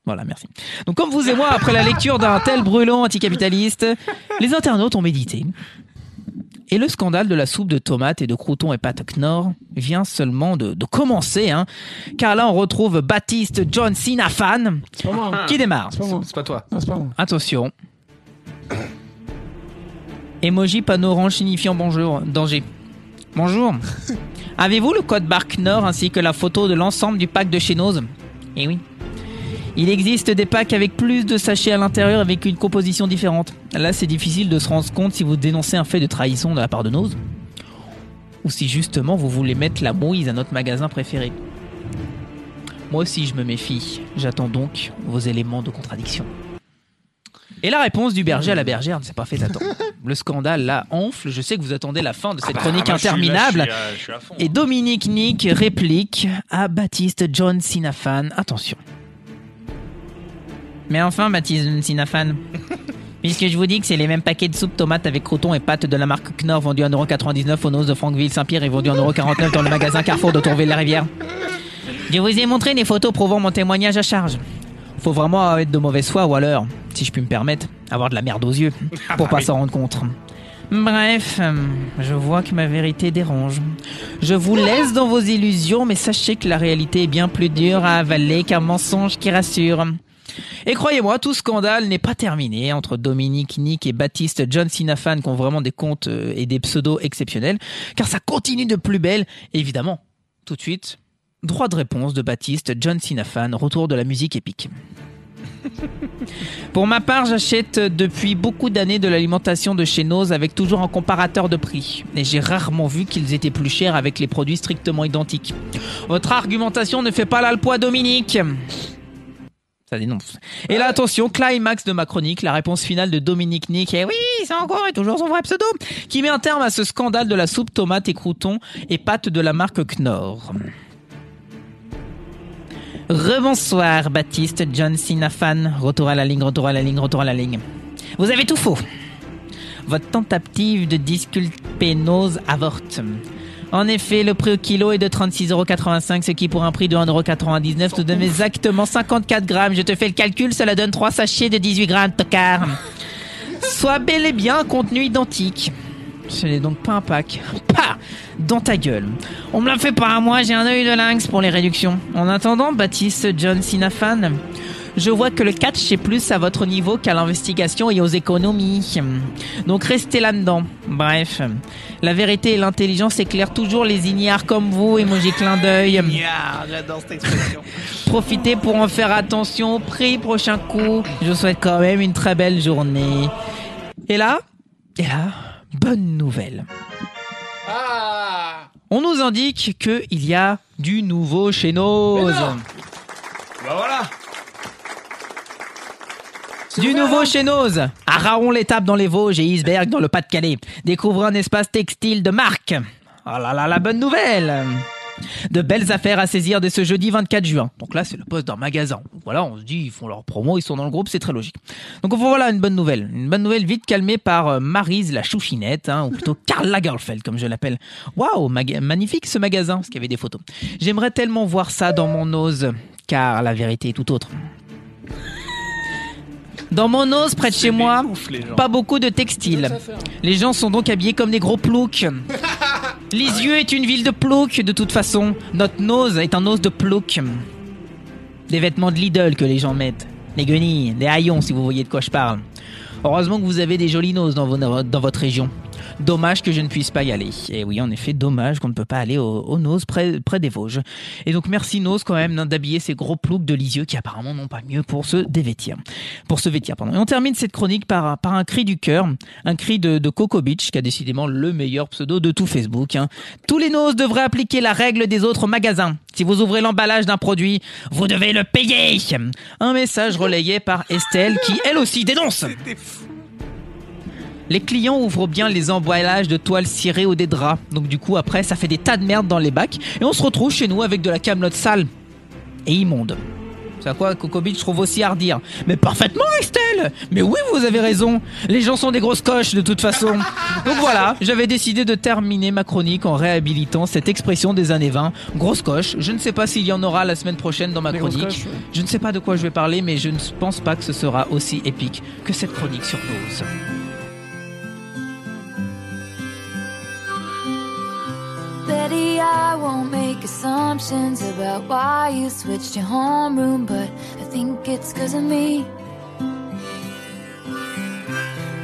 S1: Voilà, merci. Donc comme vous et moi, après la lecture d'un tel brûlant anticapitaliste, les internautes ont médité. Et le scandale de la soupe de tomates et de croutons et pâtes Knorr vient seulement de, de commencer, hein, car là on retrouve Baptiste John Cena fan qui démarre.
S2: C'est pas toi.
S20: hein. c'est pas moi.
S1: Attention. Emoji panneau orange signifiant bonjour, danger. Bonjour. Avez-vous le code barque Nord ainsi que la photo de l'ensemble du pack de chez Nose Eh oui. Il existe des packs avec plus de sachets à l'intérieur avec une composition différente. Là, c'est difficile de se rendre compte si vous dénoncez un fait de trahison de la part de Nose ou si justement vous voulez mettre la mouise à notre magasin préféré. Moi aussi, je me méfie. J'attends donc vos éléments de contradiction. Et la réponse du berger à la bergère ne s'est pas fait attendre. le scandale là enfle. Je sais que vous attendez la fin de
S2: Ah
S1: cette
S6: bah,
S1: chronique
S6: moi, je suis là,
S1: interminable.
S6: je suis à- je suis à fond, hein.
S1: Et Dominique Nick réplique à Baptiste John Sinafan. Attention. Mais enfin, Baptiste John Sinafan. Puisque je vous dis que c'est les mêmes paquets de soupe tomate avec croutons et pâtes de la marque Knorr vendus à 1,99€ au Nose de Franqueville Saint-Pierre et vendus à 1,49€ dans le magasin Carrefour de Tourville-la-Rivière. Je vous ai montré des photos prouvant mon témoignage à charge. Faut vraiment être de mauvaise foi ou alors, si je puis me permettre, avoir de la merde aux yeux
S6: Ah bah
S1: pour
S2: Ah
S1: pas s'en rendre compte. Bref, euh, je vois que ma vérité dérange. Je vous laisse dans vos illusions, mais sachez que la réalité est bien plus dure à avaler qu'un mensonge qui rassure. Et croyez-moi, tout scandale n'est pas terminé entre Dominique Nick et Baptiste John Sinafan qui ont vraiment des comptes euh, et des pseudos exceptionnels, car ça continue de plus belle, évidemment. Tout de suite, droit de réponse de Baptiste John Sinafan, retour de la musique épique. Pour ma part, j'achète depuis beaucoup d'années de l'alimentation de chez Noz avec toujours un comparateur de prix. Et j'ai rarement vu qu'ils étaient plus chers avec les produits strictement identiques. Votre argumentation ne fait pas là le poids, Dominique ça dénonce. Et là, attention, climax de ma chronique, la réponse finale de Dominique Nick. Et oui, c'est encore et toujours son vrai pseudo, qui met un terme à ce scandale de la soupe tomate et croûtons et pâtes de la marque Knorr. Rebonsoir, Baptiste John Sinafan. Retour à la ligne, retour à la ligne, retour à la ligne. Vous avez tout faux. Votre tentative de disculpénose avorte. En effet, le prix au kilo est de 36,85€, ce qui pour un prix de 1,99€ te donne exactement 54 grammes. Je te fais le calcul, cela donne 3 sachets de 18 grammes, tocard. Soit bel et bien un contenu identique. Ce n'est donc pas un pack. Pah Dans ta gueule. On me l'a fait pas à moi, j'ai un œil de lynx pour les réductions. En attendant, Baptiste John Sinafan, je vois que le catch est plus à votre niveau qu'à l'investigation et aux économies. Donc restez là-dedans. Bref, la vérité et l'intelligence éclairent toujours les ignares comme vous, et moi j'ai clin d'œil.
S9: J'adore cette expression.
S1: Profitez pour en faire attention au prix prochain coup. Je vous souhaite quand même une très belle journée. Et là, et là, bonne nouvelle. On nous indique que il y a du nouveau chez Noz.
S2: Bah voilà
S1: Du nouveau chez Noz. À Raon l'étape dans les Vosges et Isberg dans le Pas-de-Calais. Découvre un espace textile de marque. Ah là là, la bonne nouvelle de belles affaires à saisir dès ce jeudi 24 juin. Donc là, c'est le poste d'un magasin. Donc Voilà, on se dit, ils font leur promo, ils sont dans le groupe, c'est très logique. Donc voilà une bonne nouvelle. Une bonne nouvelle vite calmée par euh, Maryse la chouchinette, hein, ou plutôt Karl Lagerfeld, comme je l'appelle. Waouh, maga- magnifique ce magasin, parce qu'il y avait des photos. J'aimerais tellement voir ça dans mon ose, car la vérité est tout autre. Dans mon os, près de chez moi, pas beaucoup de textiles. Les gens sont donc habillés comme des gros ploucs. Lisieux est une ville de ploucs, de toute façon. Notre nose est un os de ploucs. Des vêtements de Lidl que les gens mettent. Des guenilles, des haillons, si vous voyez de quoi je parle. Heureusement que vous avez des jolies noses dans, vos- dans votre région. Dommage que je ne puisse pas y aller. Et oui, en effet, dommage qu'on ne peut pas aller aux au Nose près, près des Vosges. Et donc, merci Nose quand même hein, d'habiller ces gros ploucs de Lisieux qui apparemment n'ont pas mieux pour se dévêtir. Pour se vêtir, pardon. Et on termine cette chronique par, un- par un cri du cœur, un cri de, de Coco Beach qui a décidément le meilleur pseudo de tout Facebook. hein. Tous les Nose devraient appliquer la règle des autres magasins. Si vous ouvrez l'emballage d'un produit, vous devez le payer. Un message relayé par Estelle qui, elle aussi, dénonce. Les clients ouvrent bien les emballages de toiles cirées ou des draps. Donc du coup après ça fait des tas de merde dans les bacs et on se retrouve chez nous avec de la camelote sale et immonde. C'est à quoi Coco Beach trouve aussi à redire. Mais parfaitement Estelle Mais oui vous avez raison Les gens sont des grosses coches de toute façon Donc voilà, j'avais décidé de terminer ma chronique en réhabilitant cette expression des années 20. Grosse coche, je ne sais pas s'il y en aura la semaine prochaine dans ma
S20: Les grosses
S1: chronique.
S20: coches, ouais.
S1: Je ne sais pas de quoi je vais parler mais je ne pense pas que ce sera aussi épique que cette chronique sur Nose.
S19: Betty, I won't make assumptions about why you switched your homeroom, but I think it's cause of me.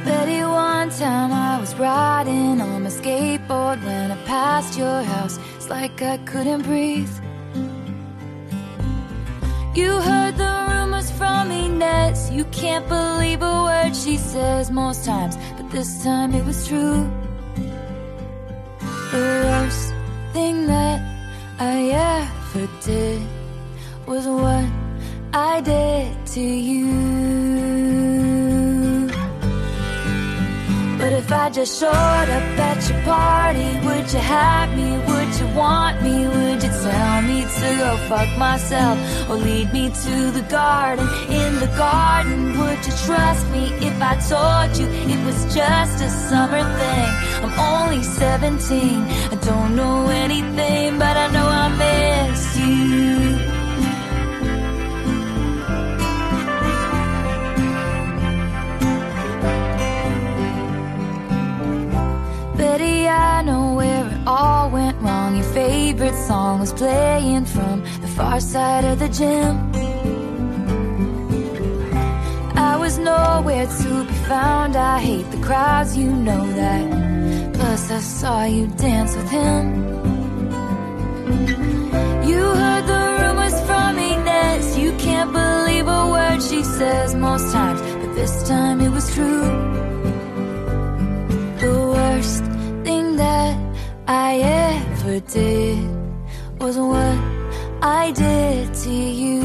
S19: Betty, one time I was riding on my skateboard when I passed your house. It's like I couldn't breathe. You heard the rumors from Inez. You can't believe a word she says most times, but this time it was true. The worst thing that I ever did was what I did to you. But if I I just showed up at your party, would you have me? Would you want me? Would you tell me to go fuck myself? Or lead me to the garden? In the garden, would you trust me if I told you it was just a summer thing? I'm only 17, I don't know anything, but I know I miss you. Betty, I know where it all went wrong. Your favorite song was playing from the far side of the gym. I was nowhere to be found. I hate the crowds, you know that. Plus, I saw you dance with him. You heard the rumors from Inez. You can't believe a word she says most times, but this time it was true. The worst thing that I ever did was what I did to you.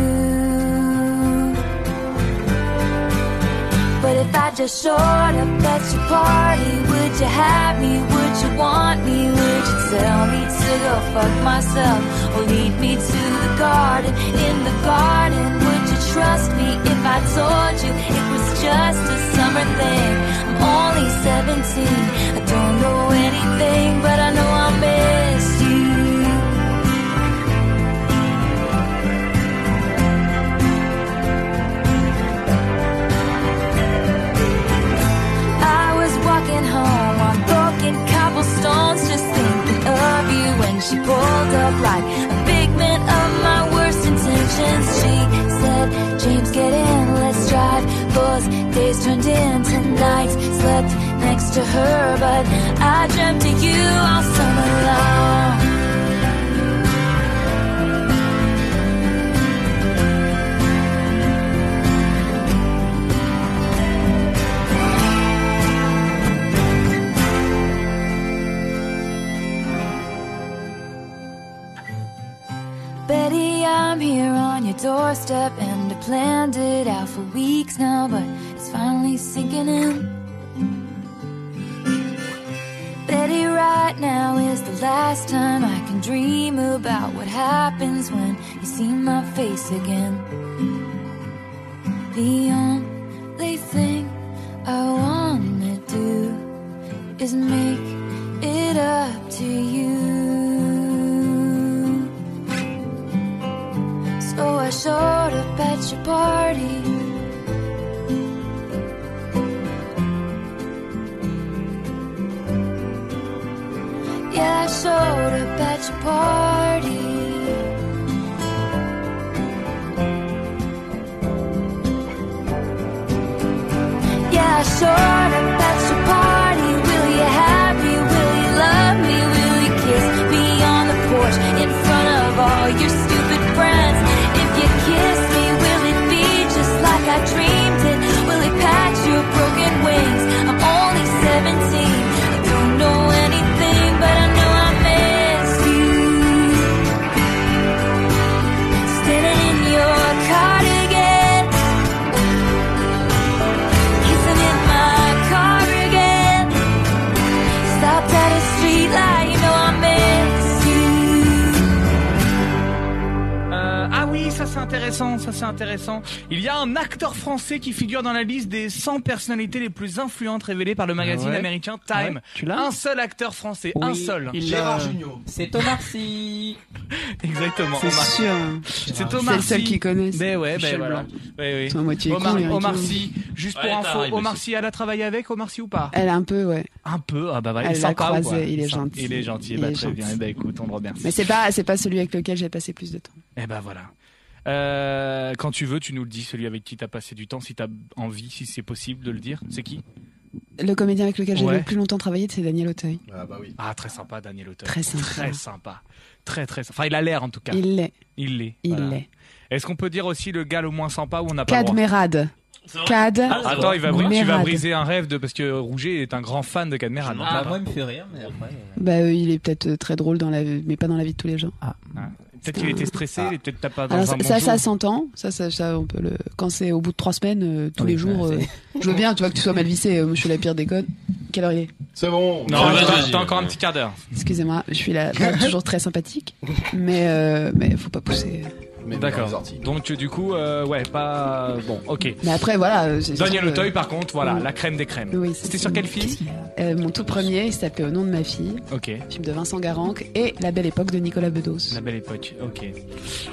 S19: But if I just showed up at your party, would you have me? Would you want me? Would you tell me to go fuck myself? Or lead me to the garden? In the garden, would you trust me if I told you it was just a summer thing? I'm only 17, I don't know anything, but I know I miss you. I was walking home on broken cobblestones, just thinking of you when she pulled up like a figment of my worst intentions. She said, James, get in, let's drive. Those days turned into nights, slept next to her, but I dreamt of you all summer long. Betty, I'm here on your doorstep and I planned it out for weeks now, but it's finally sinking in. Betty, right now is the last time I can dream about what happens when you see my face again. The only thing I wanna do is make it up to you. So I showed up at your party. Yeah, I showed up at your party. Yeah, I showed up at your party. Will you have me? Will you love me? Will you kiss me on the porch in front of all your stupid friends? If you kiss me, will it be just like I dreamed it? Will it patch your broken wings? I'm only 17. I don't know anything, but I know I miss you. Standing in your cardigan, kissing in my car again. Stopped at a street light, you know I miss you.
S2: Euh, ah oui, ça c'est intéressant, ça c'est intéressant. Il y a un acteur français qui figure dans la liste des 100 personnalités les plus influentes révélées par le magazine
S1: Ah Ouais.
S2: américain Time.
S1: Ouais, tu l'as
S2: un seul acteur français, un
S1: Oui,
S2: seul.
S1: il l'a. C'est Thomas Sy.
S2: Exactement.
S1: C'est
S2: Omar.
S1: sûr.
S4: hein.
S2: C'est
S1: C'est
S2: Thomas
S1: le seul
S2: Sy.
S1: qu'ils connaissent.
S2: Mais ouais, ben
S1: Michel
S2: voilà.
S1: Blanc.
S2: Ouais, ouais.
S1: C'est un moitié
S2: Omar,
S4: hein,
S1: con, il y a
S2: Omar
S1: tout.
S2: Sy, juste pour
S1: Ouais,
S2: info,
S1: pareil,
S2: Omar
S1: aussi.
S2: Sy, elle a travaillé avec Omar Sy ou pas
S4: Elle a un peu, ouais.
S2: Un peu, ah bah voilà,
S4: Elle
S2: il est
S4: l'a
S2: sympa ou
S4: croisé,
S2: quoi
S4: il est
S2: sympa.
S4: gentil.
S2: Il est gentil,
S4: Il
S2: bah,
S4: est
S2: très bien.
S4: gentil.
S2: Eh ben écoute, on le remercie.
S4: Mais c'est pas, c'est pas celui avec lequel j'ai passé plus de temps.
S2: Eh ben voilà. Euh, quand tu veux, tu nous le dis, celui avec qui t'as passé du temps, si t'as envie, si c'est possible de le dire. C'est qui
S4: Le comédien avec lequel j'ai
S2: Ouais.
S4: le plus longtemps travaillé, c'est Daniel Auteuil.
S2: Ah bah oui. Ah très sympa, Daniel Auteuil.
S4: Très sympa.
S2: Très sympa. Très très sympa. Enfin, il a l'air en tout cas.
S4: Il l'est.
S2: Il l'est.
S4: Il
S2: voilà.
S4: l'est.
S2: Est-ce qu'on peut dire aussi le gars le moins sympa ou on n'a Ah, pas le
S4: Cad
S2: droit
S4: Merad. Cad.
S2: Ah, Attends, il va briser, tu vas
S4: Merad.
S2: briser un rêve de parce que Rouget est un grand fan de Cadmerad.
S16: Ah, moi, il me fait rire, mais après.
S4: Bah, euh, il est peut-être euh, très drôle dans la, mais pas dans la vie de tous les jours.
S2: Ah, euh, Peut-être qu'il était stressé, et peut-être t'as pas
S4: Ah.
S2: dans
S4: Alors,
S2: un
S4: ça,
S2: bon
S4: ça,
S2: jour.
S4: ça s'entend. Ça, ça, ça, on peut le. Quand c'est au bout de trois semaines, euh, tous les jours, euh, je veux bien, tu vois, que tu sois mal vissé. euh, moi, je suis la pire des connes.
S7: quelle heure il est
S3: C'est bon.
S2: Non,
S7: Ah,
S2: vas-y,
S7: attends,
S2: t'as encore un petit quart d'heure.
S7: Excusez-moi, je suis là, là, toujours très sympathique, mais euh, mais faut pas pousser.
S2: D'accord. Donc tu- du coup, euh, ouais, pas bon, ok.
S7: Mais après voilà. euh, c'est-
S2: Daniel
S7: euh,
S2: Auteuil, par contre, voilà,
S7: oui.
S2: la crème des crèmes.
S7: Oui, c'est-
S2: C'était sur quel film
S7: Euh, mon tout premier, il s'appelait Au nom de ma fille.
S2: Ok.
S7: Film de Vincent Garanque et La belle époque de Nicolas Bedos.
S2: La belle époque, ok.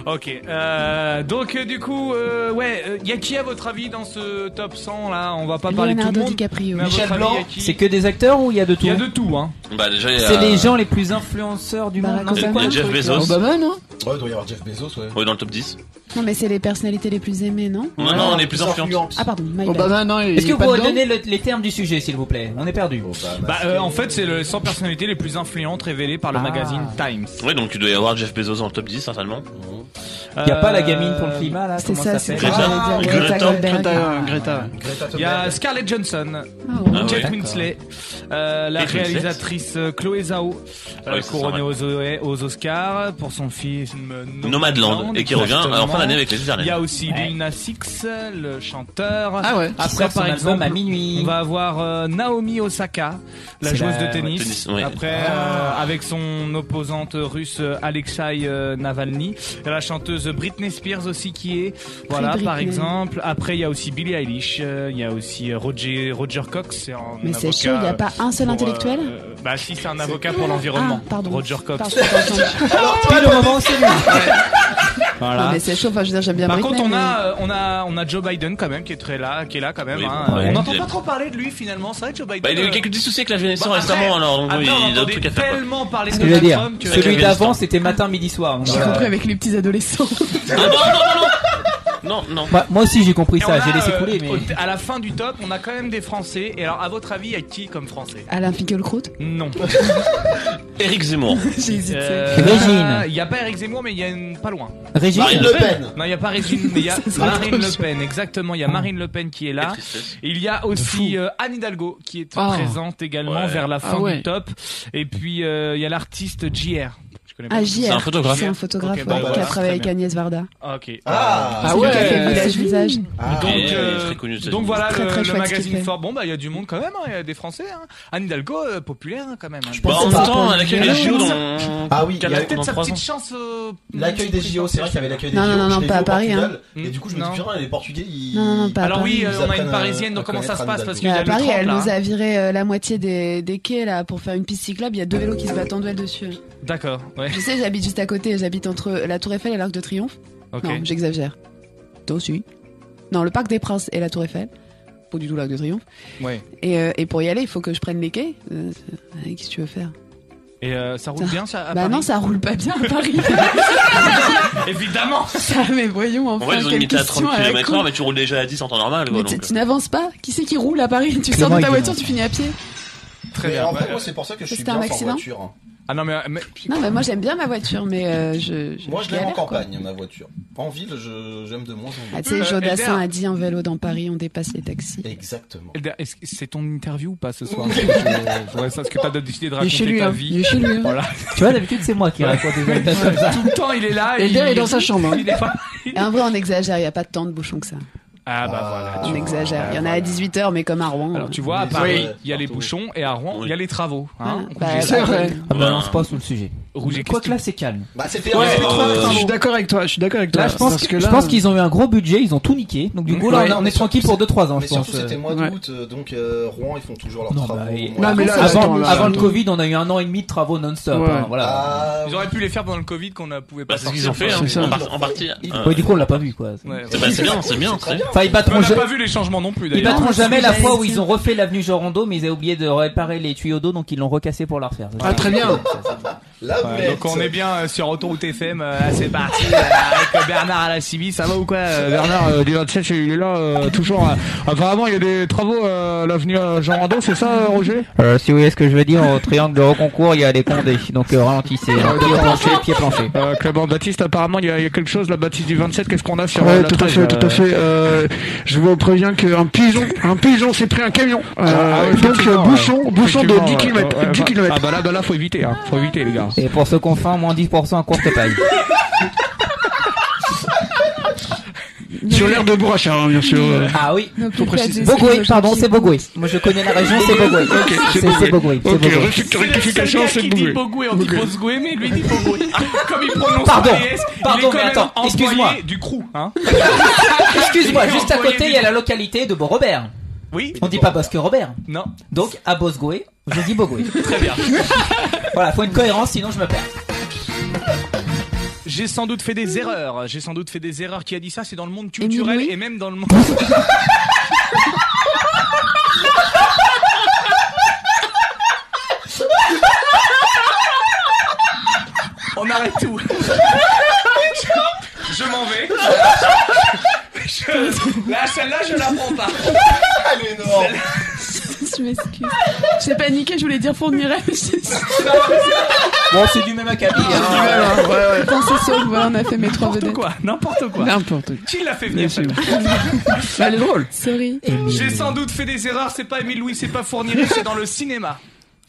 S2: Ok, euh, donc euh, du coup, euh, ouais, euh, y a qui à votre avis dans ce top 100 là On va pas parler de tout le
S7: Leonardo
S2: monde.
S7: DiCaprio.
S2: mais à votre avis, y a qui
S1: C'est que des acteurs ou il y a de tout
S2: Il y a de tout, hein.
S6: Bah, déjà, il y a-
S1: C'est les gens les plus influenceurs du monde.
S7: Barack
S1: non, c'est
S6: Obama.
S1: quoi
S6: Jeff Bezos.
S7: Obama, non
S3: Ouais, il doit y avoir Jeff Bezos, ouais.
S6: Ouais, dans le top 10.
S7: Non, mais c'est les personnalités les plus aimées, non
S6: Non, non, on est plus influents.
S7: Ah pardon, my bad.
S21: Obama, non,
S1: Est-ce que vous pouvez donner le- les termes du sujet, s'il vous plaît On est perdu.
S2: Bah, euh, en fait, c'est le 100 personnalités les plus influentes révélées par le magazine Times.
S6: Ouais, donc il doit y avoir Jeff Bezos dans le top 10, certainement.
S1: Il y a pas la gamine pour le climat là
S2: C'est
S1: comment
S2: ça,
S1: ça,
S2: c'est
S1: s'appelle
S6: Euh, ça, Ah, j'allais dire, Greta. Ah, Greta Goldberg.
S21: Greta, Greta.
S2: Il y a Scarlett Johnson,
S6: ouais.
S2: Kate
S6: Ah ouais.
S2: Winslet, euh, la
S6: Kate Winslet. Ah
S2: réalisatrice euh, Chloé Zhao, euh,
S6: Ouais, c'est
S2: couronnée aux, aux Oscars pour son film euh,
S6: Nomadland, et qui revient euh,
S2: exactement.
S6: en fin d'année avec les deux derniers.
S2: Il y a aussi
S6: Ouais.
S2: Lil Nas X, le chanteur.
S21: Ah ouais. Qui
S2: Après,
S21: sort son
S2: par
S21: album
S2: exemple,
S21: à
S2: minuit. on va avoir euh, Naomi Osaka, la
S6: C'est
S2: joueuse
S6: la-
S2: de tennis.
S6: tennis, ouais.
S2: Après, euh, avec son opposante russe euh, Alexei euh, Navalny. Il y a la chanteuse Britney Spears aussi qui est. Voilà, par
S7: Britney.
S2: exemple. Après, il y a aussi Billie Eilish. euh, Il y a aussi euh, Roger, Roger Cox. c'est un
S7: Mais c'est
S2: avocat,
S7: chaud, il y a pas un seul
S2: pour, euh,
S7: intellectuel
S2: euh, Bah si, c'est un avocat pour l'environnement.
S7: Ah, pardon.
S2: Roger Cox.
S7: Alors,
S1: toi, le moment où c'est lui.
S2: Voilà.
S7: Non, mais c'est chaud, enfin, je veux dire, j'aime bien
S2: Par
S7: Britney,
S2: contre, on
S7: mais-
S2: a, euh, on a, on a Joe Biden quand même qui est très là, qui est là quand même.
S6: Oui,
S2: hein.
S6: bon, ouais.
S2: On n'entend
S6: Il
S2: pas
S6: est-
S2: trop parler de lui finalement. C'est vrai que Joe Biden.
S6: Bah, il a eu
S2: euh,
S6: quelques petits soucis avec la jeunesse
S2: bah,
S6: récemment,
S2: après-
S6: alors donc,
S2: après,
S6: oui,
S2: on
S6: il a
S2: entendait
S6: d'autres trucs à faire. quoi.
S2: tellement parler
S1: Ce
S2: de
S1: que je veux
S2: Donald
S1: dire,
S2: Trump que-
S1: celui d'avant c'était matin, midi, soir.
S7: J'ai compris avec les petits adolescents.
S6: Ah, Non, non.
S1: Bah, moi aussi j'ai compris
S2: Et on
S1: ça,
S2: a,
S1: j'ai laissé
S2: euh,
S1: couler.
S2: au-
S1: Mais...
S2: À la fin du top, on a quand même des Français. Et alors, à votre avis, il y a qui comme Français
S7: Alain Finkielkraut
S2: Non. Ah,
S6: Eric Zemmour.
S7: J'ai hésité.
S2: Euh,
S1: Régine.
S2: Il n'y a pas Eric Zemmour, mais il y a une, pas loin.
S1: Régine Marine Le Pen.
S2: Non, il n'y a pas Régine, mais il y a
S1: Ça serait
S2: Marine
S1: trop
S2: Le
S1: chaud.
S2: Pen. Exactement, il y a Marine Le Pen qui est là.
S6: Quelle tristesse.
S2: Il y a aussi euh, Anne Hidalgo qui est
S21: Ah.
S2: présente également
S6: Ouais.
S2: vers la fin
S21: Ah ouais.
S2: du top. Et puis euh, il y a l'artiste JR. Je connais pas.
S7: Ah, JR.
S2: C'est un photographe.
S7: C'est un photographe
S2: Ok, bon,
S7: ouais,
S2: bah,
S7: qui a
S2: voilà,
S7: travaillé
S2: très
S7: avec
S2: bien.
S7: Agnès Varda.
S2: Ok.
S7: Ah, Ah c'est lui qui a ouais. fait Village Visage. Ah.
S2: Donc,
S6: Et
S2: euh,
S6: il est très connu aux États-Unis.
S2: donc voilà
S6: Très,
S2: le,
S6: très
S2: le
S6: chouette ce qu'il
S2: magazine
S6: fait.
S2: fort. Bon bah il y a du monde quand même. hein, Il y a des Français. Hein. Anne Hidalgo euh, populaire hein, quand même. hein.
S6: Bah, pense en que même c'est temps, pas elle accueille les populaire. JO dans-
S3: Ah oui,
S2: elle
S3: il y
S2: a
S3: a-
S2: peut-être
S3: dans
S2: sa
S3: trois
S2: petite
S3: ans.
S2: chance. euh,
S3: Mmh. L'accueil des JO, c'est vrai qu'il y avait l'accueil des
S7: Non,
S3: JO.
S7: non, non,
S3: Je
S7: non,
S3: l'ai
S7: pas
S3: vu
S7: à
S3: au
S7: Paris,
S3: Portugal,
S7: hein.
S3: Et du coup, je me
S7: Non.
S3: dis, putain, les Portugais, ils.
S7: Non, non, pas à
S2: Alors oui, euh, on
S3: Ils
S7: Paris.
S2: a
S3: apprennent
S2: une
S3: à-
S2: parisienne.
S3: à
S2: Donc comment ça
S3: connaître
S2: se
S3: Anne
S2: passe Parce
S3: Hidalgo.
S2: qu'il y a
S7: à
S2: le
S7: Paris,
S2: tremplin,
S7: elle nous
S2: hein.
S7: a viré euh, la moitié des, des quais là pour faire une piste cyclable. Il y a deux vélos qui se battent en duel dessus. hein.
S2: D'accord. Ouais.
S7: Je sais, j'habite juste à côté. J'habite entre la Tour Eiffel et l'Arc de Triomphe.
S2: Ok.
S7: Non, j'exagère. Toi aussi. Non, le Parc des Princes et la Tour Eiffel. Pas du tout l'Arc de Triomphe.
S2: Ouais.
S7: Et, euh, et pour y aller, il faut que je prenne les quais. Euh, c'est- eh, Qu'est-ce que tu veux faire
S2: Et euh, ça roule bien ça. à
S7: Bah
S2: Paris
S7: non, ça roule pas bien à Paris.
S2: Évidemment.
S7: ça, mais voyons,
S6: En
S7: enfin,
S6: vrai, ils ont
S7: quelle
S6: limité à
S7: question
S6: 30
S7: à la
S6: km
S7: con.
S6: h mais tu roules déjà à 10 en temps normal, quoi.
S7: Mais
S6: hein, donc. euh.
S7: tu tu n'avances pas Qui c'est qui roule à Paris Tu sors
S6: Clément,
S7: de ta
S6: il
S7: voiture,
S6: gagne.
S7: tu finis à pied.
S2: Très
S3: Mais
S2: bien.
S3: en fait,
S2: ouais.
S3: moi, c'est pour ça que je suis
S7: C'était
S3: bien
S7: un
S3: sans
S7: accident
S3: voiture. hein.
S2: Ah non mais, mais-
S7: Non, mais moi j'aime bien ma voiture, mais euh, je, je.
S3: Moi,
S7: je
S3: je l'aime en
S7: galère, quoi.
S3: campagne, ma voiture. En ville, je- j'aime de moins en moins.
S7: Ah, tu
S2: Euh,
S7: sais, Jodassin a dit en vélo dans Paris, on dépasse les taxis.
S3: Exactement.
S2: Elder, est-ce que c'est ton interview ou pas ce soir Je- Ouais, ça, ce que t'as décidé de
S7: Il est
S2: raconter
S7: chez lui,
S2: ta
S7: hein.
S2: vie.
S7: Il est chez lui, hein.
S2: Voilà.
S1: Tu vois, d'habitude c'est moi qui raconte des anecdotes comme ça.
S2: Tout le temps, il est là.
S1: Elder
S2: Ah, il-
S1: est dans sa chambre, hein.
S2: Il est pas-
S7: Et en vrai, on exagère, il n'y a pas tant de bouchons que ça.
S2: Ah bah voilà.
S7: On
S2: tu-
S7: exagère.
S2: Ah,
S7: Il y en a
S2: voilà.
S7: à 18h, mais comme à Rouen. euh,
S2: Alors tu vois, à
S7: Oui.
S2: Paris, il y a les bouchons et à Rouen, il y a les travaux. hein.
S7: Voilà. Bah, C'est vrai.
S6: euh,
S1: Ah bah, on lance pas sous le sujet.
S2: Rouge et
S1: Quoi que là c'est calme.
S3: Bah, c'était
S21: Ouais,
S1: un peu trop
S21: euh,
S1: de
S21: je suis
S1: travaux.
S21: d'accord avec toi, je suis d'accord avec toi.
S1: Là, je pense
S21: parce
S1: que-
S21: que
S1: je
S21: là- euh,
S1: pense qu'ils ont eu un gros budget, ils ont tout niqué. Donc du coup là,
S3: Ouais,
S1: on
S3: mais
S1: est
S3: surtout,
S1: tranquille pour 2-3 ans, je
S3: Mais surtout,
S1: pense.
S3: c'était mois d'août, euh, donc euh, Rouen, ils font toujours leurs
S1: Non,
S3: travaux.
S1: bah, et-
S3: au mois
S1: avant,
S3: d'août.
S1: avant, le Covid, on a eu un an et demi de travaux non-stop.
S3: Ouais.
S1: hein,
S21: Ah,
S1: voilà.
S2: Ils auraient pu les faire pendant le Covid qu'on ne pouvait pas.
S6: Bah, c'est ce qu'ils
S2: sortir.
S6: ont fait, hein. en, par- en partie. euh,
S1: Ouais, Bah, du coup, on l'a pas vu quoi.
S2: Ouais,
S6: c'est- bah, c'est bien, c'est bien. c'est bien.
S1: Enfin, ils battront
S2: On n'a
S1: jamais-
S2: pas vu les changements non plus
S1: Ils
S2: d'ailleurs.
S1: battront jamais la fois où ils ont refait l'avenue Jorando, mais ils avaient oublié de réparer les tuyaux d'eau, donc ils l'ont recassé pour la refaire.
S21: Ah, très bien.
S3: Là,
S2: Ouais, donc on est bien euh, sur Autoroute FM, euh, là, c'est parti euh, avec euh, Bernard à la Civi, ça va ou quoi euh, Bernard euh,
S22: du 27, il est là toujours. apparemment, il y a des travaux
S2: euh,
S22: à l'avenue Jean Rando, c'est ça, Roger
S1: Euh, si vous voyez ce que je veux dire, au triangle de reconcours, il y a les condés. Donc euh, ralentissez.
S21: Ah,
S1: hein. pied plancher, pied plancher.
S22: Euh, Clément Baptiste, apparemment, il y, a, il y a quelque chose, la bâtisse du 27, qu'est-ce qu'on a sur euh,
S5: Ouais,
S22: la
S5: tout à
S22: trêve,
S5: fait,
S22: là,
S5: tout à fait. Euh, je vous préviens qu'un pigeon, un pigeon s'est pris un camion. Euh,
S22: Ah, ouais,
S5: donc euh,
S22: effectivement,
S5: bouchon,
S22: ouais.
S5: bouchon de
S22: Effectivement,
S5: 10
S22: ouais,
S5: km.
S22: ouais,
S5: 10
S22: bah-
S5: km.
S22: Ah bah là, bah là, faut éviter, hein. Faut éviter, les gars.
S1: Et pour ceux qu'on faim, moins 10% à courte paille.
S23: Sur l'air de Bourracha, bien sûr.
S1: Ah oui,
S23: Non,
S1: faut
S23: plus pas
S1: préciser.
S23: de
S1: Bogoué,
S23: psychologie.
S1: pardon, c'est Bogoué. Moi je connais la région, c'est Bogoué.
S23: Ok, c'est
S1: C'est- c'est
S23: Bogoué.
S1: Bogoué. c'est
S23: Ok,
S1: Bogoué.
S23: réflexion- rectification,
S2: C'est
S23: c'est
S2: qui dit
S23: Bogoué.
S2: Bogoué, on dit
S23: Bogoué.
S2: Bosgoué, mais lui dit Bogoué. Comme il prononce
S1: Pardon,
S2: pas les S, il
S1: pardon,
S2: est quand
S1: mais
S2: même
S1: attends,
S2: employé
S1: excuse-moi.
S2: du crew, hein.
S1: Ah, Excuse-moi,
S2: Il est
S1: juste à
S2: employé
S1: côté,
S2: du
S1: il y a la localité de Beau-Robert.
S2: Oui.
S1: On dit pas Bosque Robert.
S2: Non.
S1: Donc à Bosgoué, je dis Bogoué.
S2: Très bien.
S1: voilà, faut une cohérence, sinon je me perds.
S2: J'ai sans doute fait des erreurs. J'ai sans doute fait des erreurs. Qui a dit ça C'est dans le monde culturel et même dans le monde. On arrête tout. Je m'en vais. Je- Là, celle-là, je la prends pas.
S24: Elle est énorme.
S7: je m'excuse. J'ai paniqué, je voulais dire fournirait, mais c'est
S1: Bon, c'est du même acabit.
S7: hein.
S1: hein.
S7: Attends, c'est sûr, voilà, on a fait mes trois vedettes.
S2: quoi, n'importe quoi.
S7: N'importe
S2: Qui l'a fait venir celle-là
S7: Elle est drôle. Sorry.
S2: J'ai sans doute fait des erreurs, c'est pas Émile Louis, c'est pas Fourniret, c'est dans le cinéma.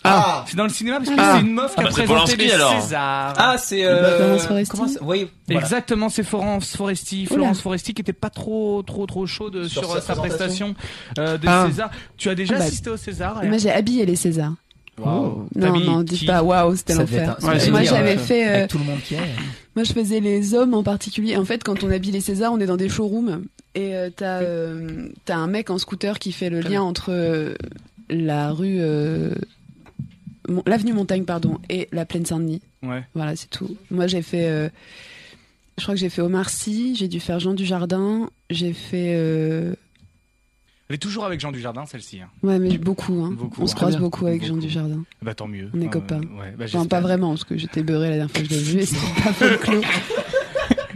S1: Ah.
S2: C'est dans le cinéma parce que
S1: Ah.
S2: c'est une meuf qui
S1: Ah
S2: a
S1: bah, c'est
S2: présenté
S1: Polanski,
S2: les
S1: alors.
S2: Césars.
S1: Ah, c'est, euh, Florence Foresti. comment ça- oui, voilà.
S2: Exactement, c'est Florence Foresti.
S1: Oula.
S2: Florence Foresti qui était pas trop, trop, trop chaude sur,
S1: Sur
S2: euh, sa,
S1: sa
S2: prestation
S1: présentation.
S2: euh, des
S1: Ah.
S2: Césars. Tu as déjà
S7: Ah bah,
S2: assisté aux Césars
S7: Moi, j'ai habillé les Césars.
S2: Waouh.
S7: Non,
S2: T'habilles
S7: non, dis
S2: qui
S7: pas waouh, c'était
S2: Ça devait
S7: l'enfer.
S2: être un- Ouais,
S7: moi,
S2: c'est-à-dire,
S7: j'avais
S2: euh,
S7: fait.
S2: avec
S7: euh,
S2: tout le monde qui est.
S7: Moi, je faisais les hommes en particulier. En fait, quand on habille les Césars, on est dans des showrooms. Et euh, t'as euh, t'as un mec en scooter qui fait le lien entre euh, la rue. euh, Mon- L'avenue Montagne, pardon, et la plaine Saint-Denis.
S2: Ouais.
S7: Voilà, c'est tout. Moi, j'ai fait. euh, je crois que j'ai fait Omar Sy, j'ai dû faire Jean Dujardin, j'ai fait. euh,
S2: Elle est toujours avec Jean Dujardin, celle-ci. hein.
S7: Ouais, mais beaucoup. Hein.
S2: Beaucoup,
S7: on se
S2: hein.
S7: croise
S2: Très bien.
S7: beaucoup avec Jean Dujardin.
S2: Bah, tant mieux.
S7: On est
S2: Euh,
S7: copains.
S2: ouais, bah,
S7: enfin, pas
S2: j'espère.
S7: vraiment, parce que j'étais beurré la dernière fois que je l'ai vu et c'était pas folklore.
S2: Ah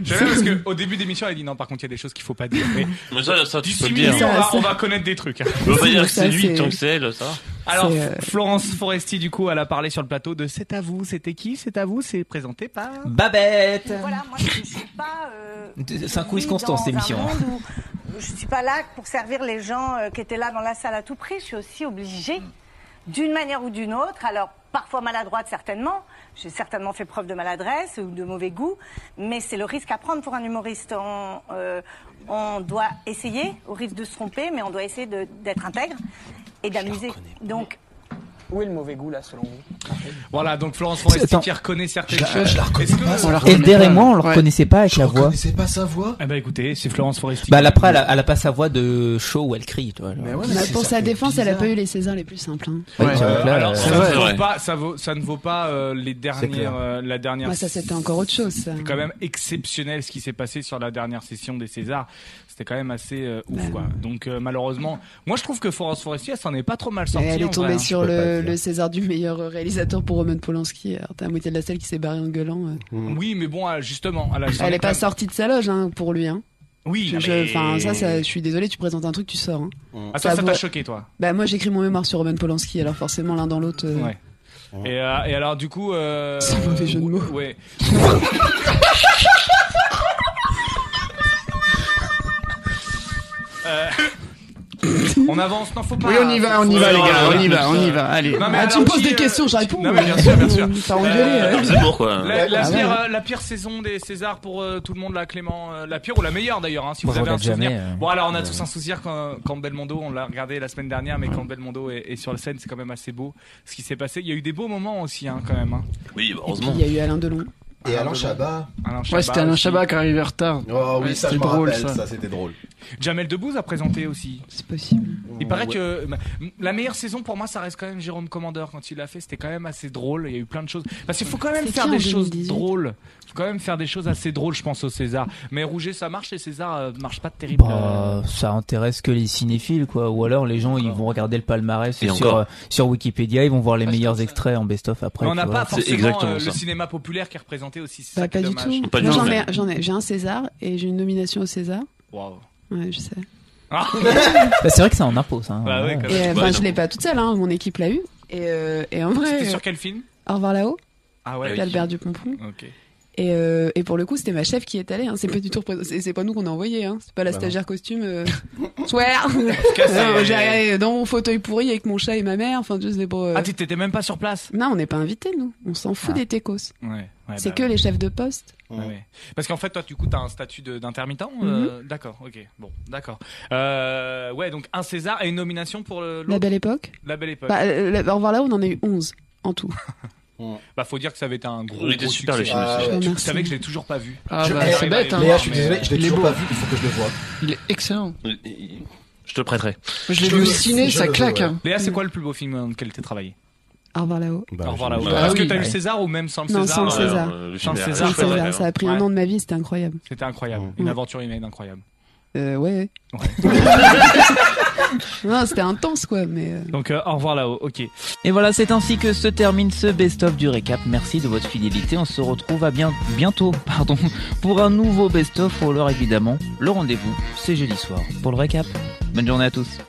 S2: J'aime bien parce qu'au début d'émission, elle dit non, par contre, il y a des choses qu'il faut pas dire. Mais,
S6: Mais ça, ça, tu peux
S2: d'ici
S6: le
S2: minuit,
S6: dire.
S2: on,
S6: Ça,
S2: va,
S6: ça.
S2: on va connaître des trucs. hein.
S6: On peut pas dire que c'est lui tant que c'est elle, ça.
S2: Alors,
S6: C'est, euh,
S2: Florence Foresti, du coup, elle a parlé sur le plateau de C'est à vous, c'était qui C'est à vous, c'est présenté par.
S1: Ah, Babette
S25: Voilà, moi je ne suis pas.
S1: Euh, C'est un quiz constant cette émission. hein.
S25: Je suis pas là pour servir les gens euh, qui étaient là dans la salle à tout prix. Je suis aussi obligée, d'une manière ou d'une autre, alors parfois maladroite certainement, j'ai certainement fait preuve de maladresse ou de mauvais goût, mais c'est le risque à prendre pour un humoriste. On, euh, on doit essayer, au risque de se tromper, mais on doit essayer de- d'être intègre et d'amuser. Donc. Où est le mauvais goût là, selon vous
S2: Voilà, donc Florence Foresti qui reconnaît certaines choses. Est-ce que-
S1: Elder et moi, on le reconnaissait pas avec la voix.
S3: C'est pas sa voix
S2: Eh ben écoutez, c'est Florence Foresti.
S1: Bah, elle a, pas- elle a- elle a pas sa voix de show où elle crie, tu vois.
S7: Mais
S1: alors.
S7: Bah, pour sa défense, elle a pas eu les Césars les plus simples. hein.
S1: Ouais, tu vois,
S2: Euh,
S1: là,
S2: alors,
S1: euh,
S2: ça,
S1: c'est
S2: ne vaut
S1: vrai.
S2: pas, ça, vaut- ça ne vaut pas euh, les dernières,
S1: clair.
S2: euh, la dernière.
S1: Bah,
S7: Moi, Bah, ça, c'était encore autre chose, ça.
S2: C'était quand même exceptionnel ce qui s'est passé sur la dernière session des Césars. C'était quand même assez euh, ouf,
S5: Bah
S2: quoi. Donc euh, malheureusement, moi je trouve que Florence Foresti, elle s'en est pas trop mal
S7: Et
S2: sortie.
S7: elle
S2: en
S7: est tombée
S2: vrai, hein.
S7: sur le, le César du meilleur réalisateur pour Roman Polanski. Alors, t'as la moitié de la salle qui s'est barrée en gueulant. euh.
S2: Oui, mais bon, euh, justement, elle, a-
S7: Elle est pas sortie de sa loge hein, pour lui. Hein.
S2: Oui,
S7: Je-
S2: non,
S7: je-
S2: mais-
S7: Enfin, ça, ça, je suis désolé, tu présentes un truc, tu sors. hein.
S2: Ah, toi, ça t'a
S7: vaut-
S2: choqué, toi
S7: Bah, moi, j'écris mon mémoire sur Roman Polanski, alors forcément, l'un dans l'autre. euh,
S2: Ouais. Et, euh, et alors du coup, euh,
S7: C'est un mauvais jeu de mots.
S2: Ouais. Euh, on avance, non faut pas.
S5: Oui, on y va, on y
S2: Faut-
S5: va, les gars,
S2: euh,
S5: on y va, on y va,
S2: euh,
S5: allez.
S2: Non, mais
S5: Ah, tu
S2: alors,
S5: me poses
S2: qui,
S5: des
S2: euh,
S5: questions, je réponds.
S2: Non mais bien sûr, bien sûr.
S7: Euh,
S5: T'as engueulé, hein.
S2: non,
S5: C'est pour, quoi.
S2: La, la
S5: Ah ouais.
S2: pire,
S7: Bah,
S2: euh, la pire saison des Césars pour euh, tout le monde, la Clément, euh, la pire ou la meilleure d'ailleurs, hein, si vous
S26: Moi, je
S2: avez un
S26: regarde jamais,
S2: souvenir.
S26: euh,
S2: Bon alors on a tous un souvenir quand, quand Belmondo, on l'a regardé la semaine dernière, mais quand Belmondo est, est sur la scène, c'est quand même assez beau ce qui s'est passé. Il y a eu des beaux moments aussi, hein, quand même. Hein.
S6: Oui, bah,
S7: Et puis, il y a eu Alain Delon.
S3: Et Alain
S2: Delon.
S3: Chabat.
S2: Alain
S5: Ouais, c'était Alain
S2: aussi.
S5: Chabat qui arrivait en retard.
S3: Oh oui,
S5: Ouais,
S3: ça, je
S5: c'était
S3: me
S5: drôle,
S3: rappelle,
S5: ça.
S3: ça, c'était drôle.
S2: Jamel Debbouze a présenté aussi.
S7: C'est possible.
S2: Il paraît
S3: Ouais.
S2: que bah, m- la meilleure saison pour moi, ça reste quand même Jérôme Commandeur quand il l'a fait. C'était quand même assez drôle. Il y a eu plein de choses. Parce qu'il faut quand même
S7: C'est
S2: faire
S7: qui,
S2: des
S7: en
S2: choses
S7: 2018?
S2: drôles. Il faut quand même faire des choses assez drôles, je pense, au César. Mais Rouget, ça marche et César euh, marche pas de terrible.
S26: Bah, ça intéresse que les cinéphiles, quoi. Ou alors les gens, ils vont regarder le palmarès
S2: Et
S26: sur,
S2: encore.
S26: euh, sur Wikipédia, ils vont voir les meilleurs extraits en best-of après.
S2: Mais on n'a
S26: tu
S2: pas
S26: vois.
S2: forcément euh, le cinéma populaire qui est représenté aussi. C'est
S7: Bah,
S2: ça qui
S7: pas
S2: est
S7: du
S2: dommage.
S7: tout. Moi, j'en ai, j'en ai- j'ai un César et j'ai une nomination au César.
S2: Waouh.
S7: Ouais, je sais.
S2: Ah.
S26: Bah, c'est vrai que c'est en impôt, ça. hein.
S2: Bah ouais, quand
S7: Et, euh,
S26: Ouais,
S7: enfin,
S26: non.
S7: je l'ai pas toute seule, hein, mon équipe l'a eu. Et, euh, et en vrai.
S2: C'était sur
S7: euh,
S2: quel film
S7: Au revoir là-haut.
S2: Ah ouais.
S7: D'Albert Dupompon.
S2: Ok.
S7: Et, euh, et pour le coup, c'était ma chef qui est allée. Hein. C'est pas du tout représent- c'est c'est pas nous qu'on a envoyé. Hein. C'est pas la
S2: Bah non.
S7: stagiaire costume. euh, Swear.
S2: cas, c'est-
S7: Euh, J'ai regardé dans mon fauteuil pourri avec mon chat et ma mère. Enfin, juste des pour. euh,
S2: Ah, tu t'étais même pas sur place
S7: Non, on n'est pas invités nous. On s'en fout
S2: Ah.
S7: des techos.
S2: Ouais. ouais,
S7: c'est
S2: bah
S7: que
S2: ouais.
S7: les chefs de poste.
S2: Ouais, Ah ouais. Parce qu'en fait, toi, du coup, t'as un statut de- d'intermittent.
S7: Mhm.
S2: euh, D'accord, ok, bon, d'accord. Euh, ouais, donc un César et une nomination pour le.
S7: La
S2: l'autre.
S7: belle époque
S2: La belle époque.
S7: Bah, euh, la- au revoir là, on en a eu 11 en tout.
S2: Bah, faut dire que ça avait été un gros.
S27: Il était
S2: gros
S27: super, le
S2: succès.
S27: film, aussi.
S2: Tu- Tu
S7: Merci.
S2: savais que je l'ai toujours pas vu.
S6: Ah,
S2: Je-
S6: bah,
S2: Eh,
S6: c'est
S2: bah,
S6: bête, hein.
S2: Léa,
S28: Ah, je suis désolé, je l'ai
S6: Il est
S28: toujours
S6: beau.
S28: pas vu, il faut que je le voie.
S6: Il est excellent.
S27: Je te le prêterai.
S6: Je l'ai vu au ciné, ça claque. hein.
S2: Léa, c'est quoi le plus beau film dans lequel t'es travaillé
S7: Au revoir là-haut.
S27: Bah,
S2: Au revoir là-haut.
S6: j'imagine.
S2: Est-ce
S6: Ah
S2: que
S6: oui,
S2: t'as eu le
S6: ouais.
S2: César ou même sans le
S7: Bah Non,
S2: César
S7: sans le
S2: euh,
S7: César.
S2: le
S7: Sans
S2: film
S7: le
S2: est-
S7: César,
S2: chouette, ouais.
S7: ça a pris
S2: Ouais.
S7: un an de ma vie, c'était incroyable.
S2: C'était incroyable. Une aventure humaine incroyable.
S7: Euh, ouais. non, c'était intense quoi, mais. euh,
S2: Donc, euh, au revoir là-haut, ok.
S1: Et voilà, c'est ainsi que se termine ce best-of du récap. Merci de votre fidélité. On se retrouve à bien, bientôt pardon, pour un nouveau best-of. Pour l'heure, évidemment, le rendez-vous, c'est jeudi soir pour le récap. Bonne journée à tous.